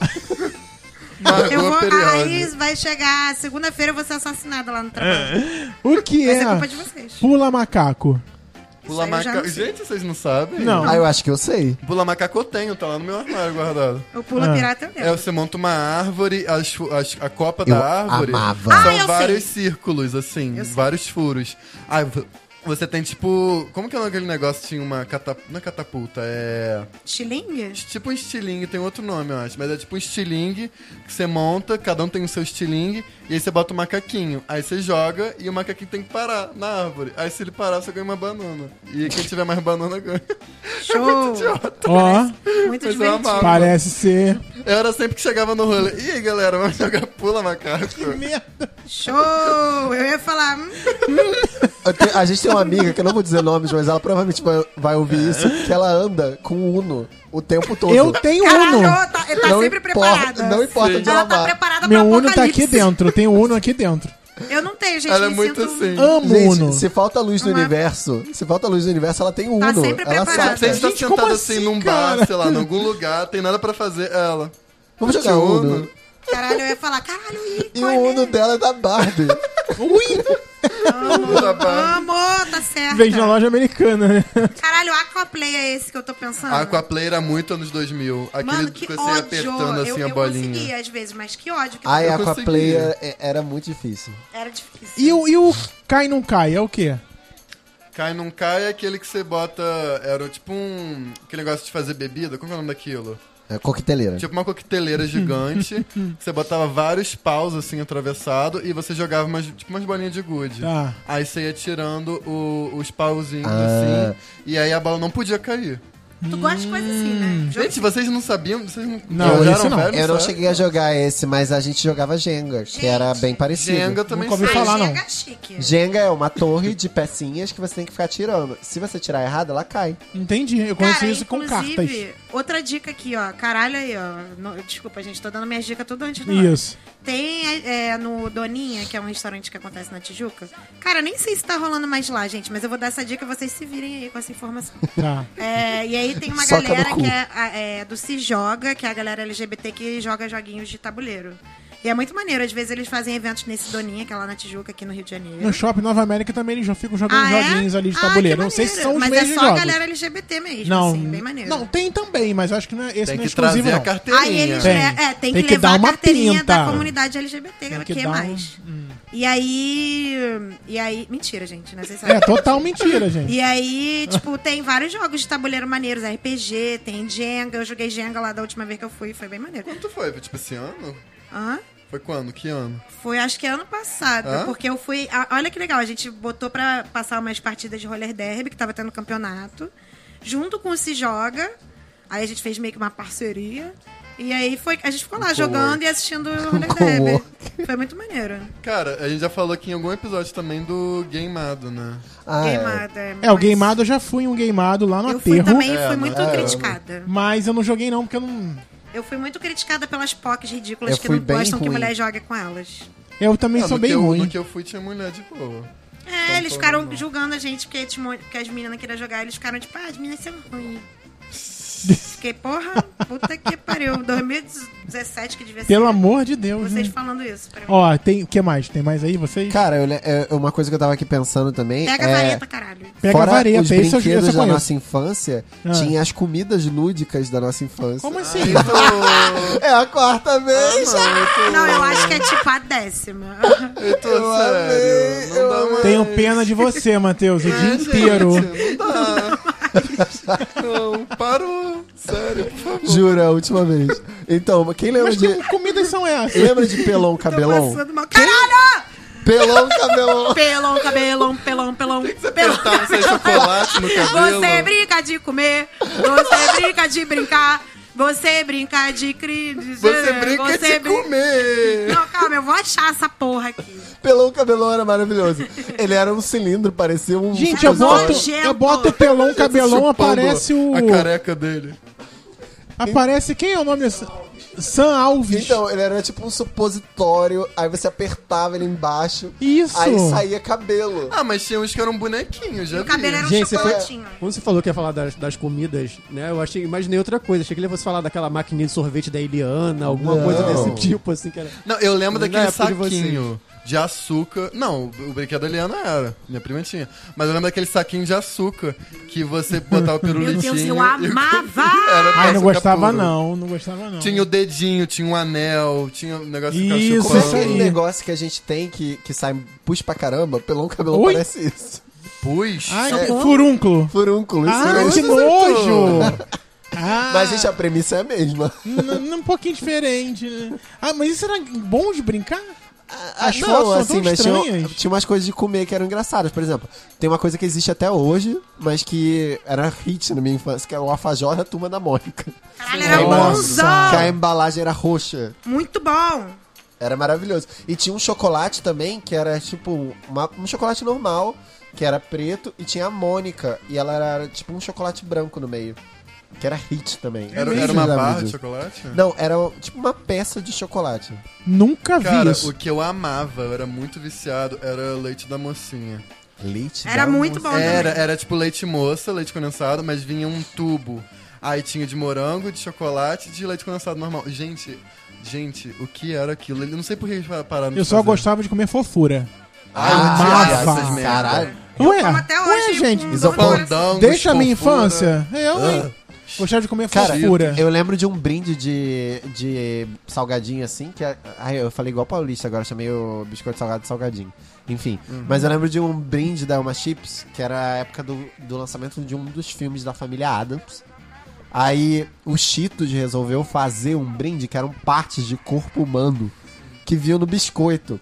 Speaker 6: Eu vou,
Speaker 4: Margot
Speaker 6: aí
Speaker 4: Periode.
Speaker 6: vai chegar, segunda-feira eu vou ser assassinada lá no trabalho.
Speaker 3: O que
Speaker 6: Mas é
Speaker 3: é.
Speaker 6: culpa de vocês.
Speaker 3: Pula macaco.
Speaker 6: Isso
Speaker 4: Pula
Speaker 6: aí eu já
Speaker 4: macaco.
Speaker 6: não sei.
Speaker 4: Gente, vocês não sabem?
Speaker 3: Não.
Speaker 5: Ah, eu acho que eu sei.
Speaker 4: Pula macaco eu tenho, tá lá no meu armário guardado.
Speaker 6: Eu pulo
Speaker 3: Ah.
Speaker 6: a pirata eu
Speaker 4: É,
Speaker 6: lembro.
Speaker 4: você monta uma árvore, as fu- as- a copa
Speaker 5: Eu
Speaker 4: da árvore.
Speaker 5: amava.
Speaker 6: Ah,
Speaker 4: São
Speaker 6: eu
Speaker 4: vários
Speaker 6: sei.
Speaker 4: círculos, assim, vários furos. Aí vo- você tem tipo. Como que é o nome daquele negócio? Tinha uma catapulta. Não é catapulta, é.
Speaker 6: Xilingue?
Speaker 4: Tipo um estilingue, tem outro nome, eu acho. Mas é tipo um estilingue que você monta, cada um tem o seu estilingue, e aí você bota o macaquinho. Aí você joga e o macaquinho tem que parar na árvore. Aí se ele parar, você ganha uma banana. E quem tiver mais banana ganha.
Speaker 6: Show!
Speaker 3: Ó,
Speaker 6: Muito
Speaker 4: Mas eu
Speaker 5: é,
Speaker 6: divertido.
Speaker 4: amava.
Speaker 3: parece ser.
Speaker 4: Eu era sempre que chegava no rolê. E aí, galera, vamos jogar pula macaco.
Speaker 6: Show! Eu ia falar. hum,
Speaker 5: Eu te- A gente tem uma amiga, que eu não vou dizer nomes, mas ela provavelmente vai, vai ouvir isso,
Speaker 4: É.
Speaker 5: que ela anda com o Uno o tempo todo.
Speaker 3: Eu tenho
Speaker 6: Caralho,
Speaker 3: Uno.
Speaker 6: tá, tá sempre preparada.
Speaker 5: Não importa onde ela
Speaker 6: Ela tá
Speaker 5: vá.
Speaker 6: preparada
Speaker 3: Meu
Speaker 6: pra
Speaker 3: Uno tá
Speaker 6: apocalipse.
Speaker 3: aqui dentro. Eu tenho Uno aqui dentro.
Speaker 6: Eu não tenho, gente.
Speaker 4: Ela é
Speaker 6: me
Speaker 4: muito
Speaker 6: sinto...
Speaker 4: assim.
Speaker 3: Amo Uno.
Speaker 5: Gente, se falta luz no
Speaker 6: Não é-
Speaker 5: universo, se falta luz no universo, ela tem o Uno.
Speaker 6: Tá sempre
Speaker 5: ela
Speaker 6: preparada.
Speaker 4: Você
Speaker 5: saca.
Speaker 4: está
Speaker 3: Ah, Gente,
Speaker 4: sentado
Speaker 3: como
Speaker 4: assim
Speaker 3: assim,
Speaker 4: num
Speaker 3: cara?
Speaker 4: bar, sei lá, em algum lugar, tem nada pra fazer. Ela.
Speaker 5: Vamos jogar
Speaker 4: Uno.
Speaker 5: Uno.
Speaker 6: Caralho, eu ia falar, caralho, ícone.
Speaker 5: E o Uno dela é da Barbie.
Speaker 3: Ui!
Speaker 4: Tá bom.
Speaker 6: Amor, tá certo.
Speaker 3: Vende na loja americana, né?
Speaker 6: Caralho, Aquaplay é esse que eu tô pensando.
Speaker 4: A Aquaplay era muito anos 2000. Aquele
Speaker 6: Mano, que,
Speaker 4: que você ia
Speaker 6: ódio.
Speaker 4: apertando assim
Speaker 6: eu,
Speaker 4: a bolinha.
Speaker 6: Eu conseguia às vezes, mas que ódio. Que
Speaker 5: Ai,
Speaker 4: Eu
Speaker 5: a Aquaplay
Speaker 4: conseguia.
Speaker 5: é- era muito difícil.
Speaker 6: Era difícil.
Speaker 3: E o, e o cai não cai? É o quê?
Speaker 4: Cai não cai é aquele que você bota. Era tipo um. Aquele negócio de fazer bebida. Como é o nome daquilo?
Speaker 5: É coqueteleira.
Speaker 4: Tipo uma coqueteleira gigante. que você botava vários paus assim atravessado e você jogava umas, tipo umas bolinhas de gude.
Speaker 3: Tá.
Speaker 4: Aí você ia tirando o- os pauzinhos
Speaker 5: Ah.
Speaker 4: assim. E aí a bola não podia cair.
Speaker 6: Tu gosta de coisa assim,
Speaker 3: Hum,
Speaker 6: né? Jogo-
Speaker 4: Gente, vocês não sabiam? Vocês não,
Speaker 3: Não,
Speaker 4: já
Speaker 3: isso
Speaker 4: eram
Speaker 3: não.
Speaker 4: velhos, né?
Speaker 5: Eu não
Speaker 4: sabe?
Speaker 5: cheguei a jogar esse, mas a gente jogava Jenga, que era bem parecido.
Speaker 4: Jenga também
Speaker 3: Nunca ouvi
Speaker 4: sei.
Speaker 3: falar.
Speaker 6: Ai,
Speaker 3: não.
Speaker 6: chega chique.
Speaker 5: Jenga é uma torre de pecinhas que você tem que ficar tirando. Se você tirar errado, ela cai.
Speaker 3: Entendi. Eu conheci
Speaker 6: Cara,
Speaker 3: isso com cartas.
Speaker 6: inclusive, Outra dica aqui, ó. Caralho aí, ó. No- desculpa, gente, tô dando minhas dicas tudo antes do nome.
Speaker 3: Isso.
Speaker 6: Tem é, no Doninha, que é um restaurante que acontece na Tijuca. Cara, nem sei se tá rolando mais lá, gente, mas eu vou dar essa dica e vocês se virem aí com essa informação.
Speaker 3: Tá.
Speaker 6: É, e aí aí tem uma
Speaker 5: Soca no
Speaker 6: galera
Speaker 5: cu.
Speaker 6: que é, a- é do Se Joga, que é a galera LGBT que joga joguinhos de tabuleiro. E é muito maneiro. Às vezes eles fazem eventos nesse Doninha, que é lá na Tijuca, aqui no Rio de Janeiro.
Speaker 3: No Shopping Nova América também eles já ficam jogando
Speaker 6: Ah, é?
Speaker 3: joguinhos ali de
Speaker 6: Ah,
Speaker 3: tabuleiro.
Speaker 6: que
Speaker 3: não sei se
Speaker 6: maneiro.
Speaker 3: são os
Speaker 6: Mas
Speaker 3: mesmos
Speaker 6: é só a
Speaker 3: jogos.
Speaker 6: galera LGBT mesmo,
Speaker 3: não,
Speaker 6: assim, bem maneiro.
Speaker 3: não, tem também, mas acho que não é, esse
Speaker 4: Tem
Speaker 3: não é
Speaker 4: que
Speaker 3: exclusivo
Speaker 4: trazer
Speaker 3: não.
Speaker 4: a carteirinha.
Speaker 6: Aí eles
Speaker 3: Tem.
Speaker 6: é, é, tem,
Speaker 3: Tem
Speaker 6: que,
Speaker 3: que
Speaker 6: levar
Speaker 3: dar
Speaker 6: a
Speaker 3: uma
Speaker 6: carteirinha da
Speaker 3: pinta.
Speaker 6: comunidade LGBT,
Speaker 3: Tem que
Speaker 6: que
Speaker 3: dar um-
Speaker 6: mais. E aí. E aí. Mentira, gente. Né? Vocês sabem.
Speaker 3: É total mentira, gente.
Speaker 6: E aí, tipo, tem vários jogos de tabuleiro maneiros, RPG, tem Jenga. Eu joguei Jenga lá da última vez que eu fui, foi bem maneiro.
Speaker 4: Quanto foi? Foi, Tipo, esse ano?
Speaker 6: Hã?
Speaker 4: Foi quando? Que ano?
Speaker 6: Foi acho que ano passado,
Speaker 4: Hã?
Speaker 6: porque eu fui. a- olha que legal, a gente botou pra passar umas partidas de roller derby, que tava tendo campeonato, junto com o Se Joga. Aí a gente fez meio que uma parceria. E aí foi, a gente ficou lá jogando e assistindo o roller derby. Foi muito maneiro.
Speaker 4: Cara, a gente já falou aqui em algum episódio também do Gameado, né?
Speaker 5: Ah, é.
Speaker 6: Gameada.
Speaker 3: É, o
Speaker 6: mas-
Speaker 3: Gameado eu já fui em um Gameado lá no
Speaker 6: Eu fui
Speaker 3: aterro,
Speaker 6: também e
Speaker 4: É,
Speaker 6: fui
Speaker 4: mas-
Speaker 6: muito
Speaker 4: é,
Speaker 6: criticada.
Speaker 3: mas eu não joguei não, porque eu não...
Speaker 6: Eu fui muito criticada pelas POCs ridículas
Speaker 5: Eu
Speaker 6: que
Speaker 5: fui
Speaker 6: não
Speaker 5: bem
Speaker 6: gostam que
Speaker 5: ruim.
Speaker 6: mulher jogue com elas.
Speaker 3: Eu também
Speaker 4: Ah,
Speaker 3: sou
Speaker 4: no
Speaker 3: bem
Speaker 4: que eu-
Speaker 3: ruim.
Speaker 4: No que eu fui tinha mulher de boa.
Speaker 6: É, eles ficaram julgando a gente porque, tinha um monte- porque as meninas não queriam jogar. Eles ficaram tipo, ah, as meninas são ruins. Fiquei, porra, puta que pariu. 2017 que devia ser.
Speaker 3: Pelo amor de Deus.
Speaker 6: Vocês
Speaker 3: né?
Speaker 6: falando isso pra mim.
Speaker 3: Ó, tem o que mais? Tem mais aí vocês?
Speaker 5: Cara, eu le- é uma coisa que eu tava aqui pensando também
Speaker 6: Pega
Speaker 5: é...
Speaker 6: a vareta, caralho.
Speaker 3: Pega a
Speaker 5: Fora os
Speaker 3: vareta, esse eu,
Speaker 5: brinquedos
Speaker 3: esse eu
Speaker 5: da
Speaker 3: conheço.
Speaker 5: nossa infância,
Speaker 3: Ah.
Speaker 5: tinha as comidas lúdicas da nossa infância.
Speaker 3: Como assim?
Speaker 4: Aí tu-
Speaker 5: É a quarta vez!
Speaker 3: Ah!
Speaker 6: Não, eu acho que é tipo a décima.
Speaker 4: Eu tô
Speaker 5: Eu amei,
Speaker 4: sério.
Speaker 5: eu
Speaker 4: Não dá mais.
Speaker 3: Tenho pena de você, Matheus, o dia inteiro.
Speaker 4: Não dá. Não, parou. Sério, por favor.
Speaker 5: Jura, é a última vez. Então, quem lembra
Speaker 3: Mas Então
Speaker 5: de...
Speaker 3: que comidas são essas?
Speaker 5: Lembra de Pelão
Speaker 6: Tô
Speaker 5: Cabelão?
Speaker 6: passando mal. Caralho!
Speaker 5: Pelão Cabelão!
Speaker 6: Pelão, cabelão, pelão, pelão, pelão.
Speaker 4: Apertar esse chocolate no cabelo.
Speaker 6: Você é brinca de comer, você brinca de brincar, você brinca de cri...
Speaker 4: Você brinca
Speaker 3: é
Speaker 4: de
Speaker 6: brin-
Speaker 4: comer.
Speaker 6: Não, calma, eu vou achar essa porra aqui.
Speaker 5: Pelão Cabelão era maravilhoso. Ele era um cilindro, parecia um...
Speaker 3: Gente, eu boto,
Speaker 6: Nojento.
Speaker 3: eu boto o pelão, cabelão,
Speaker 4: Chupando
Speaker 3: aparece o...
Speaker 4: A careca dele.
Speaker 3: Aparece quem é o nome? desse- Sam Alves.
Speaker 5: Então, ele era tipo um supositório, aí você apertava ele embaixo,
Speaker 3: Isso.
Speaker 5: aí saía cabelo.
Speaker 4: Ah, mas tinha uns que eram bonequinhos, já
Speaker 6: O cabelo
Speaker 4: vi.
Speaker 6: era um
Speaker 1: Gente, você foi...
Speaker 6: chocolatinho.
Speaker 1: Quando você falou que ia falar das, das comidas, né? Eu achei, imaginei outra coisa. Achei que ele fosse falar daquela maquininha de sorvete da Eliana, alguma coisa desse tipo, assim, que era.
Speaker 6: um
Speaker 4: Não, eu lembro
Speaker 3: é
Speaker 1: Na
Speaker 4: daquele
Speaker 1: época de
Speaker 4: saquinho de, açúcar. Não, o brinquedo da Eliana era, minha prima tinha. Mas eu lembro daquele saquinho de açúcar que você botava o pirulitinho.
Speaker 6: Meu Deus, eu
Speaker 4: e-
Speaker 6: amava!
Speaker 4: Era
Speaker 3: Ai, não
Speaker 4: açúcar
Speaker 3: gostava
Speaker 4: puro.
Speaker 3: não, não gostava não.
Speaker 4: é Tinha o dedinho, tinha um anel, tinha um negócio que
Speaker 3: Isso,
Speaker 5: Como é
Speaker 3: isso
Speaker 5: aquele
Speaker 3: aí.
Speaker 5: negócio que a gente tem que, que sai pus pra caramba? Pelão Cabelão
Speaker 3: Ui.
Speaker 5: parece isso.
Speaker 4: Pus.
Speaker 3: Ai, que furúnculo.
Speaker 5: Furúnculo, isso
Speaker 3: Ah,
Speaker 5: mesmo.
Speaker 4: é
Speaker 3: que nojo! Ah,
Speaker 5: Mas, gente, a premissa é a mesma.
Speaker 3: n- n- um pouquinho diferente, né? Ah, mas isso era bom de brincar? As
Speaker 5: Não, assim,
Speaker 3: fotos são tão
Speaker 5: mas tinha, um-
Speaker 3: estranhas.
Speaker 5: tinha umas coisas de comer que eram engraçadas. Por exemplo, tem uma coisa que existe até hoje, mas que era hit na minha infância, que era o alfajor da Turma da Mônica.
Speaker 6: Caralho, era
Speaker 5: Nossa.
Speaker 6: bonzão!
Speaker 5: Que a embalagem era roxa.
Speaker 6: Muito bom!
Speaker 5: Era maravilhoso. E tinha um chocolate também, que era tipo uma- um chocolate normal, que era preto, e tinha a Mônica, e ela era tipo um chocolate branco no meio. Que era hit também.
Speaker 3: é
Speaker 4: Era,
Speaker 5: Vocês
Speaker 4: era uma
Speaker 5: lembram
Speaker 4: barra de
Speaker 5: disso?
Speaker 4: chocolate?
Speaker 5: Não, era tipo uma peça de chocolate.
Speaker 3: Nunca vi
Speaker 4: Cara,
Speaker 3: isso.
Speaker 4: o que eu amava, eu era muito viciado, era leite da mocinha.
Speaker 5: Leite
Speaker 6: Era
Speaker 5: da
Speaker 6: muito
Speaker 5: moça.
Speaker 6: bom
Speaker 4: Era,
Speaker 6: também.
Speaker 4: era tipo leite moça, leite condensado, mas vinha um tubo. Aí tinha de morango, de chocolate, de leite condensado normal. Gente, gente, o que era aquilo? Eu não sei por que eles pararam de
Speaker 3: Eu só
Speaker 4: fazer.
Speaker 3: gostava de comer fofura.
Speaker 4: Ai, eu odiava
Speaker 3: Amava.
Speaker 4: essas merda.
Speaker 5: Caralho.
Speaker 3: Ué,
Speaker 6: Como até hoje.
Speaker 3: ué, gente,
Speaker 6: com
Speaker 5: isso é
Speaker 6: dor no coração.
Speaker 4: Fandangos,
Speaker 3: deixa a minha
Speaker 4: fofura. É.
Speaker 3: infância. É, Eu, hein? Gostava de comer
Speaker 5: Cara,
Speaker 3: fofura.
Speaker 5: eu lembro de um brinde de, de salgadinho assim, que. é- Ai, eu falei igual paulista agora, chamei o biscoito salgado de salgadinho. Enfim, mas eu lembro de um brinde da Elma Chips, que era a época do, do lançamento de um dos filmes da família Adams. Aí o Cheetos resolveu fazer um brinde que eram partes de corpo humano que viam no biscoito.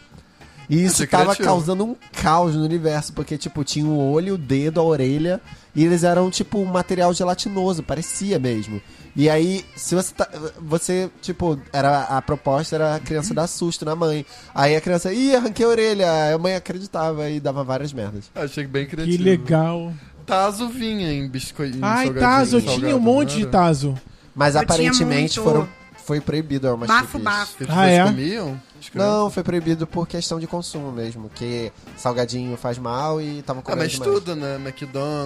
Speaker 5: E isso
Speaker 4: Achei
Speaker 5: tava
Speaker 4: criativo.
Speaker 5: causando um caos no universo, porque, tipo, tinha o olho, o dedo, a orelha, e eles eram, tipo, um material gelatinoso, parecia mesmo. E aí, se você tá. Você, tipo, era a proposta era a criança dar susto na mãe. Aí a criança, ih, arranquei a orelha. Aí a mãe acreditava e dava várias merdas.
Speaker 4: Achei bem
Speaker 3: Que
Speaker 4: criativo.
Speaker 3: legal.
Speaker 4: Tazo vinha em né? biscoito.
Speaker 3: Ai, Tazo, eu tinha um monte de Tazo.
Speaker 5: Mas
Speaker 6: Eu tinha
Speaker 5: aparentemente
Speaker 6: muito.
Speaker 5: foram foi proibido a umas
Speaker 6: Bafo,
Speaker 5: chipis.
Speaker 6: bafo.
Speaker 4: Que as
Speaker 3: Ah,
Speaker 4: pessoas
Speaker 3: é?
Speaker 4: comiam? As crianças?
Speaker 5: Não, foi proibido por questão de consumo mesmo. Que salgadinho faz mal e tava
Speaker 4: Ah,
Speaker 5: comendo
Speaker 4: mas
Speaker 5: demais.
Speaker 4: tudo, né?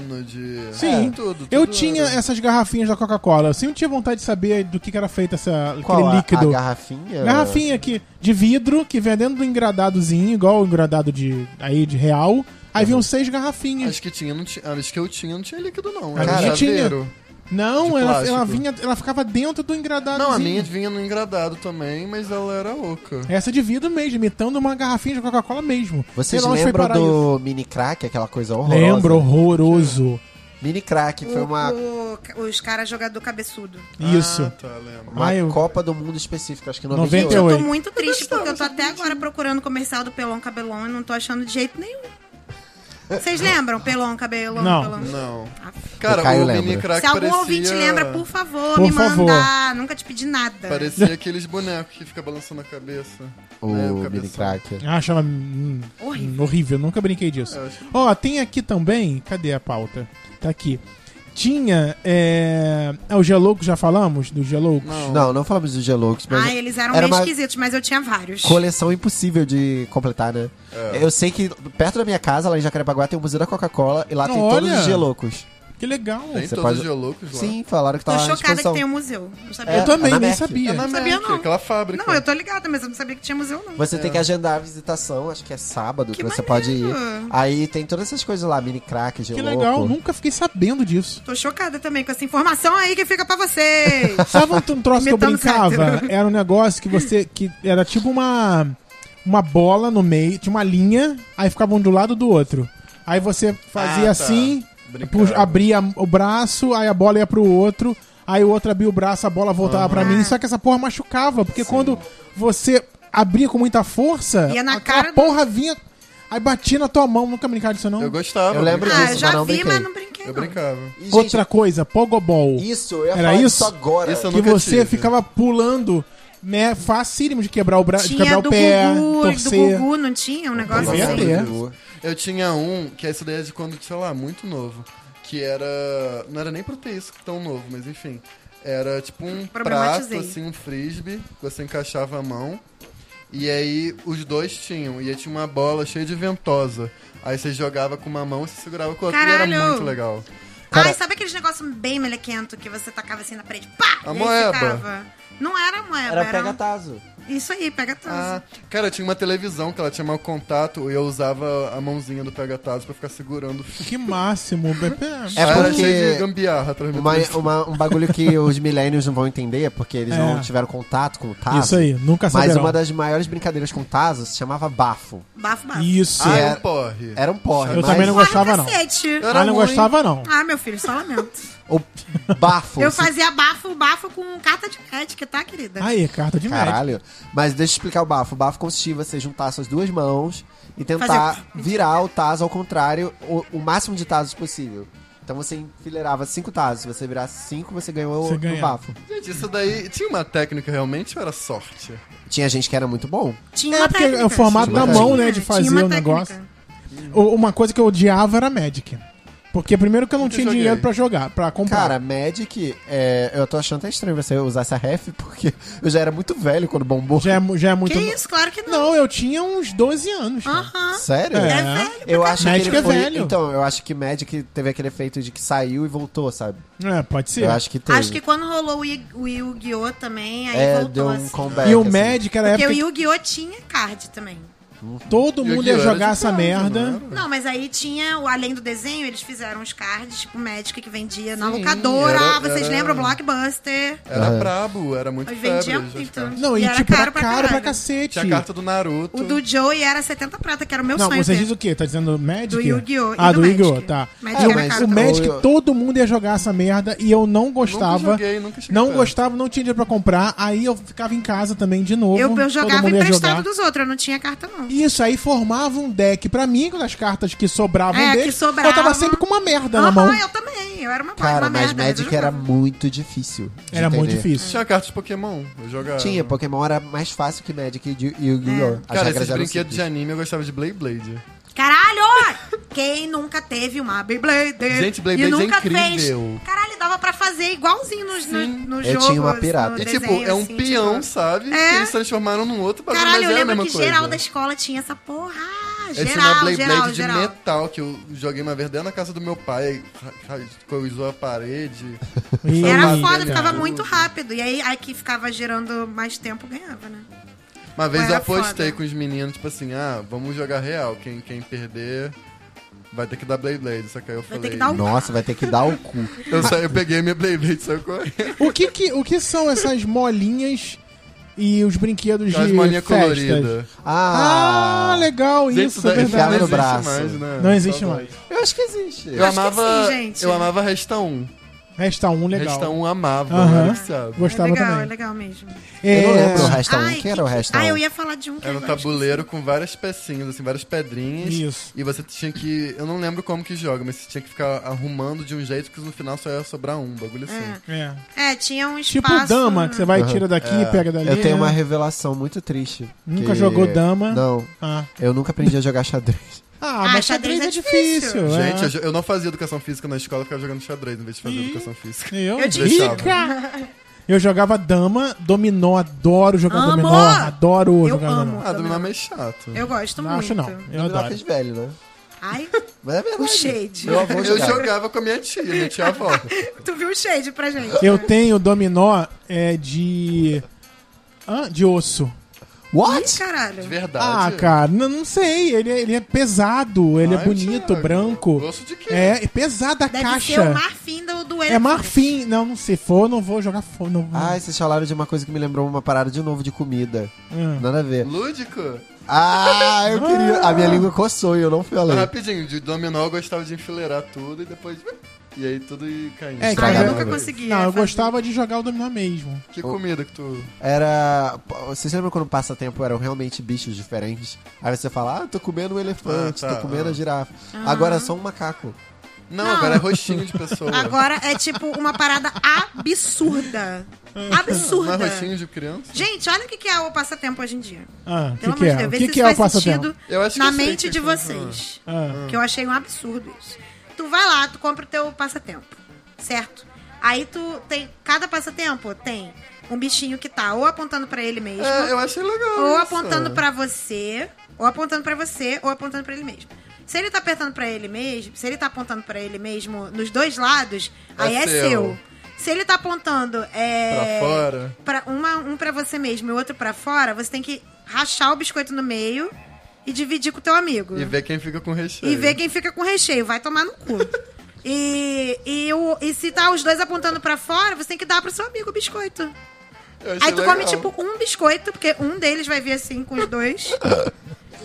Speaker 4: McDonald's.
Speaker 3: Sim.
Speaker 4: é, tudo, tudo
Speaker 3: eu
Speaker 4: era.
Speaker 3: tinha essas garrafinhas da Coca-Cola. Eu sempre tinha vontade de saber do que, que era feito essa,
Speaker 5: Qual,
Speaker 3: aquele
Speaker 5: a-
Speaker 3: líquido.
Speaker 5: A, garrafinha?
Speaker 3: Garrafinha aqui de vidro que vem dentro do engradadozinho, igual o engradado de aí de real. Aí
Speaker 4: Uhum.
Speaker 3: vinham seis garrafinhas.
Speaker 4: As que tinha, não tinha. As que eu tinha, não tinha líquido, não.
Speaker 3: A
Speaker 4: Era
Speaker 3: minha tinha.
Speaker 4: chaveiro.
Speaker 3: Não,
Speaker 4: de
Speaker 3: ela,
Speaker 4: plástico.
Speaker 3: ela vinha, ela ficava dentro do engradadozinho.
Speaker 4: Não, a minha vinha no engradado também, mas ela era oca.
Speaker 3: Essa de vidro mesmo, imitando uma garrafinha de Coca-Cola mesmo. Sei
Speaker 5: Vocês
Speaker 3: lá onde foi
Speaker 5: lembram
Speaker 3: parar isso.
Speaker 5: do mini crack, aquela coisa horrorosa?
Speaker 3: Lembro, horroroso.
Speaker 5: Mini crack foi uma,
Speaker 6: O- o- os caras jogador cabeçotudo.
Speaker 3: Isso.
Speaker 4: Ah, tá, lembro.
Speaker 5: uma
Speaker 3: Ah, eu-
Speaker 5: Copa do Mundo específica, acho que
Speaker 3: 98.
Speaker 5: 98.
Speaker 6: Eu tô
Speaker 3: Oi.
Speaker 6: muito triste porque eu tô até agora procurando comercial do Pelon Cabelon e não tô achando de jeito nenhum. Vocês lembram Pelon Cabelon?
Speaker 3: Não.
Speaker 6: Pelon?
Speaker 4: Não. Cara,
Speaker 5: O Caio
Speaker 4: o, mini
Speaker 5: lembra.
Speaker 4: crack
Speaker 6: Se algum
Speaker 4: parecia...
Speaker 6: ouvinte lembra, por favor,
Speaker 3: Por
Speaker 6: me
Speaker 3: favor.
Speaker 6: mandar. Nunca te pedi nada.
Speaker 4: Parecia aqueles bonecos que fica balançando a cabeça.
Speaker 5: O
Speaker 4: né,
Speaker 5: mini
Speaker 4: cabeção.
Speaker 5: crack.
Speaker 3: Ah, chama hum,
Speaker 6: Horrível.
Speaker 3: hum, horrível, nunca brinquei disso.
Speaker 4: Eu acho que-
Speaker 3: Ó, tem aqui também, cadê a pauta? Tá aqui. Tinha é, é o Geloucos, já falamos do Geloucos?
Speaker 4: Não.
Speaker 5: Não, não falamos dos Geloucos, mas
Speaker 6: Ah, eles eram
Speaker 5: era
Speaker 6: meio
Speaker 5: uma
Speaker 6: esquisitos, mas eu tinha vários.
Speaker 5: coleção impossível de completar, né? Eu sei que perto da minha casa, lá em Jacarepaguá, tem o Museu da Coca-Cola e lá tem todos
Speaker 3: Olha!
Speaker 5: os Geloucos.
Speaker 3: Que legal.
Speaker 4: Tem
Speaker 5: É, Você
Speaker 4: todos
Speaker 5: pode-
Speaker 4: os geloucos lá.
Speaker 5: Sim, falaram que
Speaker 6: Tô
Speaker 5: tava à
Speaker 6: chocada que
Speaker 5: disposição.
Speaker 6: tem um museu. Não sabia.
Speaker 5: É,
Speaker 3: Eu também,
Speaker 5: na
Speaker 3: nem
Speaker 5: Merck.
Speaker 3: sabia.
Speaker 4: É na
Speaker 6: Sabia
Speaker 4: Mac,
Speaker 6: não.
Speaker 4: aquela fábrica.
Speaker 6: Não, eu tô ligada, mas eu não sabia que tinha museu, não.
Speaker 5: Você tem que agendar a visitação, acho que é sábado
Speaker 6: Que
Speaker 5: que você
Speaker 6: maneiro.
Speaker 5: pode ir. Aí tem todas essas coisas lá, mini crack,
Speaker 3: Que
Speaker 5: gelouco.
Speaker 3: legal, nunca fiquei sabendo disso.
Speaker 6: Tô chocada também com essa informação aí que fica pra vocês.
Speaker 3: Sabe um- um troço que eu
Speaker 6: Imitando
Speaker 3: brincava?
Speaker 6: sátiro.
Speaker 3: Era um negócio que você. que era tipo uma. uma bola no meio, tinha uma linha, aí ficava um do lado do outro. Aí você fazia
Speaker 4: Ah, tá.
Speaker 3: assim,
Speaker 4: Brincava.
Speaker 3: pu- abria o braço, aí a bola ia pro outro, aí o outro abria o braço, a bola voltava pra mim. Só que essa porra machucava, porque quando você abria com muita força,
Speaker 6: Ia na
Speaker 3: a,
Speaker 6: cara do-
Speaker 3: porra vinha. Aí batia na tua mão, nunca brincava disso não.
Speaker 4: Eu gostava.
Speaker 5: Eu lembro
Speaker 4: brincava.
Speaker 6: ah, eu
Speaker 5: disso,
Speaker 6: já
Speaker 5: mas não
Speaker 6: vi,
Speaker 5: brinquei.
Speaker 6: mas não brinquei.
Speaker 4: Eu
Speaker 6: não.
Speaker 4: brincava.
Speaker 5: E, gente,
Speaker 3: Outra coisa, Pogobol.
Speaker 5: Isso, eu ia
Speaker 3: Era
Speaker 5: falar
Speaker 3: isso?
Speaker 5: disso agora.
Speaker 4: Isso eu
Speaker 3: que
Speaker 4: nunca
Speaker 3: você
Speaker 4: tive.
Speaker 3: ficava pulando, né, facílimo de quebrar o braço, de quebrar
Speaker 6: Tinha
Speaker 3: o
Speaker 6: do
Speaker 3: pé,
Speaker 6: Gugu, do
Speaker 3: torcer.
Speaker 6: Gugu, não tinha um negócio
Speaker 4: é
Speaker 3: Devia
Speaker 6: assim?
Speaker 3: ter.
Speaker 4: Eu tinha um, que essa ideia é de quando, sei lá, muito novo. Que era. Não era nem proteísco tão novo, mas enfim. Era tipo um prato,
Speaker 6: Problematizei.
Speaker 4: assim, um frisbee, que você encaixava a mão. E aí os dois tinham. E aí tinha uma bola cheia de ventosa. Aí você jogava com uma mão e você segurava com a outra. E
Speaker 6: Caralho!
Speaker 4: era muito legal.
Speaker 6: Ai, sabe aqueles negócios bem melequento que você tacava assim na parede? Pá!
Speaker 4: A
Speaker 6: E aí
Speaker 4: moeba.
Speaker 6: ficava. Não era moeba,
Speaker 5: Era
Speaker 6: era, um-
Speaker 5: pegatazo.
Speaker 6: Isso aí, pega tudo.
Speaker 4: Ah, cara, eu tinha uma televisão que ela tinha mau contato e eu usava a mãozinha do Pegatazo pra ficar segurando o fio.
Speaker 3: Que máximo.
Speaker 5: É
Speaker 4: Era
Speaker 5: porque-
Speaker 4: cheio de gambiarra atrás da
Speaker 5: Uma,
Speaker 4: televisão.
Speaker 5: uma- um bagulho que os millennials não vão entender, porque eles
Speaker 3: É.
Speaker 5: não tiveram contato com o Tazo.
Speaker 3: Isso aí, nunca
Speaker 5: Mas
Speaker 3: saberão.
Speaker 5: uma das maiores brincadeiras com o Tazo se chamava bafo.
Speaker 6: Bafo, bafo.
Speaker 3: Isso.
Speaker 4: Ah,
Speaker 5: era-
Speaker 4: um porre.
Speaker 5: Era um porre,
Speaker 3: Eu
Speaker 5: mas
Speaker 3: também não
Speaker 6: Porra,
Speaker 3: gostava não.
Speaker 6: cacete.
Speaker 3: Ah, não
Speaker 4: ruim.
Speaker 3: gostava não.
Speaker 6: Ah, meu filho, só lamento.
Speaker 5: o bafo.
Speaker 6: Eu
Speaker 5: se-
Speaker 6: fazia bafo, bafo com carta de crédito, tá, querida?
Speaker 3: Aí, carta de médico.
Speaker 5: Caralho. Mas deixa eu explicar o bafo. O bafo consistia em você juntar suas duas mãos e tentar
Speaker 6: Fazer
Speaker 5: virar o tazo ao contrário, o, o máximo de tazos possível. Então você enfileirava cinco tazos. Se você virar cinco, você ganhou
Speaker 3: Você
Speaker 5: o-
Speaker 3: ganha.
Speaker 5: o bafo.
Speaker 4: Gente, isso daí tinha uma técnica realmente ou era sorte?
Speaker 5: Tinha gente que era muito bom.
Speaker 6: Tinha
Speaker 3: É,
Speaker 6: uma
Speaker 3: porque é o
Speaker 6: técnica.
Speaker 3: formato
Speaker 6: Tinha
Speaker 5: da
Speaker 6: uma
Speaker 3: mão,
Speaker 6: técnica.
Speaker 3: né, de
Speaker 6: Tinha
Speaker 3: fazer
Speaker 6: uma
Speaker 3: o
Speaker 6: técnica.
Speaker 3: negócio. O- Uma coisa que eu odiava era Magic. Porque primeiro que eu não
Speaker 4: Nunca
Speaker 3: tinha
Speaker 4: joguei.
Speaker 3: dinheiro pra jogar, pra comprar.
Speaker 5: Cara, Magic, é, eu tô achando até estranho você usar essa ref, porque eu já era muito velho quando bombou.
Speaker 3: já, é, mu- já é muito...
Speaker 6: Que isso, Ah. claro que não.
Speaker 3: Não, eu tinha uns 12 anos. cara.
Speaker 6: Aham.
Speaker 5: Sério?
Speaker 3: É.
Speaker 6: É velho.
Speaker 5: Eu acho
Speaker 3: Magic
Speaker 5: que ele
Speaker 3: é
Speaker 5: foi...
Speaker 3: velho.
Speaker 5: Então, eu acho que Magic teve aquele efeito de que saiu e voltou, sabe?
Speaker 3: É, pode ser.
Speaker 5: Eu acho que teve.
Speaker 6: Acho que quando rolou o Yi- o Yu-Gi-Oh! também, aí
Speaker 5: é,
Speaker 6: voltou
Speaker 5: deu um
Speaker 6: assim.
Speaker 5: comeback.
Speaker 3: E o
Speaker 5: assim.
Speaker 3: Magic era a
Speaker 6: Porque
Speaker 3: época Hum.
Speaker 6: o
Speaker 3: que
Speaker 6: Yu-Gi-Oh! tinha card também.
Speaker 3: todo mundo ia
Speaker 4: Yu-Gi-Oh! era né?
Speaker 3: jogar
Speaker 4: de
Speaker 3: essa
Speaker 4: casa,
Speaker 3: merda.
Speaker 4: não era?
Speaker 6: Não, mas aí tinha, o além do desenho, eles fizeram os cards, tipo Magic que vendia na
Speaker 4: Sim,
Speaker 6: locadora.
Speaker 4: era-
Speaker 6: Ah, vocês
Speaker 4: era-
Speaker 6: lembram? Blockbuster.
Speaker 3: É,
Speaker 4: Era
Speaker 5: É.
Speaker 4: brabo, era muito
Speaker 6: Aí
Speaker 4: febre.
Speaker 6: vendia
Speaker 4: gente,
Speaker 6: muito.
Speaker 4: cara.
Speaker 3: Não, e,
Speaker 6: E era
Speaker 3: tipo,
Speaker 6: caro
Speaker 3: era
Speaker 6: pra
Speaker 3: caro pra
Speaker 6: caralho.
Speaker 3: cacete.
Speaker 4: Tinha a carta do Naruto.
Speaker 6: O do Joey era 70 prata, que era o meu
Speaker 3: Não,
Speaker 6: sonho.
Speaker 3: você
Speaker 6: ter.
Speaker 3: diz o quê? Tá dizendo Magic?
Speaker 6: Do Yu-Gi-Oh! e
Speaker 3: Ah, do,
Speaker 6: Magic.
Speaker 3: Yu-Gi-Oh! Tá.
Speaker 6: Magic
Speaker 5: É,
Speaker 6: era
Speaker 5: mas
Speaker 6: caro
Speaker 5: o
Speaker 3: O
Speaker 6: também.
Speaker 3: Magic,
Speaker 5: Eu-
Speaker 3: todo mundo ia jogar essa merda e eu não gostava.
Speaker 4: Nunca joguei, nunca cheguei
Speaker 3: não
Speaker 4: perto.
Speaker 3: gostava, não tinha dinheiro pra comprar. Aí eu ficava em casa também de novo.
Speaker 6: Eu, eu
Speaker 3: todo
Speaker 6: jogava
Speaker 3: mundo ia
Speaker 6: emprestado
Speaker 3: jogar.
Speaker 6: dos outros, eu não tinha carta, não.
Speaker 3: Isso, aí formava um deck pra mim, com as cartas que sobravam
Speaker 6: É, que
Speaker 3: deles.
Speaker 6: sobravam.
Speaker 3: Eu tava sempre com uma merda na
Speaker 6: Aham,
Speaker 3: mão.
Speaker 6: eu também. Eu era uma,
Speaker 5: Cara,
Speaker 6: uma
Speaker 5: mas
Speaker 6: merda. né? mas eu
Speaker 5: Magic era
Speaker 6: jogava.
Speaker 5: muito difícil. de
Speaker 3: Era muito
Speaker 5: entender.
Speaker 3: difícil.
Speaker 4: Tinha a carta de Pokémon, eu jogava.
Speaker 5: Tinha, Pokémon era mais fácil que Magic e Yu- e
Speaker 6: É.
Speaker 5: Yu-Gi-Oh! As
Speaker 4: Cara,
Speaker 5: regras
Speaker 4: esses
Speaker 5: eram
Speaker 4: brinquedos de
Speaker 5: simples.
Speaker 4: anime eu gostava de Blade Blade.
Speaker 6: Caralho! Quem nunca teve uma Beyblade?
Speaker 4: Gente, Beyblade
Speaker 6: e
Speaker 4: é
Speaker 6: nunca
Speaker 4: incrível.
Speaker 6: Fez... Caralho, dava pra fazer igualzinho no, no, no
Speaker 5: Eu
Speaker 6: jogo.
Speaker 5: tinha uma pirata.
Speaker 6: no
Speaker 5: E,
Speaker 4: E,
Speaker 6: desenho,
Speaker 4: tipo, é um
Speaker 6: assim,
Speaker 4: peão,
Speaker 6: tipo-
Speaker 4: sabe?
Speaker 6: É.
Speaker 4: Que eles transformaram num outro bagulho,
Speaker 6: Caralho,
Speaker 4: mas
Speaker 6: eu
Speaker 4: é a
Speaker 6: lembro
Speaker 4: mesma
Speaker 6: que
Speaker 4: coisa.
Speaker 6: geral da escola tinha essa porra. Ah,
Speaker 4: Eu tinha uma
Speaker 6: Geral,
Speaker 4: Blade
Speaker 6: geral,
Speaker 4: Blade de
Speaker 6: geral.
Speaker 4: metal que eu joguei uma vez dentro da casa do meu pai, ra- ra- coisou a parede.
Speaker 3: Ih,
Speaker 6: Era
Speaker 3: cara.
Speaker 6: foda, ficava muito rápido. E aí, aí que ficava girando mais tempo ganhava, né?
Speaker 4: Uma vez
Speaker 6: Ué,
Speaker 4: eu
Speaker 6: é
Speaker 4: apostei
Speaker 6: foda.
Speaker 4: com os meninos, tipo assim, ah, vamos jogar real. Quem, quem perder vai ter que dar Blade Blade. Só que aí eu
Speaker 6: Vai
Speaker 4: falei.
Speaker 6: ter que dar um-
Speaker 5: Nossa, vai ter que dar o cu.
Speaker 4: eu, sa... eu peguei minha Blade Blade e saí correndo.
Speaker 3: O que, que- o que são essas molinhas e os brinquedos
Speaker 4: Aquelas
Speaker 3: de
Speaker 4: molinhas
Speaker 3: festas?
Speaker 4: coloridas.
Speaker 5: Ah,
Speaker 3: Ah, legal
Speaker 4: Gente,
Speaker 3: isso, é
Speaker 4: daí
Speaker 5: enfiava
Speaker 4: não
Speaker 5: no
Speaker 3: verdade.
Speaker 4: existe
Speaker 5: braço.
Speaker 4: mais, né?
Speaker 3: Não existe
Speaker 4: Só dói.
Speaker 3: mais.
Speaker 5: Eu acho que existe.
Speaker 4: Eu
Speaker 6: Acho que
Speaker 4: amava,
Speaker 6: sim, gente.
Speaker 4: eu amava Resta 1.
Speaker 3: Resta um, legal.
Speaker 4: Resta 1 amava,
Speaker 3: Aham.
Speaker 4: né, sabe?
Speaker 3: Gostava
Speaker 6: é legal, é
Speaker 3: também.
Speaker 6: legal mesmo.
Speaker 5: Eu não
Speaker 3: É,
Speaker 5: lembro o resto
Speaker 6: Ai,
Speaker 5: 1. Quem era o resto 1?
Speaker 6: Ah, eu ia falar de um que
Speaker 4: Era um
Speaker 6: agora eu
Speaker 4: tabuleiro com várias pecinhas, assim, várias pedrinhas.
Speaker 3: Isso.
Speaker 4: E você tinha que. Eu não lembro como que joga, mas você tinha que ficar arrumando de um jeito que no final só ia sobrar um, bagulho assim.
Speaker 6: esqueci.
Speaker 3: é.
Speaker 6: É. É, tinha um
Speaker 3: Tipo
Speaker 6: espaço...
Speaker 3: dama, que você vai e
Speaker 5: Aham. É.
Speaker 3: tira daqui, pega dali.
Speaker 5: Eu tenho uma
Speaker 3: né?
Speaker 5: revelação muito triste.
Speaker 3: Nunca jogou dama?
Speaker 5: Não.
Speaker 3: Ah,
Speaker 5: Eu nunca aprendi a jogar xadrez.
Speaker 3: ah,
Speaker 6: Ah,
Speaker 3: mas
Speaker 6: xadrez
Speaker 3: xadrez é
Speaker 6: é difícil.
Speaker 3: difícil. é.
Speaker 4: Gente, eu, jo- eu não fazia educação física na escola, eu ficava jogando xadrez em vez de fazer educação física.
Speaker 3: Eu,
Speaker 6: Eu
Speaker 3: eu
Speaker 6: te
Speaker 3: Eu jogava dama, dominó, adoro jogar
Speaker 6: Amo!
Speaker 3: dominó, adoro
Speaker 6: Eu
Speaker 3: jogar
Speaker 6: amo.
Speaker 3: dominó.
Speaker 4: Ah, dominar é meio chato.
Speaker 6: Eu gosto
Speaker 3: Não
Speaker 6: muito.
Speaker 3: acho não, eu
Speaker 5: Eu
Speaker 3: adoro.
Speaker 5: fiz velho, né?
Speaker 6: Ai,
Speaker 5: Mas é verdade.
Speaker 6: o shade.
Speaker 5: Meu avô
Speaker 4: Eu
Speaker 5: jogava.
Speaker 4: jogava com a minha tia, minha tia avó.
Speaker 6: Tu viu o shade pra gente?
Speaker 3: Eu
Speaker 6: né?
Speaker 3: tenho dominó é, de... hã? de osso.
Speaker 6: Ih,
Speaker 5: What?
Speaker 6: caralho.
Speaker 4: De
Speaker 3: Ah,
Speaker 4: verdade.
Speaker 3: cara, não, não sei, ele, é- ele é pesado, ele
Speaker 4: Ai,
Speaker 3: é bonito,
Speaker 4: Thiago,
Speaker 3: branco.
Speaker 4: gosto de quê?
Speaker 3: É, é pesada a
Speaker 6: Deve ser o
Speaker 3: caixa.
Speaker 6: marfim do, do
Speaker 3: É marfim. Não, não se for, não vou jogar fora. Não... vou.
Speaker 5: Ai, vocês falaram de uma coisa que me lembrou uma parada de novo de comida.
Speaker 3: Hum.
Speaker 5: Nada a ver.
Speaker 4: Lúdico?
Speaker 5: Ah, eu queria. A minha língua coçou e eu não falei.
Speaker 6: Ah.
Speaker 4: Rapidinho, de dominó eu gostava de enfileirar tudo e depois. E aí tudo ia caindo.
Speaker 3: É,
Speaker 6: Ah,
Speaker 3: cara,
Speaker 6: eu
Speaker 5: Caralho.
Speaker 6: nunca conseguia
Speaker 3: Não, eu
Speaker 6: fazer.
Speaker 3: gostava de jogar o dominó mesmo.
Speaker 4: Que comida que tu.
Speaker 5: Era. pô, Vocês lembram quando o passatempo eram realmente bichos diferentes? Aí você fala, ah, tô comendo um elefante,
Speaker 4: Ah, tá,
Speaker 5: tô comendo
Speaker 4: ah.
Speaker 5: a girafa. Agora é só um macaco.
Speaker 4: Não,
Speaker 6: Não.
Speaker 4: agora é rostinho de pessoa.
Speaker 6: Agora é tipo uma parada absurda.
Speaker 4: Não é
Speaker 6: Absurda.
Speaker 4: rostinho de criança?
Speaker 6: Gente, olha o que que é o passatempo hoje em dia.
Speaker 3: Ah, o
Speaker 6: Pelo
Speaker 3: que, que
Speaker 6: amor de
Speaker 3: é?
Speaker 6: Deus,
Speaker 3: O
Speaker 6: vê
Speaker 3: que,
Speaker 6: se
Speaker 3: que é
Speaker 6: isso
Speaker 3: o
Speaker 6: faz
Speaker 3: passatempo?
Speaker 6: sentido
Speaker 4: Eu acho que
Speaker 6: na
Speaker 4: eu sei
Speaker 6: mente
Speaker 4: que
Speaker 6: de
Speaker 4: é.
Speaker 6: vocês.
Speaker 3: Ah.
Speaker 6: Que eu achei um absurdo isso. Tu vai lá, tu compra o teu passatempo, certo? Aí tu tem. Cada passatempo tem um bichinho que tá ou apontando pra ele mesmo,
Speaker 4: É, eu achei legal.
Speaker 6: ou
Speaker 4: isso.
Speaker 6: apontando pra você, ou apontando pra você, ou apontando pra ele mesmo. Se ele tá apertando pra ele mesmo, se ele tá apontando pra ele mesmo nos dois lados,
Speaker 4: É
Speaker 6: aí é
Speaker 4: seu.
Speaker 6: seu. Se ele tá apontando é
Speaker 4: Pra fora.
Speaker 6: pra- uma, um pra você mesmo e outro pra fora, você tem que rachar o biscoito no meio e dividir com o teu amigo.
Speaker 4: E ver quem fica com recheio.
Speaker 6: E ver quem fica com recheio. Vai tomar no cu. e, e, o- e se tá os dois apontando pra fora, você tem que dar pro seu amigo o biscoito.
Speaker 4: Eu achei
Speaker 6: Aí tu
Speaker 4: é legal.
Speaker 6: come, tipo, um biscoito, porque um deles vai vir assim com os dois.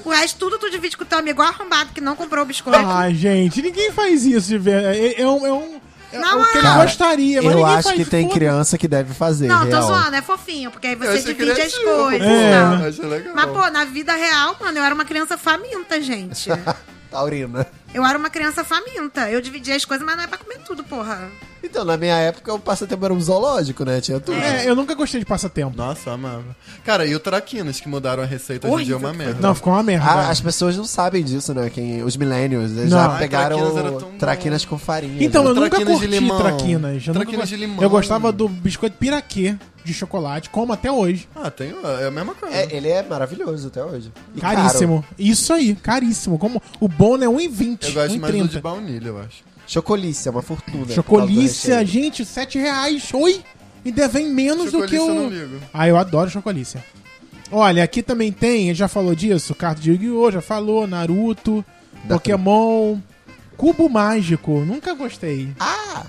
Speaker 6: o resto tudo tu divide com o teu amigo arrombado é que não comprou o biscoito.
Speaker 3: Ah, gente, ninguém faz isso de ver. É, é um. É um é
Speaker 6: Na
Speaker 3: o que ele
Speaker 5: moral.
Speaker 3: gostaria, mas
Speaker 5: Eu
Speaker 3: ninguém
Speaker 5: acho
Speaker 3: faz
Speaker 5: que tem
Speaker 3: foda.
Speaker 5: criança que deve fazer.
Speaker 6: não, tô
Speaker 5: real.
Speaker 6: zoando, é fofinho, porque aí
Speaker 4: Eu
Speaker 6: você
Speaker 4: achei
Speaker 6: divide as
Speaker 4: criativo,
Speaker 6: coisas
Speaker 4: pô. É.
Speaker 6: e tal.
Speaker 4: Eu achei legal.
Speaker 6: Mas, pô, na vida real, mano, eu era uma criança faminta, gente.
Speaker 5: Taurina.
Speaker 6: Eu era uma criança faminta. Eu dividia as coisas, mas não é pra comer tudo, porra.
Speaker 5: Então, na minha época, o passatempo era um zoológico, né? Tinha tudo.
Speaker 3: É, eu nunca gostei de passatempo.
Speaker 4: Nossa, eu amava. Cara, e o Traquinas, que mudaram a receita hoje em dia é uma merda.
Speaker 3: Não, ficou uma merda.
Speaker 5: Ah, as pessoas não sabem disso, né? Quem, os millennials, eles
Speaker 3: Não. é
Speaker 5: já
Speaker 3: Ai,
Speaker 5: pegaram
Speaker 4: traquinas era tão bom.
Speaker 5: traquinas com farinha.
Speaker 3: então,
Speaker 5: né?
Speaker 3: eu nunca
Speaker 4: traquinas
Speaker 3: curti
Speaker 4: de limão.
Speaker 3: traquinas. Eu, nunca
Speaker 4: Traquinas
Speaker 3: go-
Speaker 4: de limão.
Speaker 3: eu gostava do biscoito piraquê de chocolate, como até hoje.
Speaker 4: Ah, tem. É a mesma coisa.
Speaker 5: É, ele é maravilhoso até hoje. E caro.
Speaker 3: Caríssimo. Isso aí, caríssimo. Como o bom é 1,20.
Speaker 4: eu gosto mais do de
Speaker 3: 1,30.
Speaker 4: baunilha, eu acho.
Speaker 5: Chocolícia, uma fortuna.
Speaker 3: Chocolícia, gente, 7 reais. Oi! E devem menos do que
Speaker 4: Chocolícia
Speaker 3: o.
Speaker 4: eu não ligo.
Speaker 3: Ah, eu adoro chocolícia. Olha, aqui também tem, já falou disso, carta de Yu-Gi-Oh! já falou, Naruto, Pokémon, Cubo Mágico, nunca gostei.
Speaker 5: Ah!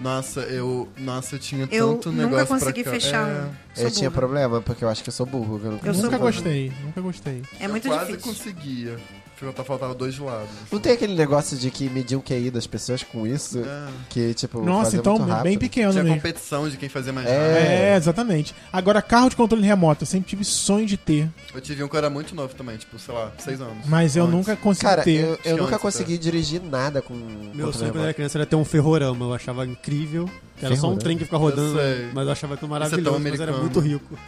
Speaker 4: Nossa, eu. Nossa, eu tinha
Speaker 6: Eu
Speaker 4: tanto um
Speaker 6: nunca
Speaker 4: negócio.
Speaker 6: consegui
Speaker 4: pra cá.
Speaker 6: fechar
Speaker 4: É,
Speaker 6: um. Sou
Speaker 5: eu tinha
Speaker 6: burra.
Speaker 5: problema, porque eu acho que eu sou burro. Eu, não
Speaker 6: Eu sou
Speaker 3: nunca
Speaker 6: burra.
Speaker 3: gostei, nunca gostei.
Speaker 6: É muito
Speaker 4: eu quase
Speaker 6: difícil.
Speaker 4: conseguia. Faltava- Faltava dois lados.
Speaker 5: Não tem aquele negócio de que medir o QI das pessoas com isso? Que, tipo,
Speaker 3: Ah. Nossa,
Speaker 5: fazer
Speaker 3: então
Speaker 5: muito rápido.
Speaker 3: bem pequeno
Speaker 4: Tinha
Speaker 3: mesmo.
Speaker 4: competição de quem fazia mais
Speaker 5: É.
Speaker 4: rápido.
Speaker 3: É, exatamente. Agora, carro de controle remoto, eu sempre tive sonho de ter,
Speaker 4: Eu tive um que eu era muito novo também, tipo, sei lá, seis anos.
Speaker 3: mas eu
Speaker 4: Antes.
Speaker 3: nunca consegui
Speaker 5: Cara,
Speaker 3: ter.
Speaker 5: eu, eu
Speaker 4: Antes,
Speaker 5: nunca
Speaker 4: tá.
Speaker 5: consegui dirigir nada com...
Speaker 1: Meu
Speaker 5: com
Speaker 1: sonho quando eu
Speaker 5: trem.
Speaker 1: era criança era ter um ferrorama, eu achava incrível. Era só um
Speaker 5: Ferrou,
Speaker 1: trem que fica rodando,
Speaker 4: sei.
Speaker 1: mas eu achava aquilo
Speaker 4: é tão
Speaker 1: maravilhoso, mas era
Speaker 4: americano.
Speaker 1: muito rico.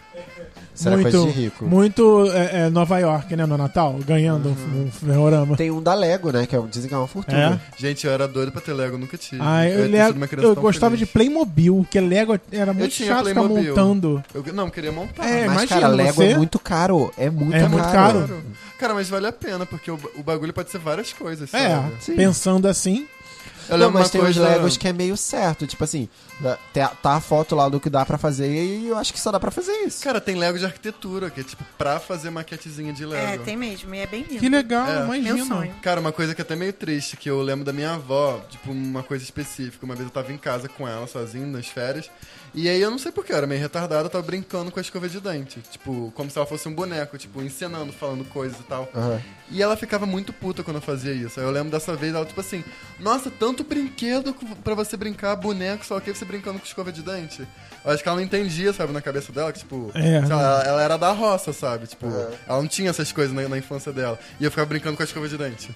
Speaker 5: Isso era
Speaker 3: muito,
Speaker 5: coisa de rico.
Speaker 3: Muito é, é, Nova York, né? No Natal, ganhando um,
Speaker 5: Uhum.
Speaker 3: um ferrorama.
Speaker 5: Tem um da Lego, né? Que é, dizem que é uma fortuna.
Speaker 4: Gente, eu era doido pra ter Lego, eu nunca tive.
Speaker 3: Ah, eu,
Speaker 4: ia
Speaker 3: Lego-
Speaker 4: ter sido é uma criança
Speaker 3: eu
Speaker 4: tão
Speaker 3: gostava
Speaker 4: feliz.
Speaker 3: de Playmobil, que é Lego era muito
Speaker 4: tinha
Speaker 3: chato ficar
Speaker 4: Playmobil.
Speaker 3: montando.
Speaker 4: Eu não, queria montar.
Speaker 3: É,
Speaker 5: Ah, Mas,
Speaker 3: imagina
Speaker 5: cara, Lego
Speaker 3: você...
Speaker 5: é muito caro. É muito
Speaker 3: É
Speaker 5: caro.
Speaker 3: muito caro.
Speaker 4: Claro. Cara, mas vale a pena, porque o, o bagulho pode ser várias coisas,
Speaker 3: É,
Speaker 4: sabe?
Speaker 5: Sim.
Speaker 3: pensando assim,
Speaker 4: Eu
Speaker 5: Não,
Speaker 4: lembro
Speaker 5: mas
Speaker 4: uma
Speaker 5: tem
Speaker 4: coisa...
Speaker 5: os Legos que é meio certo. Tipo assim, tá- tá a foto lá do que dá pra fazer e eu acho que só dá pra fazer isso.
Speaker 4: Cara, tem Lego de arquitetura, que é tipo pra fazer maquetezinha de
Speaker 6: É,
Speaker 4: Lego.
Speaker 6: tem mesmo. E é bem lindo.
Speaker 3: que legal,
Speaker 4: É.
Speaker 3: imagina.
Speaker 6: Meu sonho.
Speaker 4: Cara, uma coisa que é até meio triste, que eu lembro da minha avó, tipo, uma coisa específica. Uma vez eu tava em casa com ela, sozinho, nas férias. E aí eu não sei porquê, eu era meio retardada, eu tava brincando com a escova de dente. Tipo, como se ela fosse um boneco, tipo, encenando, falando coisas e tal.
Speaker 5: Aham.
Speaker 4: E ela ficava muito puta quando eu fazia isso. Aí eu lembro dessa vez, ela tipo assim, nossa, tanto brinquedo co- pra você brincar, boneco, só que você brincando com escova de dente. Eu acho que ela não entendia, sabe, na cabeça dela, que tipo,
Speaker 3: É.
Speaker 4: sei lá, ela, ela era da roça, sabe? Tipo, ela não tinha essas coisas na, na infância dela. E eu ficava brincando com a escova de dente.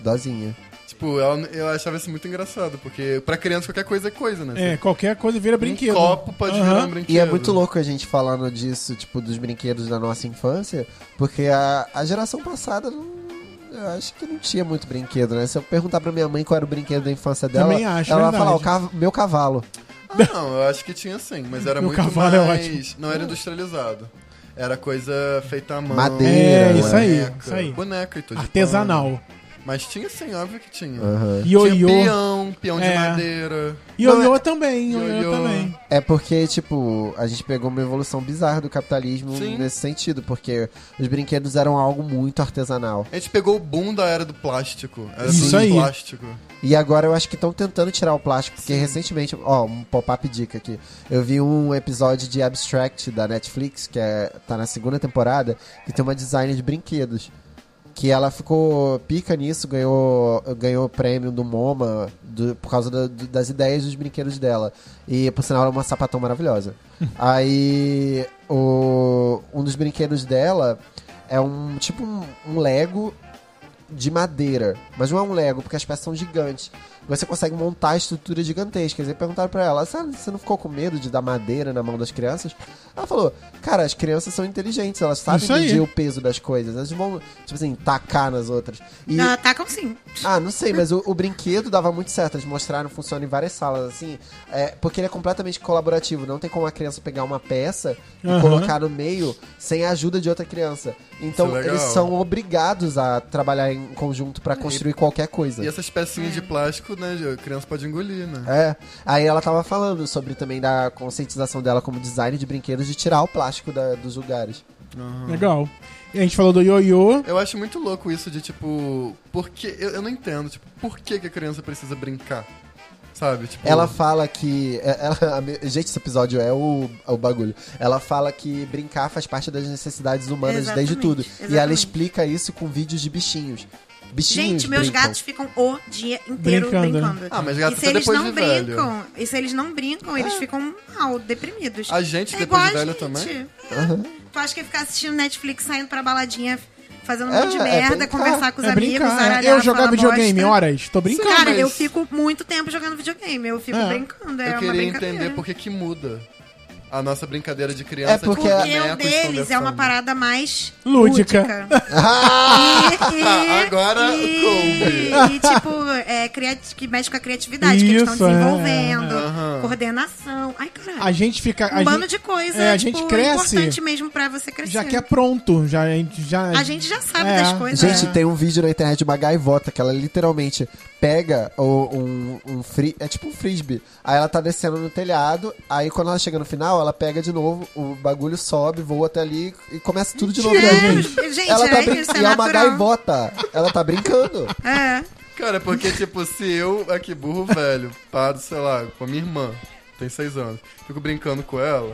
Speaker 5: Dozinha.
Speaker 4: Tipo, ela- eu achava isso muito engraçado, porque pra criança qualquer coisa é coisa, né?
Speaker 3: É, qualquer coisa vira
Speaker 4: um
Speaker 3: brinquedo.
Speaker 4: copo pode
Speaker 3: Aham.
Speaker 4: virar um brinquedo.
Speaker 5: E é muito louco a gente falando disso, tipo, dos brinquedos da nossa infância, porque a, a geração passada não. Eu acho que não tinha muito brinquedo, né? Se eu perguntar pra minha mãe qual era o brinquedo da infância dela,
Speaker 3: Também acho,
Speaker 5: ela vai
Speaker 3: verdade.
Speaker 5: falar, o cava- meu cavalo.
Speaker 4: Ah, não, eu acho que tinha sim, mas era
Speaker 3: Meu
Speaker 4: muito
Speaker 3: cavalo é
Speaker 4: mais...
Speaker 3: ótimo.
Speaker 4: Não era industrializado. Era coisa feita à mão.
Speaker 5: Madeira,
Speaker 3: É, isso aí,
Speaker 4: boneca,
Speaker 3: isso aí.
Speaker 4: Boneca e tudo. Então,
Speaker 3: Artesanal.
Speaker 4: Mas tinha sim, óbvio que tinha. Tinha né?
Speaker 3: Ioiô.
Speaker 4: peão, peão
Speaker 3: É.
Speaker 4: de madeira.
Speaker 3: Ioiô também,
Speaker 4: Ioiô.
Speaker 3: ioiô também.
Speaker 5: É porque, tipo, a gente pegou uma evolução bizarra do capitalismo
Speaker 4: Sim.
Speaker 5: nesse sentido, porque os brinquedos eram algo muito artesanal.
Speaker 4: A gente pegou o boom da era do plástico. Era
Speaker 3: Isso
Speaker 4: tudo
Speaker 3: aí.
Speaker 4: plástico.
Speaker 5: E agora eu acho que estão tentando tirar o plástico, porque recentemente, ó, um pop-up dica aqui. Eu vi um episódio de Abstract da Netflix, que é, tá na segunda temporada, que tem uma design de brinquedos. Que ela ficou pica nisso, ganhou ganhou o prêmio do MoMA do- por causa da- do- das ideias dos brinquedos dela. E, por sinal, ela é uma sapatão maravilhosa. Aí, o- um dos brinquedos dela é um tipo um- um Lego de madeira, mas não é um Lego, porque as peças são gigantes. Você consegue montar estruturas gigantescas. E perguntaram pra ela, "Sa- você não ficou com medo de dar madeira na mão das crianças? Ela falou, cara, as crianças são inteligentes, elas sabem
Speaker 3: Isso aí.
Speaker 5: medir o peso das coisas. Elas vão, tipo assim, tacar nas outras. E,
Speaker 6: Não, atacam sim.
Speaker 5: ah, não sei, mas o, o brinquedo dava muito certo. Eles mostraram funciona em várias salas, assim. é, porque ele é completamente colaborativo. Não tem como a criança pegar uma peça
Speaker 3: Aham.
Speaker 5: e colocar no meio sem a ajuda de outra criança. Então
Speaker 4: Isso é legal.
Speaker 5: eles são obrigados a trabalhar em conjunto pra construir qualquer coisa.
Speaker 4: E essas pecinhas
Speaker 6: É.
Speaker 4: de plástico, né, a criança pode engolir, né?
Speaker 5: É. Aí ela tava falando sobre também da conscientização dela como design de brinquedos de tirar o plástico da- dos lugares.
Speaker 3: Legal. E a gente falou do ioiô.
Speaker 4: Eu acho muito louco isso de tipo. Porque. Eu, eu não entendo, tipo, por que, que a criança precisa brincar? Sabe? Tipo,
Speaker 5: Ela fala que. é- ela- a me- gente, esse episódio é o, é o bagulho. Ela fala que brincar faz parte das necessidades humanas desde
Speaker 6: Exatamente,
Speaker 5: tudo. E ela
Speaker 6: exatamente.
Speaker 5: explica isso com vídeos de bichinhos. Bichinhos.
Speaker 6: Gente, meus
Speaker 5: brincam.
Speaker 6: gatos ficam o dia inteiro
Speaker 3: Brincando,
Speaker 6: brincando.
Speaker 3: né?
Speaker 4: Ah, mas gato
Speaker 6: e se
Speaker 4: até
Speaker 6: eles
Speaker 4: depois
Speaker 6: não
Speaker 4: de velho.
Speaker 6: brincam, e se eles não brincam, eles ficam mal, deprimidos.
Speaker 4: A gente,
Speaker 6: é
Speaker 4: depois de
Speaker 6: igual a
Speaker 4: velho,
Speaker 6: gente.
Speaker 4: também.
Speaker 6: É. Tu acha que é ficar assistindo Netflix, saindo pra baladinha, fazendo um
Speaker 5: É,
Speaker 6: monte de
Speaker 5: é
Speaker 6: merda,
Speaker 5: brincar.
Speaker 6: conversar com os
Speaker 3: É
Speaker 6: amigos,
Speaker 3: brincar.
Speaker 6: aralhar,
Speaker 3: Eu jogar
Speaker 6: falar
Speaker 3: videogame,
Speaker 6: bosta.
Speaker 3: horas. Tô brincando.
Speaker 4: Sim,
Speaker 6: Cara,
Speaker 4: Então, mas
Speaker 6: eu fico muito tempo jogando videogame. Eu fico
Speaker 3: É.
Speaker 6: brincando. É
Speaker 4: eu
Speaker 6: uma
Speaker 4: queria
Speaker 6: brincadeira.
Speaker 4: entender por que que muda a nossa brincadeira de criança.
Speaker 5: É porque-
Speaker 4: tipo,
Speaker 6: Porque o
Speaker 4: bonecos
Speaker 6: deles é uma
Speaker 4: conversando.
Speaker 6: parada mais
Speaker 3: Lúdica.
Speaker 6: E- e-
Speaker 4: Agora
Speaker 6: e,
Speaker 4: coube.
Speaker 6: e, tipo, é, criati- que mexe com a criatividade, que eles estão
Speaker 3: Isso, é.
Speaker 6: desenvolvendo,
Speaker 4: Aham.
Speaker 6: coordenação. Ai, caralho.
Speaker 3: A gente fica.
Speaker 6: um
Speaker 3: a
Speaker 6: bando
Speaker 3: gente
Speaker 6: de coisa.
Speaker 3: é, a
Speaker 6: tipo,
Speaker 3: gente cresce-
Speaker 6: importante mesmo pra você crescer.
Speaker 3: já quer pronto. Já, a gente já.
Speaker 6: A gente já sabe
Speaker 3: É.
Speaker 6: das coisas.
Speaker 5: Gente,
Speaker 6: né?
Speaker 5: tem um vídeo na internet de uma gaivota que ela literalmente pega o- um, um fri- É tipo um frisbee. Aí ela tá descendo no telhado. Aí quando ela chega no final, ela pega de novo. O bagulho sobe, voa até ali e começa tudo de novo.
Speaker 6: Mentira,
Speaker 5: né,
Speaker 6: gente,
Speaker 5: ela tá
Speaker 6: é
Speaker 5: brin-
Speaker 6: isso, é
Speaker 5: e é uma
Speaker 6: natural.
Speaker 5: gaivota. Ela tá brincando.
Speaker 6: É.
Speaker 4: Cara, porque, tipo, se eu, aqui burro velho, paro, sei lá, com a minha irmã, tem seis anos, fico brincando com ela,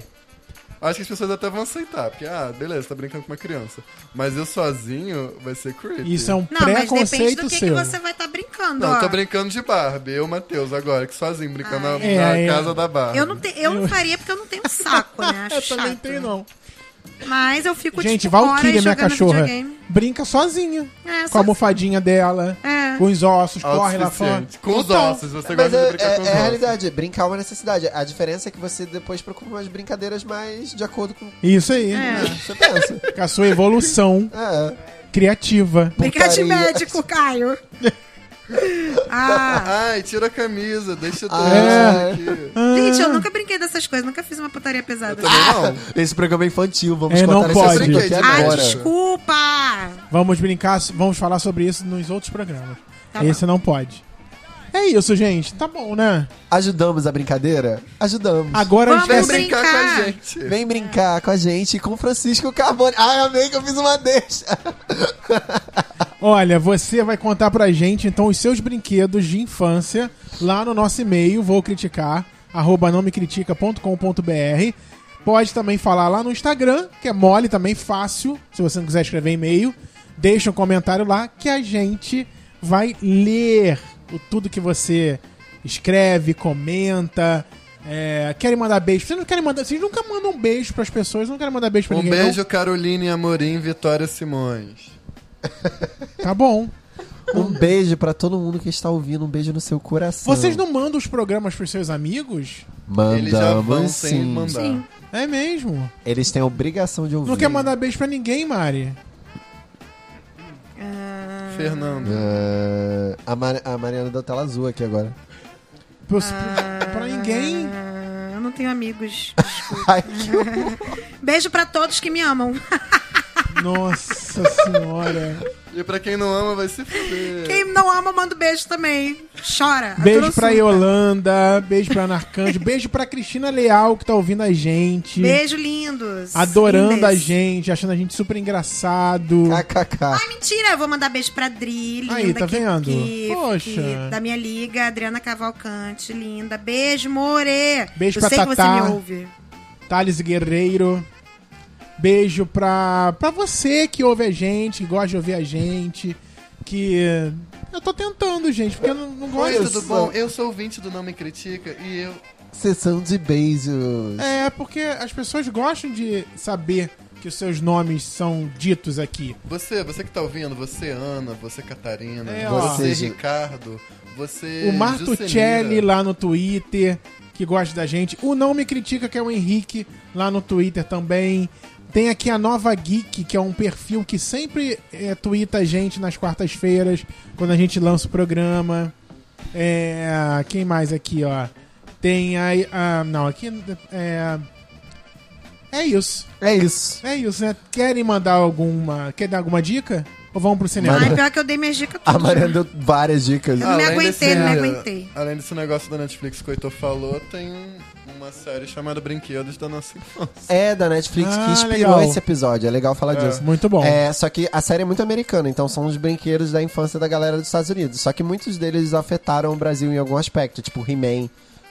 Speaker 4: acho que as pessoas até vão aceitar, porque, ah, beleza, tá brincando com uma criança. Mas eu sozinho vai ser creepy.
Speaker 3: Isso é um
Speaker 6: Não, mas depende
Speaker 3: preconceito
Speaker 6: do que, que
Speaker 3: seu.
Speaker 6: você vai estar brincando,
Speaker 4: Não, eu
Speaker 6: ó.
Speaker 4: tô brincando de Barbie, eu, Matheus, agora, que sozinho, brincando na,
Speaker 3: É,
Speaker 4: na
Speaker 3: é.
Speaker 4: casa da Barbie.
Speaker 6: Eu não, te- eu não faria porque eu não tenho saco, né? Acho
Speaker 3: eu também
Speaker 6: chato.
Speaker 3: tenho, não.
Speaker 6: Mas eu fico,
Speaker 3: Gente,
Speaker 6: tipo, horas
Speaker 3: Valkyria, minha
Speaker 6: jogando
Speaker 3: cachorra,
Speaker 6: videogame.
Speaker 3: brinca sozinha.
Speaker 6: É,
Speaker 3: com a almofadinha dela.
Speaker 6: É. É.
Speaker 3: Com os ossos, corre lá fora.
Speaker 4: Autossuficiente. Com os
Speaker 5: Então,
Speaker 4: ossos, você
Speaker 5: mas
Speaker 4: gosta
Speaker 5: é,
Speaker 4: de brincar
Speaker 5: é,
Speaker 4: com os
Speaker 5: é a
Speaker 4: ossos.
Speaker 5: realidade, brincar é uma necessidade. A diferença é que você depois procura umas brincadeiras mais de acordo com o que
Speaker 3: Isso aí.
Speaker 5: você pensa.
Speaker 3: Com a sua evolução
Speaker 5: É.
Speaker 3: criativa.
Speaker 6: Brincar de
Speaker 5: Putaria.
Speaker 6: médico, Caio. Ah,
Speaker 4: Ai, tira a camisa, deixa tudo
Speaker 5: Ah,
Speaker 4: aqui.
Speaker 6: gente, eu nunca brinquei dessas coisas, nunca fiz uma putaria pesada.
Speaker 4: Também
Speaker 5: Esse programa é infantil, vamos
Speaker 3: É, não
Speaker 5: contar esse
Speaker 3: pode.
Speaker 5: assunto aqui
Speaker 4: Ah,
Speaker 6: Ah,
Speaker 5: agora.
Speaker 6: desculpa!
Speaker 3: Vamos brincar, vamos falar sobre isso nos outros programas.
Speaker 6: Tá
Speaker 3: Esse não pode. É isso, gente. Tá bom, né?
Speaker 5: Ajudamos a brincadeira? Ajudamos.
Speaker 3: Agora a
Speaker 4: não.
Speaker 3: gente
Speaker 6: Vamos
Speaker 3: vai...
Speaker 4: Vem brincar com a
Speaker 6: brincar.
Speaker 4: gente.
Speaker 5: Vem brincar com a gente e com o Francisco Carbone. Ai, amei que eu fiz uma deixa.
Speaker 3: Olha, você vai contar pra gente, então, os seus brinquedos de infância lá no nosso e-mail, vou criticar, arroba nomecritica.com.br. Pode também falar lá no Instagram, que é mole também, fácil, se você não quiser escrever e-mail. Deixa um comentário lá que a gente vai ler o tudo que você escreve, comenta. é, querem mandar beijo? Vocês não querem mandar. Vocês nunca mandam um beijo pras pessoas, não querem mandar beijo pra
Speaker 4: Um
Speaker 3: ninguém. não?
Speaker 4: beijo, Caroline Amorim, Vitória Simões.
Speaker 3: Tá bom.
Speaker 5: Um beijo pra todo mundo que está ouvindo, um beijo no seu coração.
Speaker 3: Vocês não mandam os programas pros seus amigos?
Speaker 4: Eles já vão
Speaker 5: Mandamos
Speaker 4: sem
Speaker 5: sim.
Speaker 4: mandar.
Speaker 3: É mesmo.
Speaker 5: Eles têm a obrigação de ouvir.
Speaker 3: Não quer mandar beijo pra ninguém, Mari.
Speaker 4: Fernando.
Speaker 5: Ah, a, Mar- a Mariana da tela azul aqui agora.
Speaker 3: Pro- pro- Pra ninguém.
Speaker 6: Ah, eu não tenho amigos.
Speaker 5: Ai, que horror.
Speaker 6: Beijo pra todos que me amam.
Speaker 3: Nossa senhora.
Speaker 4: E pra quem não ama, vai se fuder.
Speaker 6: Quem não ama, manda um beijo também. Chora.
Speaker 3: Beijo
Speaker 6: Adoro
Speaker 3: pra
Speaker 6: surta.
Speaker 3: Yolanda, beijo pra Narcanjo, beijo pra Cristina Leal, que tá ouvindo a gente.
Speaker 6: Beijo, lindos.
Speaker 3: Adorando
Speaker 6: Lindas.
Speaker 3: a gente, achando a gente super engraçado.
Speaker 5: KKK.
Speaker 6: Mentira, eu vou mandar beijo pra Dri, linda.
Speaker 3: Aí, tá
Speaker 6: que-
Speaker 3: vendo?
Speaker 6: que-
Speaker 3: Poxa.
Speaker 6: que- da minha liga, Adriana Cavalcante, linda. Beijo, More.
Speaker 3: Beijo
Speaker 6: eu
Speaker 3: pra
Speaker 6: sei que você
Speaker 3: Tatá.
Speaker 6: me ouve.
Speaker 3: Thales Guerreiro. Beijo pra, pra você que ouve a gente, que gosta de ouvir a gente. Que. Eu tô tentando, gente, porque eu não, não
Speaker 4: Oi,
Speaker 3: gosto.
Speaker 4: tudo bom? Eu sou ouvinte do Não Me Critica e eu...
Speaker 5: Sessão de beijos.
Speaker 3: É, porque as pessoas gostam de saber que os seus nomes são ditos aqui.
Speaker 4: Você, você que tá ouvindo, você Ana, você Catarina,
Speaker 3: É, ó.
Speaker 4: você
Speaker 5: Ou seja-
Speaker 4: Ricardo, você
Speaker 3: O Martuccelli lá no Twitter, que gosta da gente. O Não Me Critica, que é o Henrique, lá no Twitter também. Tem aqui a Nova Geek, que é um perfil que sempre é, twitta a gente nas quartas-feiras, quando a gente lança o programa. É, quem mais aqui, ó? Tem a... a- não, aqui... É, é isso.
Speaker 5: É isso.
Speaker 3: É isso, né? Querem mandar alguma... Quer dar alguma dica? Ou vamos pro cinema?
Speaker 6: Ai, pior que eu dei minhas dicas
Speaker 5: A
Speaker 6: tudo.
Speaker 5: Mariana deu várias dicas.
Speaker 6: Eu não me aguentei, não me aguentei.
Speaker 4: Além desse negócio da Netflix que o Heitor falou, tem um- uma série chamada Brinquedos da Nossa Infância.
Speaker 5: É da Netflix
Speaker 3: Ah,
Speaker 5: que inspirou
Speaker 3: legal.
Speaker 5: esse episódio. É legal falar disso.
Speaker 3: Muito bom.
Speaker 5: É, só que a série é muito americana, então são os brinquedos da infância da galera dos Estados Unidos. Só que muitos deles afetaram o Brasil em algum aspecto, tipo He-Man,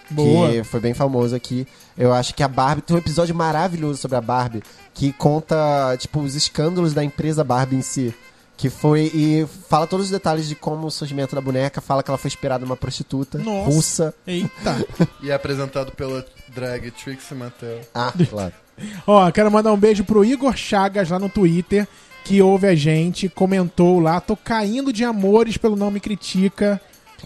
Speaker 3: Boa.
Speaker 5: que foi bem famoso aqui. Eu acho que a Barbie tem um episódio maravilhoso sobre a Barbie que conta, tipo, os escândalos da empresa Barbie em si. Que foi. E fala todos os detalhes de como o surgimento da boneca, fala que ela foi inspirada numa prostituta
Speaker 3: Nossa.
Speaker 5: russa.
Speaker 3: Eita.
Speaker 4: E é apresentado pela drag Trixie Mattel.
Speaker 5: Ah, claro.
Speaker 3: Ó, quero mandar um beijo pro Igor Chagas lá no Twitter, que ouve a gente, comentou lá. Tô caindo de amores pelo Não Me Critica.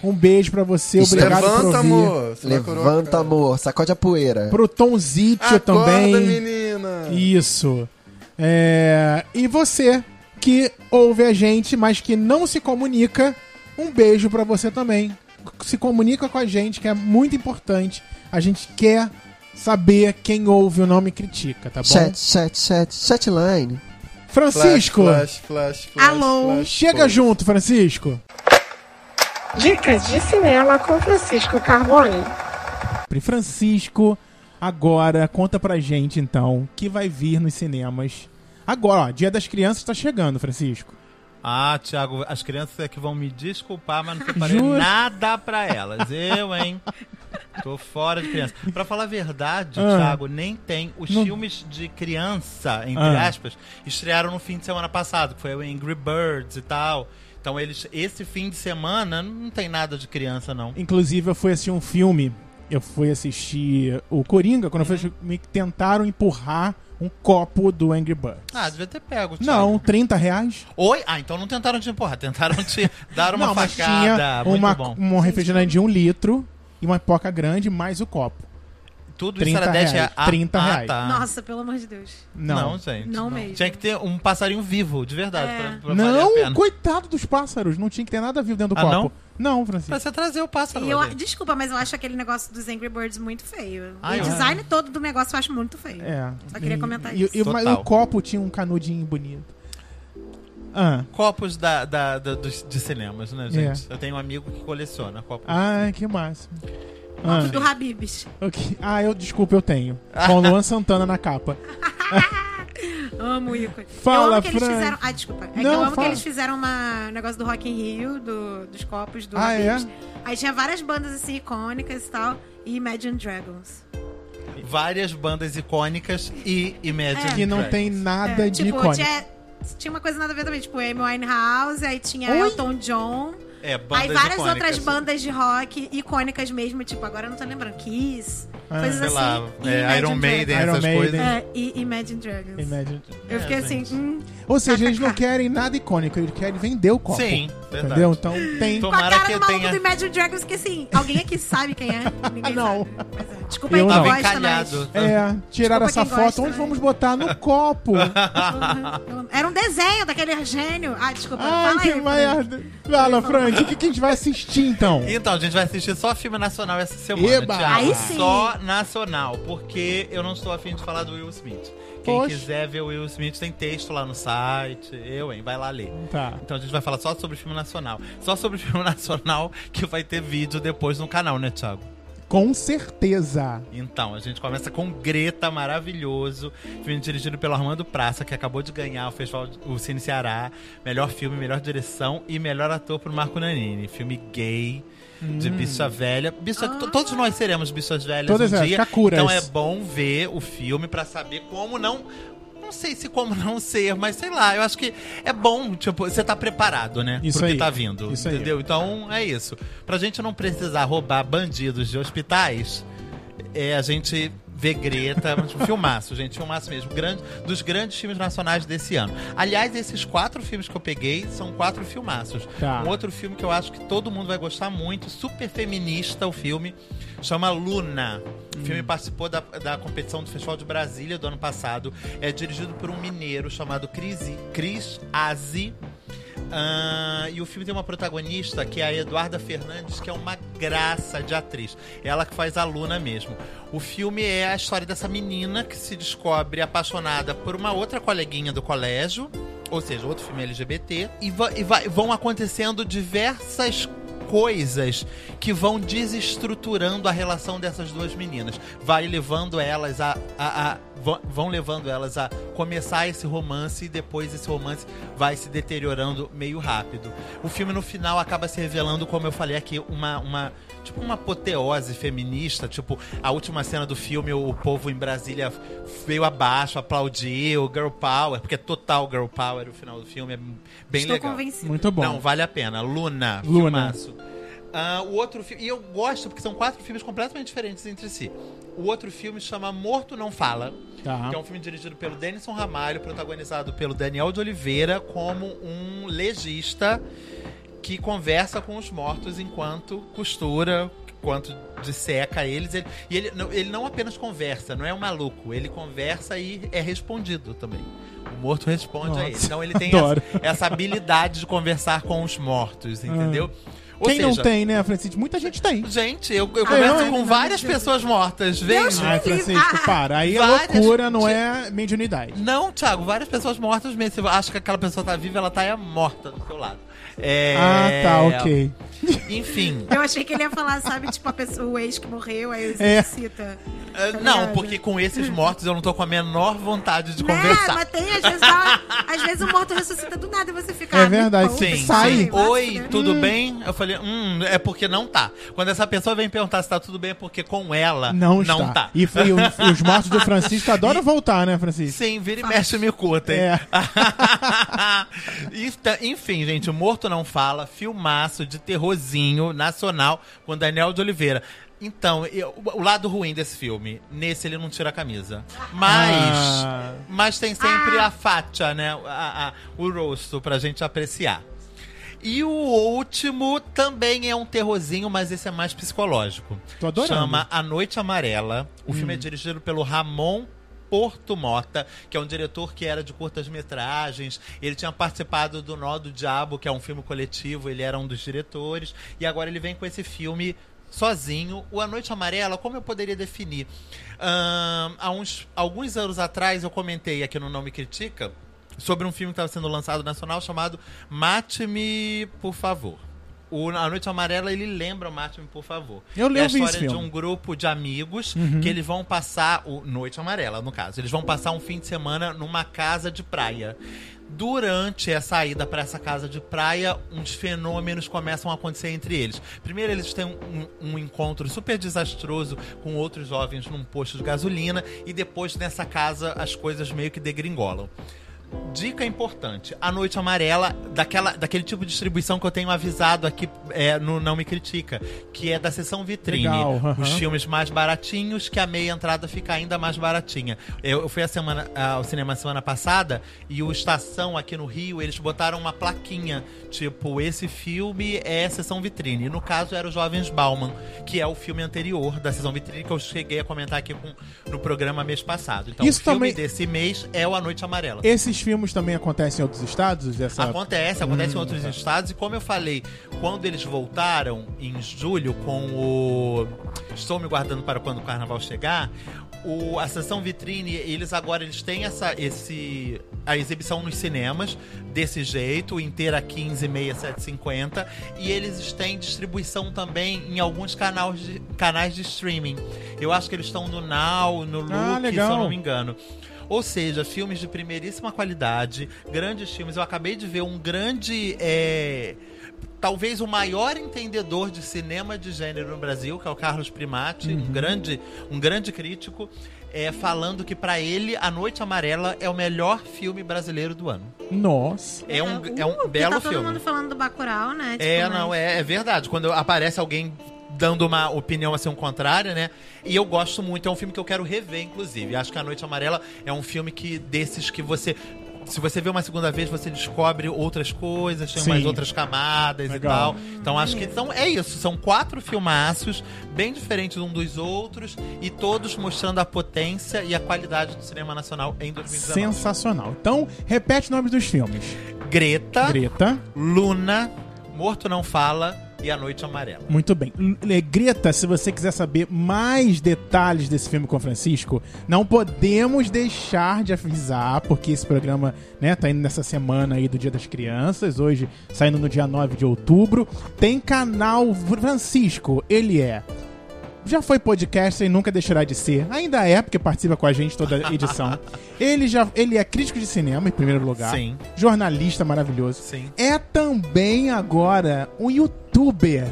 Speaker 3: Um beijo pra você, obrigado por ouvir.
Speaker 4: Levanta, amor! você vai coroar a
Speaker 5: Levanta,
Speaker 4: cara.
Speaker 5: amor, sacode a poeira.
Speaker 3: Pro Tom Zitio
Speaker 4: Acorda,
Speaker 3: também.
Speaker 4: menina!
Speaker 3: Isso. É, E você que ouve a gente, mas que não se comunica, um beijo pra você também. Se comunica com a gente, que é muito importante. A gente quer saber quem ouve o Não Me Critica, tá bom?
Speaker 5: Chat, chat, chat, chatline.
Speaker 3: Francisco!
Speaker 4: Flash, flash, flash,
Speaker 6: Alô?
Speaker 4: flash,
Speaker 3: Chega
Speaker 4: pô.
Speaker 3: junto, Francisco.
Speaker 7: Dicas de cinema com Francisco Carboni.
Speaker 3: Francisco, agora conta pra gente então que vai vir nos cinemas. Agora, ó, Dia das Crianças tá chegando, Francisco.
Speaker 8: Ah, Thiago, as crianças é que vão me desculpar, mas não separei
Speaker 3: Jura?
Speaker 8: nada pra elas. Eu, hein? Tô fora de criança. Pra falar a verdade,
Speaker 3: Ah.
Speaker 8: Thiago, nem tem. Os
Speaker 3: Não-
Speaker 8: filmes de criança, entre
Speaker 3: Ah.
Speaker 8: aspas, estrearam no fim de semana passado, que foi o Angry Birds e tal. Então eles, esse fim de semana não tem nada de criança, não.
Speaker 3: Inclusive, eu fui assistir um filme eu fui assistir o Coringa, quando eu fui
Speaker 8: Uhum.
Speaker 3: assistir, me tentaram empurrar um copo do Angry Birds.
Speaker 8: Ah, devia ter pego, Thiago.
Speaker 3: Não, 30 reais.
Speaker 8: Oi? Ah, então não tentaram te empurrar, tentaram te dar uma
Speaker 3: Não, mas tinha
Speaker 8: facada. Muito
Speaker 3: uma,
Speaker 8: bom.
Speaker 3: um refrigerante de um litro e uma pipoca grande mais o copo.
Speaker 8: Tudo isso era
Speaker 3: 30
Speaker 8: 10
Speaker 3: reais,
Speaker 8: reais. Ah,
Speaker 3: 30
Speaker 8: ah,
Speaker 3: reais.
Speaker 8: tá.
Speaker 6: Nossa, pelo amor de Deus.
Speaker 3: Não.
Speaker 8: não. gente.
Speaker 6: Não mesmo.
Speaker 8: Tinha que ter um passarinho vivo, de verdade,
Speaker 6: É.
Speaker 8: pra, pra valer a
Speaker 3: Não,
Speaker 8: pena.
Speaker 3: coitado dos pássaros. Não tinha que ter nada vivo dentro do
Speaker 8: Ah,
Speaker 3: copo. Não, Francisco.
Speaker 8: Pra você trazer o pássaro.
Speaker 6: E eu,
Speaker 8: ali.
Speaker 6: desculpa, mas eu acho aquele negócio dos Angry Birds muito feio.
Speaker 8: Ah,
Speaker 6: o
Speaker 8: eu-
Speaker 6: design todo do negócio eu acho muito feio.
Speaker 3: É.
Speaker 6: Só queria comentar
Speaker 3: E-
Speaker 6: isso.
Speaker 3: e- mas
Speaker 8: Total.
Speaker 3: o copo tinha um canudinho bonito. Ah,
Speaker 8: Copos da, da- da- dos, de cinemas,
Speaker 3: É.
Speaker 8: né, gente? Eu tenho um amigo que coleciona copos.
Speaker 3: ai, que máximo.
Speaker 6: Copo
Speaker 3: Ah,
Speaker 6: do Habibs.
Speaker 3: ok. ah, eu desculpa, eu tenho. Com o Luan Santana na capa.
Speaker 6: Amo o ícone.
Speaker 3: Fala,
Speaker 6: eu amo que eles
Speaker 3: Fran.
Speaker 6: fizeram. Ah, desculpa. É que
Speaker 3: Não,
Speaker 6: eu amo
Speaker 3: fala.
Speaker 6: que eles fizeram um negócio do Rock in Rio, do- dos copos do
Speaker 3: Ah, é?
Speaker 6: Habib's. Aí tinha várias bandas assim icônicas e tal. E Imagine Dragons.
Speaker 8: Várias bandas icônicas e Imagine
Speaker 3: Que não
Speaker 8: Dragons.
Speaker 3: tem nada
Speaker 6: É,
Speaker 3: de
Speaker 6: tipo,
Speaker 3: icônico.
Speaker 6: tinha, tinha uma coisa nada a ver também, tipo Amy Winehouse, aí tinha
Speaker 3: Oi?
Speaker 6: Elton John.
Speaker 8: É, bandas
Speaker 6: aí várias
Speaker 8: icônicas.
Speaker 6: outras bandas de rock icônicas mesmo, tipo, agora eu não tô lembrando, Kiss,
Speaker 3: Ah.
Speaker 6: coisas
Speaker 8: Sei
Speaker 6: assim.
Speaker 8: lá,
Speaker 6: e
Speaker 8: é,
Speaker 6: Imagine
Speaker 8: Iron Maiden, É,
Speaker 3: Iron
Speaker 8: essas
Speaker 3: Maiden.
Speaker 8: coisas.
Speaker 6: Dragons. É, e Imagine Dragons.
Speaker 3: Imagine-
Speaker 6: Eu fiquei assim, hum,
Speaker 3: Ou seja, eles não querem nada icônico, eles querem vender o copo.
Speaker 8: Sim, verdade.
Speaker 3: Entendeu? Então tem.
Speaker 8: Tô-
Speaker 6: com a
Speaker 8: Tomara
Speaker 6: cara
Speaker 8: que
Speaker 6: do maluco
Speaker 8: tenha- Ah,
Speaker 6: do Imagine Dragons, que assim, alguém aqui sabe quem é? Ninguém
Speaker 3: Não.
Speaker 6: sabe. Mas é. Desculpa aí
Speaker 3: Eu
Speaker 6: quem
Speaker 3: não.
Speaker 8: Tava
Speaker 6: gosta,
Speaker 8: encalhado.
Speaker 3: É, tiraram
Speaker 6: Desculpa
Speaker 3: essa
Speaker 6: quem
Speaker 3: foto.
Speaker 6: gosta,
Speaker 3: Onde
Speaker 6: né?
Speaker 3: vamos botar? No copo.
Speaker 6: mas... Uhum. Era um desenho daquele gênio. Ah, desculpa.
Speaker 3: Ai,
Speaker 6: fala
Speaker 3: que
Speaker 6: aí,
Speaker 3: merda. Fala, Frank, o que, que a gente vai assistir então?
Speaker 8: Então, a gente vai assistir só filme nacional essa semana,
Speaker 3: Eba!
Speaker 8: Thiago.
Speaker 6: Aí sim.
Speaker 8: Só nacional, porque eu não estou afim de falar do Will Smith. Quem
Speaker 3: Poxa.
Speaker 8: quiser ver o Will Smith, tem texto lá no site. Eu, hein? Vai lá ler.
Speaker 3: Tá.
Speaker 8: Então a gente vai falar só sobre filme nacional. Só sobre filme nacional que vai ter vídeo depois no canal, né, Thiago?
Speaker 3: Com certeza.
Speaker 8: Então, a gente começa com Greta, maravilhoso. Filme dirigido pelo Armando Praça, que acabou de ganhar o Festival o Cine Ceará. Melhor filme, melhor direção e melhor ator pro Marco Nanini. Filme gay. De bicha velha. Bicha, to- Todos nós seremos bichas velhas
Speaker 3: Hum. Todas
Speaker 8: um
Speaker 3: elas,
Speaker 8: dia.
Speaker 3: Kakuras.
Speaker 8: Então é bom ver o filme pra saber como não. Não sei se como não ser, mas sei lá. Eu acho que é bom, tipo, você tá preparado, né?
Speaker 3: Isso
Speaker 8: pro que
Speaker 3: aí.
Speaker 8: tá vindo.
Speaker 3: Isso aí.
Speaker 8: entendeu? Então é isso. Pra gente não precisar roubar bandidos de hospitais, é, a gente vê Greta, mas um filmaço, gente, filmaço mesmo, grande, dos grandes filmes nacionais desse ano. Aliás, esses quatro filmes que eu peguei são quatro filmaços.
Speaker 3: Tá.
Speaker 8: Um outro filme que eu acho que todo mundo vai gostar muito, super feminista o filme, chama Luna. O filme participou da, da competição do Festival de Brasília do ano passado. É dirigido por um mineiro chamado Cris, Cris Azi. Ah, e o filme tem uma protagonista que é a Eduarda Fernandes, que é uma graça de atriz. Ela que faz a Luna mesmo. O filme é a história dessa menina que se descobre apaixonada por uma outra coleguinha do colégio, ou seja, outro filme LGBT, e, va- e vai- vão acontecendo diversas coisas que vão desestruturando a relação dessas duas meninas. Vai levando elas a. a- a- vão- vão levando elas a começar esse romance e depois esse romance vai se deteriorando meio rápido. O filme no final acaba se revelando, como eu falei aqui, uma. uma tipo uma apoteose feminista, tipo a última cena do filme, o povo em Brasília veio abaixo, aplaudiu, girl power, porque é total girl power o final do filme, é bem
Speaker 6: Estou
Speaker 8: legal.
Speaker 6: convencida.
Speaker 3: Muito bom.
Speaker 8: Não, vale a pena. Luna,
Speaker 3: Luna.
Speaker 8: filmaço. Ah, o outro filme. E eu gosto, porque são quatro filmes completamente diferentes entre si. O outro filme chama Morto Não Fala,
Speaker 3: Tá.
Speaker 8: que é um filme dirigido pelo Denison Ramalho, protagonizado pelo Daniel de Oliveira, como um legista que conversa com os mortos enquanto costura, enquanto disseca eles. Ele- e ele, não- ele não apenas conversa, não é um maluco. Ele conversa e é respondido também. O morto responde a ele.
Speaker 3: Nossa,
Speaker 8: Então ele tem
Speaker 3: adoro.
Speaker 8: essa, essa habilidade de conversar com os mortos, entendeu? Ou
Speaker 3: Ah. Quem não
Speaker 8: seja,
Speaker 3: tem, né, Francisco? Muita gente tem.
Speaker 8: Gente, eu, eu converso
Speaker 3: não,
Speaker 8: com
Speaker 6: não,
Speaker 8: várias
Speaker 6: não, não.
Speaker 8: pessoas mortas. Veja.
Speaker 3: Ai,
Speaker 6: livre.
Speaker 3: Francisco,
Speaker 6: Ah,
Speaker 3: para. Aí é
Speaker 8: várias-
Speaker 3: loucura, não é mediunidade.
Speaker 8: Não, Thiago, várias pessoas mortas mesmo. Você acha que aquela pessoa tá viva, ela tá é morta do seu lado. É...
Speaker 3: Ah, tá, ok.
Speaker 8: Enfim.
Speaker 6: Eu achei que ele ia falar, sabe, tipo, a pessoa, o ex que morreu, aí
Speaker 3: É.
Speaker 6: ressuscita. Tá
Speaker 8: eh, Não,
Speaker 6: ligado?
Speaker 8: porque com esses mortos eu não tô com a menor vontade de
Speaker 6: É,
Speaker 8: conversar.
Speaker 6: mas tem, às vezes, dá- às vezes o morto ressuscita do nada e você fica.
Speaker 3: É
Speaker 6: ah, me
Speaker 3: verdade,
Speaker 6: poupa,
Speaker 3: sim,
Speaker 8: Sim,
Speaker 3: Sai.
Speaker 8: sim.
Speaker 6: vai se
Speaker 8: Oi,
Speaker 6: fuder.
Speaker 8: tá tudo bem? Eu falei, hum, é porque não tá. Quando essa pessoa vem perguntar se tá tudo bem, é porque com ela
Speaker 3: Não,
Speaker 8: não,
Speaker 3: está.
Speaker 8: tá.
Speaker 3: E, foi o- os mortos do Francisco adoram voltar, né, Francisco?
Speaker 8: Sim, vira e mexe me curta, hein?
Speaker 3: É.
Speaker 8: E tá- Enfim, gente, o Morto Não Fala, filmaço de terrorzinho nacional com Daniel de Oliveira. Então, eu- o lado ruim desse filme, nesse ele não tira a camisa. Mas,
Speaker 3: Ah.
Speaker 8: mas tem sempre a fatia, né? A- a- o rosto pra gente apreciar. E o último também é um terrorzinho, mas esse é mais psicológico.
Speaker 3: Tô adorando.
Speaker 8: Chama A Noite Amarela. O filme é
Speaker 3: Hum.
Speaker 8: dirigido pelo Ramon Porto Mota, que é um diretor que era de curtas-metragens. Ele tinha participado do Nó do Diabo, que é um filme coletivo, ele era um dos diretores. E agora ele vem com esse filme sozinho. O A Noite Amarela, como eu poderia definir? Ahn, há uns, alguns anos atrás eu comentei aqui no Não Me Critica sobre um filme que estava sendo lançado nacional chamado Mate-me, por favor. O A Noite Amarela, ele lembra o Mate-me, por favor.
Speaker 3: Eu
Speaker 8: é a
Speaker 3: lembro
Speaker 8: história
Speaker 3: esse
Speaker 8: de
Speaker 3: filme.
Speaker 8: um um grupo de amigos que eles vão passar o Noite Amarela, no caso. Eles vão passar um fim de semana numa casa de praia. Durante essa ida para essa casa de praia, uns fenômenos começam a acontecer entre eles. Primeiro, eles têm um, um encontro super desastroso com outros jovens num posto de gasolina, e depois nessa casa as coisas meio que degringolam. Dica importante: a noite amarela, daquela, daquele tipo de distribuição que eu tenho avisado aqui é, no Não Me Critica, que é da sessão vitrine.
Speaker 3: Legal, aham.
Speaker 8: Os filmes mais baratinhos, que a meia entrada fica ainda mais baratinha. Eu, eu fui a semana, ah, ao cinema semana passada e o Estação aqui no Rio, eles botaram uma plaquinha, tipo, esse filme é sessão vitrine. E no caso era o Jovens Bauman, que é o filme anterior da sessão vitrine, que eu cheguei a comentar aqui com- no programa mês passado. Então
Speaker 3: Isso
Speaker 8: o filme
Speaker 3: também-
Speaker 8: desse mês é o A Noite Amarela.
Speaker 3: Esses filmes também acontecem em outros estados? Essa...
Speaker 8: Acontece, acontece em outros estados. E como eu falei, quando eles voltaram em julho com o Estou me guardando para quando o carnaval chegar, o, a sessão vitrine, eles agora eles têm essa, esse, a exibição nos cinemas desse jeito, inteira 15, meia, 750. E eles têm distribuição também em alguns canais de, canais de streaming. Eu acho que eles estão no Now, no Look,
Speaker 3: Ah,
Speaker 8: se eu
Speaker 3: legal.
Speaker 8: não me engano. Ou seja, filmes de primeiríssima qualidade, grandes filmes. Eu acabei de ver um grande. é, Talvez o maior entendedor de cinema de gênero no Brasil, que é o Carlos Primati,
Speaker 3: Uhum.
Speaker 8: um, grande, um grande crítico, é, falando que para ele A Noite Amarela é o melhor filme brasileiro do ano.
Speaker 3: Nossa.
Speaker 8: É um, é
Speaker 6: Uh,
Speaker 8: um
Speaker 6: porque
Speaker 8: belo
Speaker 6: tá todo
Speaker 8: filme.
Speaker 6: mundo falando do Bacurau, né?
Speaker 8: É,
Speaker 6: Tipo,
Speaker 8: não,
Speaker 6: mas-
Speaker 8: é, é verdade. Quando aparece alguém dando uma opinião assim, um contrário, né? E eu gosto muito, é um filme que eu quero rever, inclusive. Acho que A Noite Amarela é um filme que desses que você. Se você vê uma segunda vez, você descobre outras coisas, tem
Speaker 3: Sim.
Speaker 8: mais outras camadas
Speaker 3: Legal.
Speaker 8: e tal. Então acho que são, é isso. São quatro filmaços, bem diferentes um dos outros, e todos mostrando a potência e a qualidade do cinema nacional em 2019.
Speaker 3: Sensacional. Então, repete o nome dos filmes.
Speaker 8: Greta,
Speaker 3: Greta.
Speaker 8: Luna, Morto Não Fala e A Noite Amarela.
Speaker 3: Muito bem. L- Greta, se você quiser saber mais detalhes desse filme com o Francisco, não podemos deixar de avisar, porque esse programa né, tá indo nessa semana aí do Dia das Crianças, hoje saindo no dia 9 de outubro. Tem canal Francisco, ele é. Já foi podcaster e nunca deixará de ser. Ainda é, porque participa com a gente toda edição. ele, já, ele é crítico de cinema, em primeiro lugar.
Speaker 8: Sim.
Speaker 3: Jornalista maravilhoso
Speaker 8: Sim.
Speaker 3: é também agora um youtuber.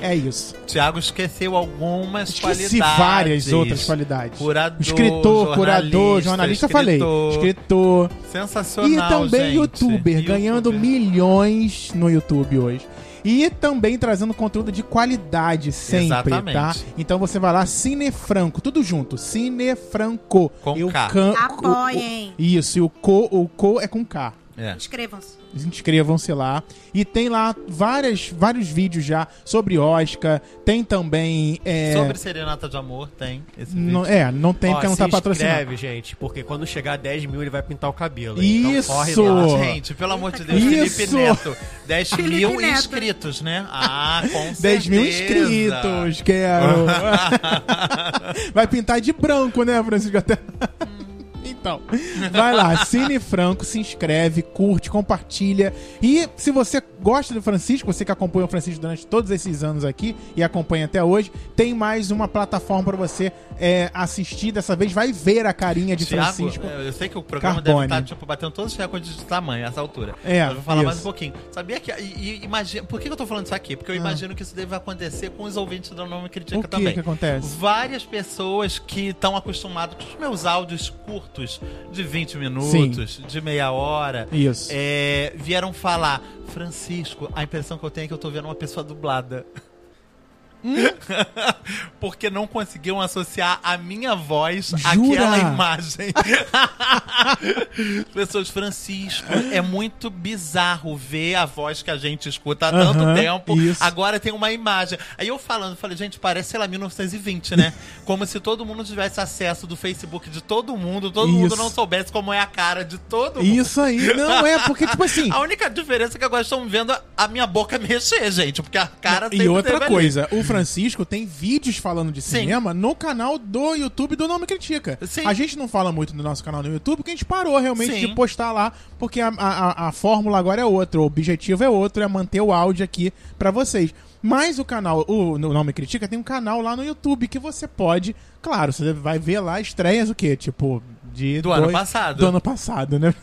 Speaker 3: É isso.
Speaker 8: Thiago esqueceu algumas
Speaker 3: Esqueci
Speaker 8: qualidades.
Speaker 3: várias outras qualidades.
Speaker 8: Curador,
Speaker 3: Escritor, curador, jornalista,
Speaker 8: escritor.
Speaker 3: falei. Escritor.
Speaker 8: Sensacional,
Speaker 3: E também
Speaker 8: gente.
Speaker 3: youtuber, ganhando milhões no YouTube hoje. E também trazendo conteúdo de qualidade sempre,
Speaker 8: Exatamente.
Speaker 3: tá? Então você vai lá, Cinefranco, tudo junto, Cinefranco.
Speaker 8: Com
Speaker 3: Eu
Speaker 8: K.
Speaker 3: can-
Speaker 6: Apoiem.
Speaker 3: o- o- Isso, e o co, o co é com K.
Speaker 8: É.
Speaker 6: Inscrevam-se.
Speaker 3: Inscrevam-se lá. E tem lá várias, vários vídeos já sobre Oscar. Tem também. É,
Speaker 8: Sobre Serenata de Amor, tem esse vídeo.
Speaker 3: não, é, não tem
Speaker 9: Ó,
Speaker 3: porque não
Speaker 9: se
Speaker 3: tá patrocinado.
Speaker 9: inscreve, gente, porque quando chegar a 10 mil ele vai pintar o cabelo.
Speaker 3: Isso!
Speaker 9: Então corre lá.
Speaker 8: Gente, pelo amor de Deus,
Speaker 3: Isso!
Speaker 8: Felipe Neto. 10
Speaker 6: Felipe
Speaker 8: mil
Speaker 6: Neto.
Speaker 8: inscritos, né? Ah, com
Speaker 3: 10 mil
Speaker 8: certeza.
Speaker 3: inscritos, quero. Vai pintar de branco, né, Francisco? Até-
Speaker 8: Hum.
Speaker 3: Então, vai lá, Cine Franco, se inscreve, curte, compartilha. E se você gosta do Francisco, você que acompanha o Francisco durante todos esses anos aqui e acompanha até hoje, tem mais uma plataforma pra você é, assistir. Dessa vez vai ver a carinha de
Speaker 8: Thiago, É,
Speaker 3: Francisco.
Speaker 8: eu eu sei que o programa
Speaker 3: Carbone.
Speaker 8: deve estar tipo, batendo todos os recordes de tamanho a essa altura.
Speaker 3: É,
Speaker 8: Mas vou falar mais um
Speaker 3: isso. Ah.
Speaker 8: pouquinho. Sabia que. E, e imagina, por que que eu tô falando isso aqui? Porque eu imagino que isso deve acontecer com os ouvintes do Nome Critica
Speaker 3: O que
Speaker 8: também.
Speaker 3: que acontece?
Speaker 8: Várias pessoas que estão acostumadas com os meus áudios curtos, de 20 minutos, de meia hora.
Speaker 3: Isso.
Speaker 8: é, vieram falar, Francisco, a impressão que eu tenho é que eu tô vendo uma pessoa dublada. Porque não conseguiam associar a minha voz
Speaker 3: Jura?
Speaker 8: àquela imagem. Pessoas, Francisco, é muito bizarro ver a voz que a gente escuta há tanto
Speaker 3: Aham,
Speaker 8: tempo.
Speaker 3: isso.
Speaker 8: Agora tem uma imagem. Aí eu falando, falei, gente, parece, sei lá, 1920, né? Como se todo mundo tivesse acesso do Facebook de todo mundo, todo mundo
Speaker 3: Isso.
Speaker 8: não soubesse como é a cara de todo mundo.
Speaker 3: Isso aí. Não, é, porque, tipo assim.
Speaker 8: A única diferença é que agora estão vendo a minha boca mexer, gente, porque a cara
Speaker 3: E
Speaker 8: sempre
Speaker 3: outra
Speaker 8: teve ali.
Speaker 3: coisa, o Francisco tem vídeos falando de
Speaker 8: Sim.
Speaker 3: cinema no canal do YouTube do Não Me Critica.
Speaker 8: Sim.
Speaker 3: A gente não fala muito no nosso canal no YouTube porque a gente parou realmente
Speaker 8: Sim.
Speaker 3: de postar lá, porque a, a, a- a fórmula agora é outra, o objetivo é outro, é manter o áudio aqui pra vocês. Mas o canal, o no Não Me Critica, tem um canal lá no YouTube que você pode, claro, você vai ver lá estreias o quê? Tipo, de.
Speaker 8: Do ano passado.
Speaker 3: Do ano passado, né?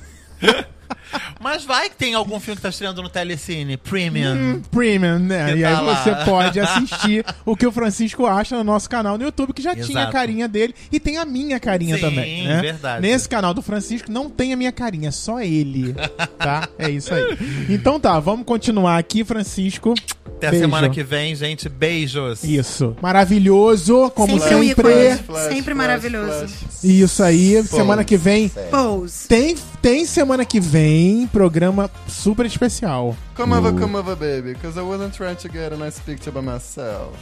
Speaker 8: Mas vai que tem algum filme que tá estreando no Telecine Premium.
Speaker 3: Premium, né?
Speaker 8: Que
Speaker 3: e
Speaker 8: tá
Speaker 3: aí
Speaker 8: lá.
Speaker 3: você pode assistir o que o Francisco acha no nosso canal no YouTube, que já
Speaker 8: Exato.
Speaker 3: tinha a carinha dele e tem a minha carinha
Speaker 8: Sim,
Speaker 3: também. Né?
Speaker 8: verdade.
Speaker 3: Nesse canal do Francisco não tem a minha carinha, é só ele. Tá? É isso aí. Então tá, vamos continuar aqui, Francisco.
Speaker 8: Até
Speaker 3: Beijo.
Speaker 8: semana que vem, gente. Beijos.
Speaker 3: Isso. Maravilhoso, como
Speaker 6: Sempre um
Speaker 3: sempre.
Speaker 6: ícone. Sempre maravilhoso.
Speaker 3: Isso aí. Semana que vem.
Speaker 6: Pose.
Speaker 3: Tem, tem semana que vem programa super especial.
Speaker 4: Come over, come over, baby, because I wasn't trying to get a nice picture by myself.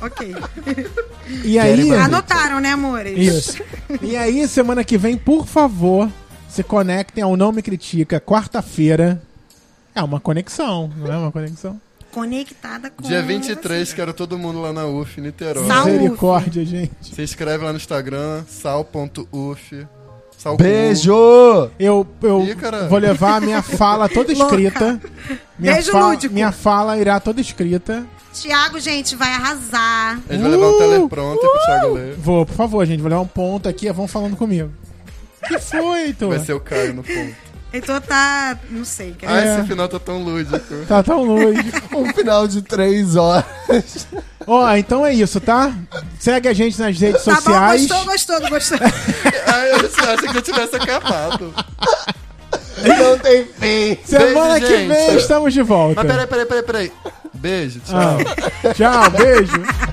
Speaker 6: Ok.
Speaker 3: E aí.
Speaker 6: Anotaram, né, amores?
Speaker 3: Isso. E aí, semana que vem, por favor, se conectem ao Não Me Critica, quarta-feira. É uma conexão, não é uma conexão?
Speaker 6: Conectada com.
Speaker 4: Dia 23, quero todo mundo lá na UF, Niterói.
Speaker 6: Sal-
Speaker 3: Misericórdia, gente.
Speaker 4: Se inscreve lá no Instagram, sal.uf. Sal com U.
Speaker 5: Beijo!
Speaker 3: Eu, eu
Speaker 4: Ih, caralho.
Speaker 3: vou levar a minha fala toda escrita. Minha
Speaker 6: Beijo
Speaker 3: fa-
Speaker 6: lúdico.
Speaker 3: Minha fala irá toda escrita.
Speaker 6: Tiago, gente, vai arrasar.
Speaker 4: A gente vai levar um
Speaker 3: Uh!
Speaker 4: teleprompter pro Thiago ler.
Speaker 3: Vou, por favor, gente, vou levar um ponto aqui, vão falando comigo. que foi, tu?
Speaker 4: Vai ser o Caio no ponto.
Speaker 6: Então tá. Não sei. Quer
Speaker 4: Ah,
Speaker 6: dizer,
Speaker 4: esse final tá tão lúdico.
Speaker 3: Tá tão longe.
Speaker 5: Um final de três horas.
Speaker 3: Ó, então é isso, tá? Segue a gente nas redes
Speaker 6: Tá bom,
Speaker 3: sociais.
Speaker 6: gostou, gostou, gostou.
Speaker 4: Ai, você acha que eu tivesse acabado.
Speaker 5: Não tem fim.
Speaker 3: Semana
Speaker 4: Beijo,
Speaker 3: que
Speaker 4: gente.
Speaker 3: vem estamos de volta.
Speaker 4: Mas peraí, peraí, peraí, peraí. Beijo, tchau.
Speaker 3: Tchau, beijo.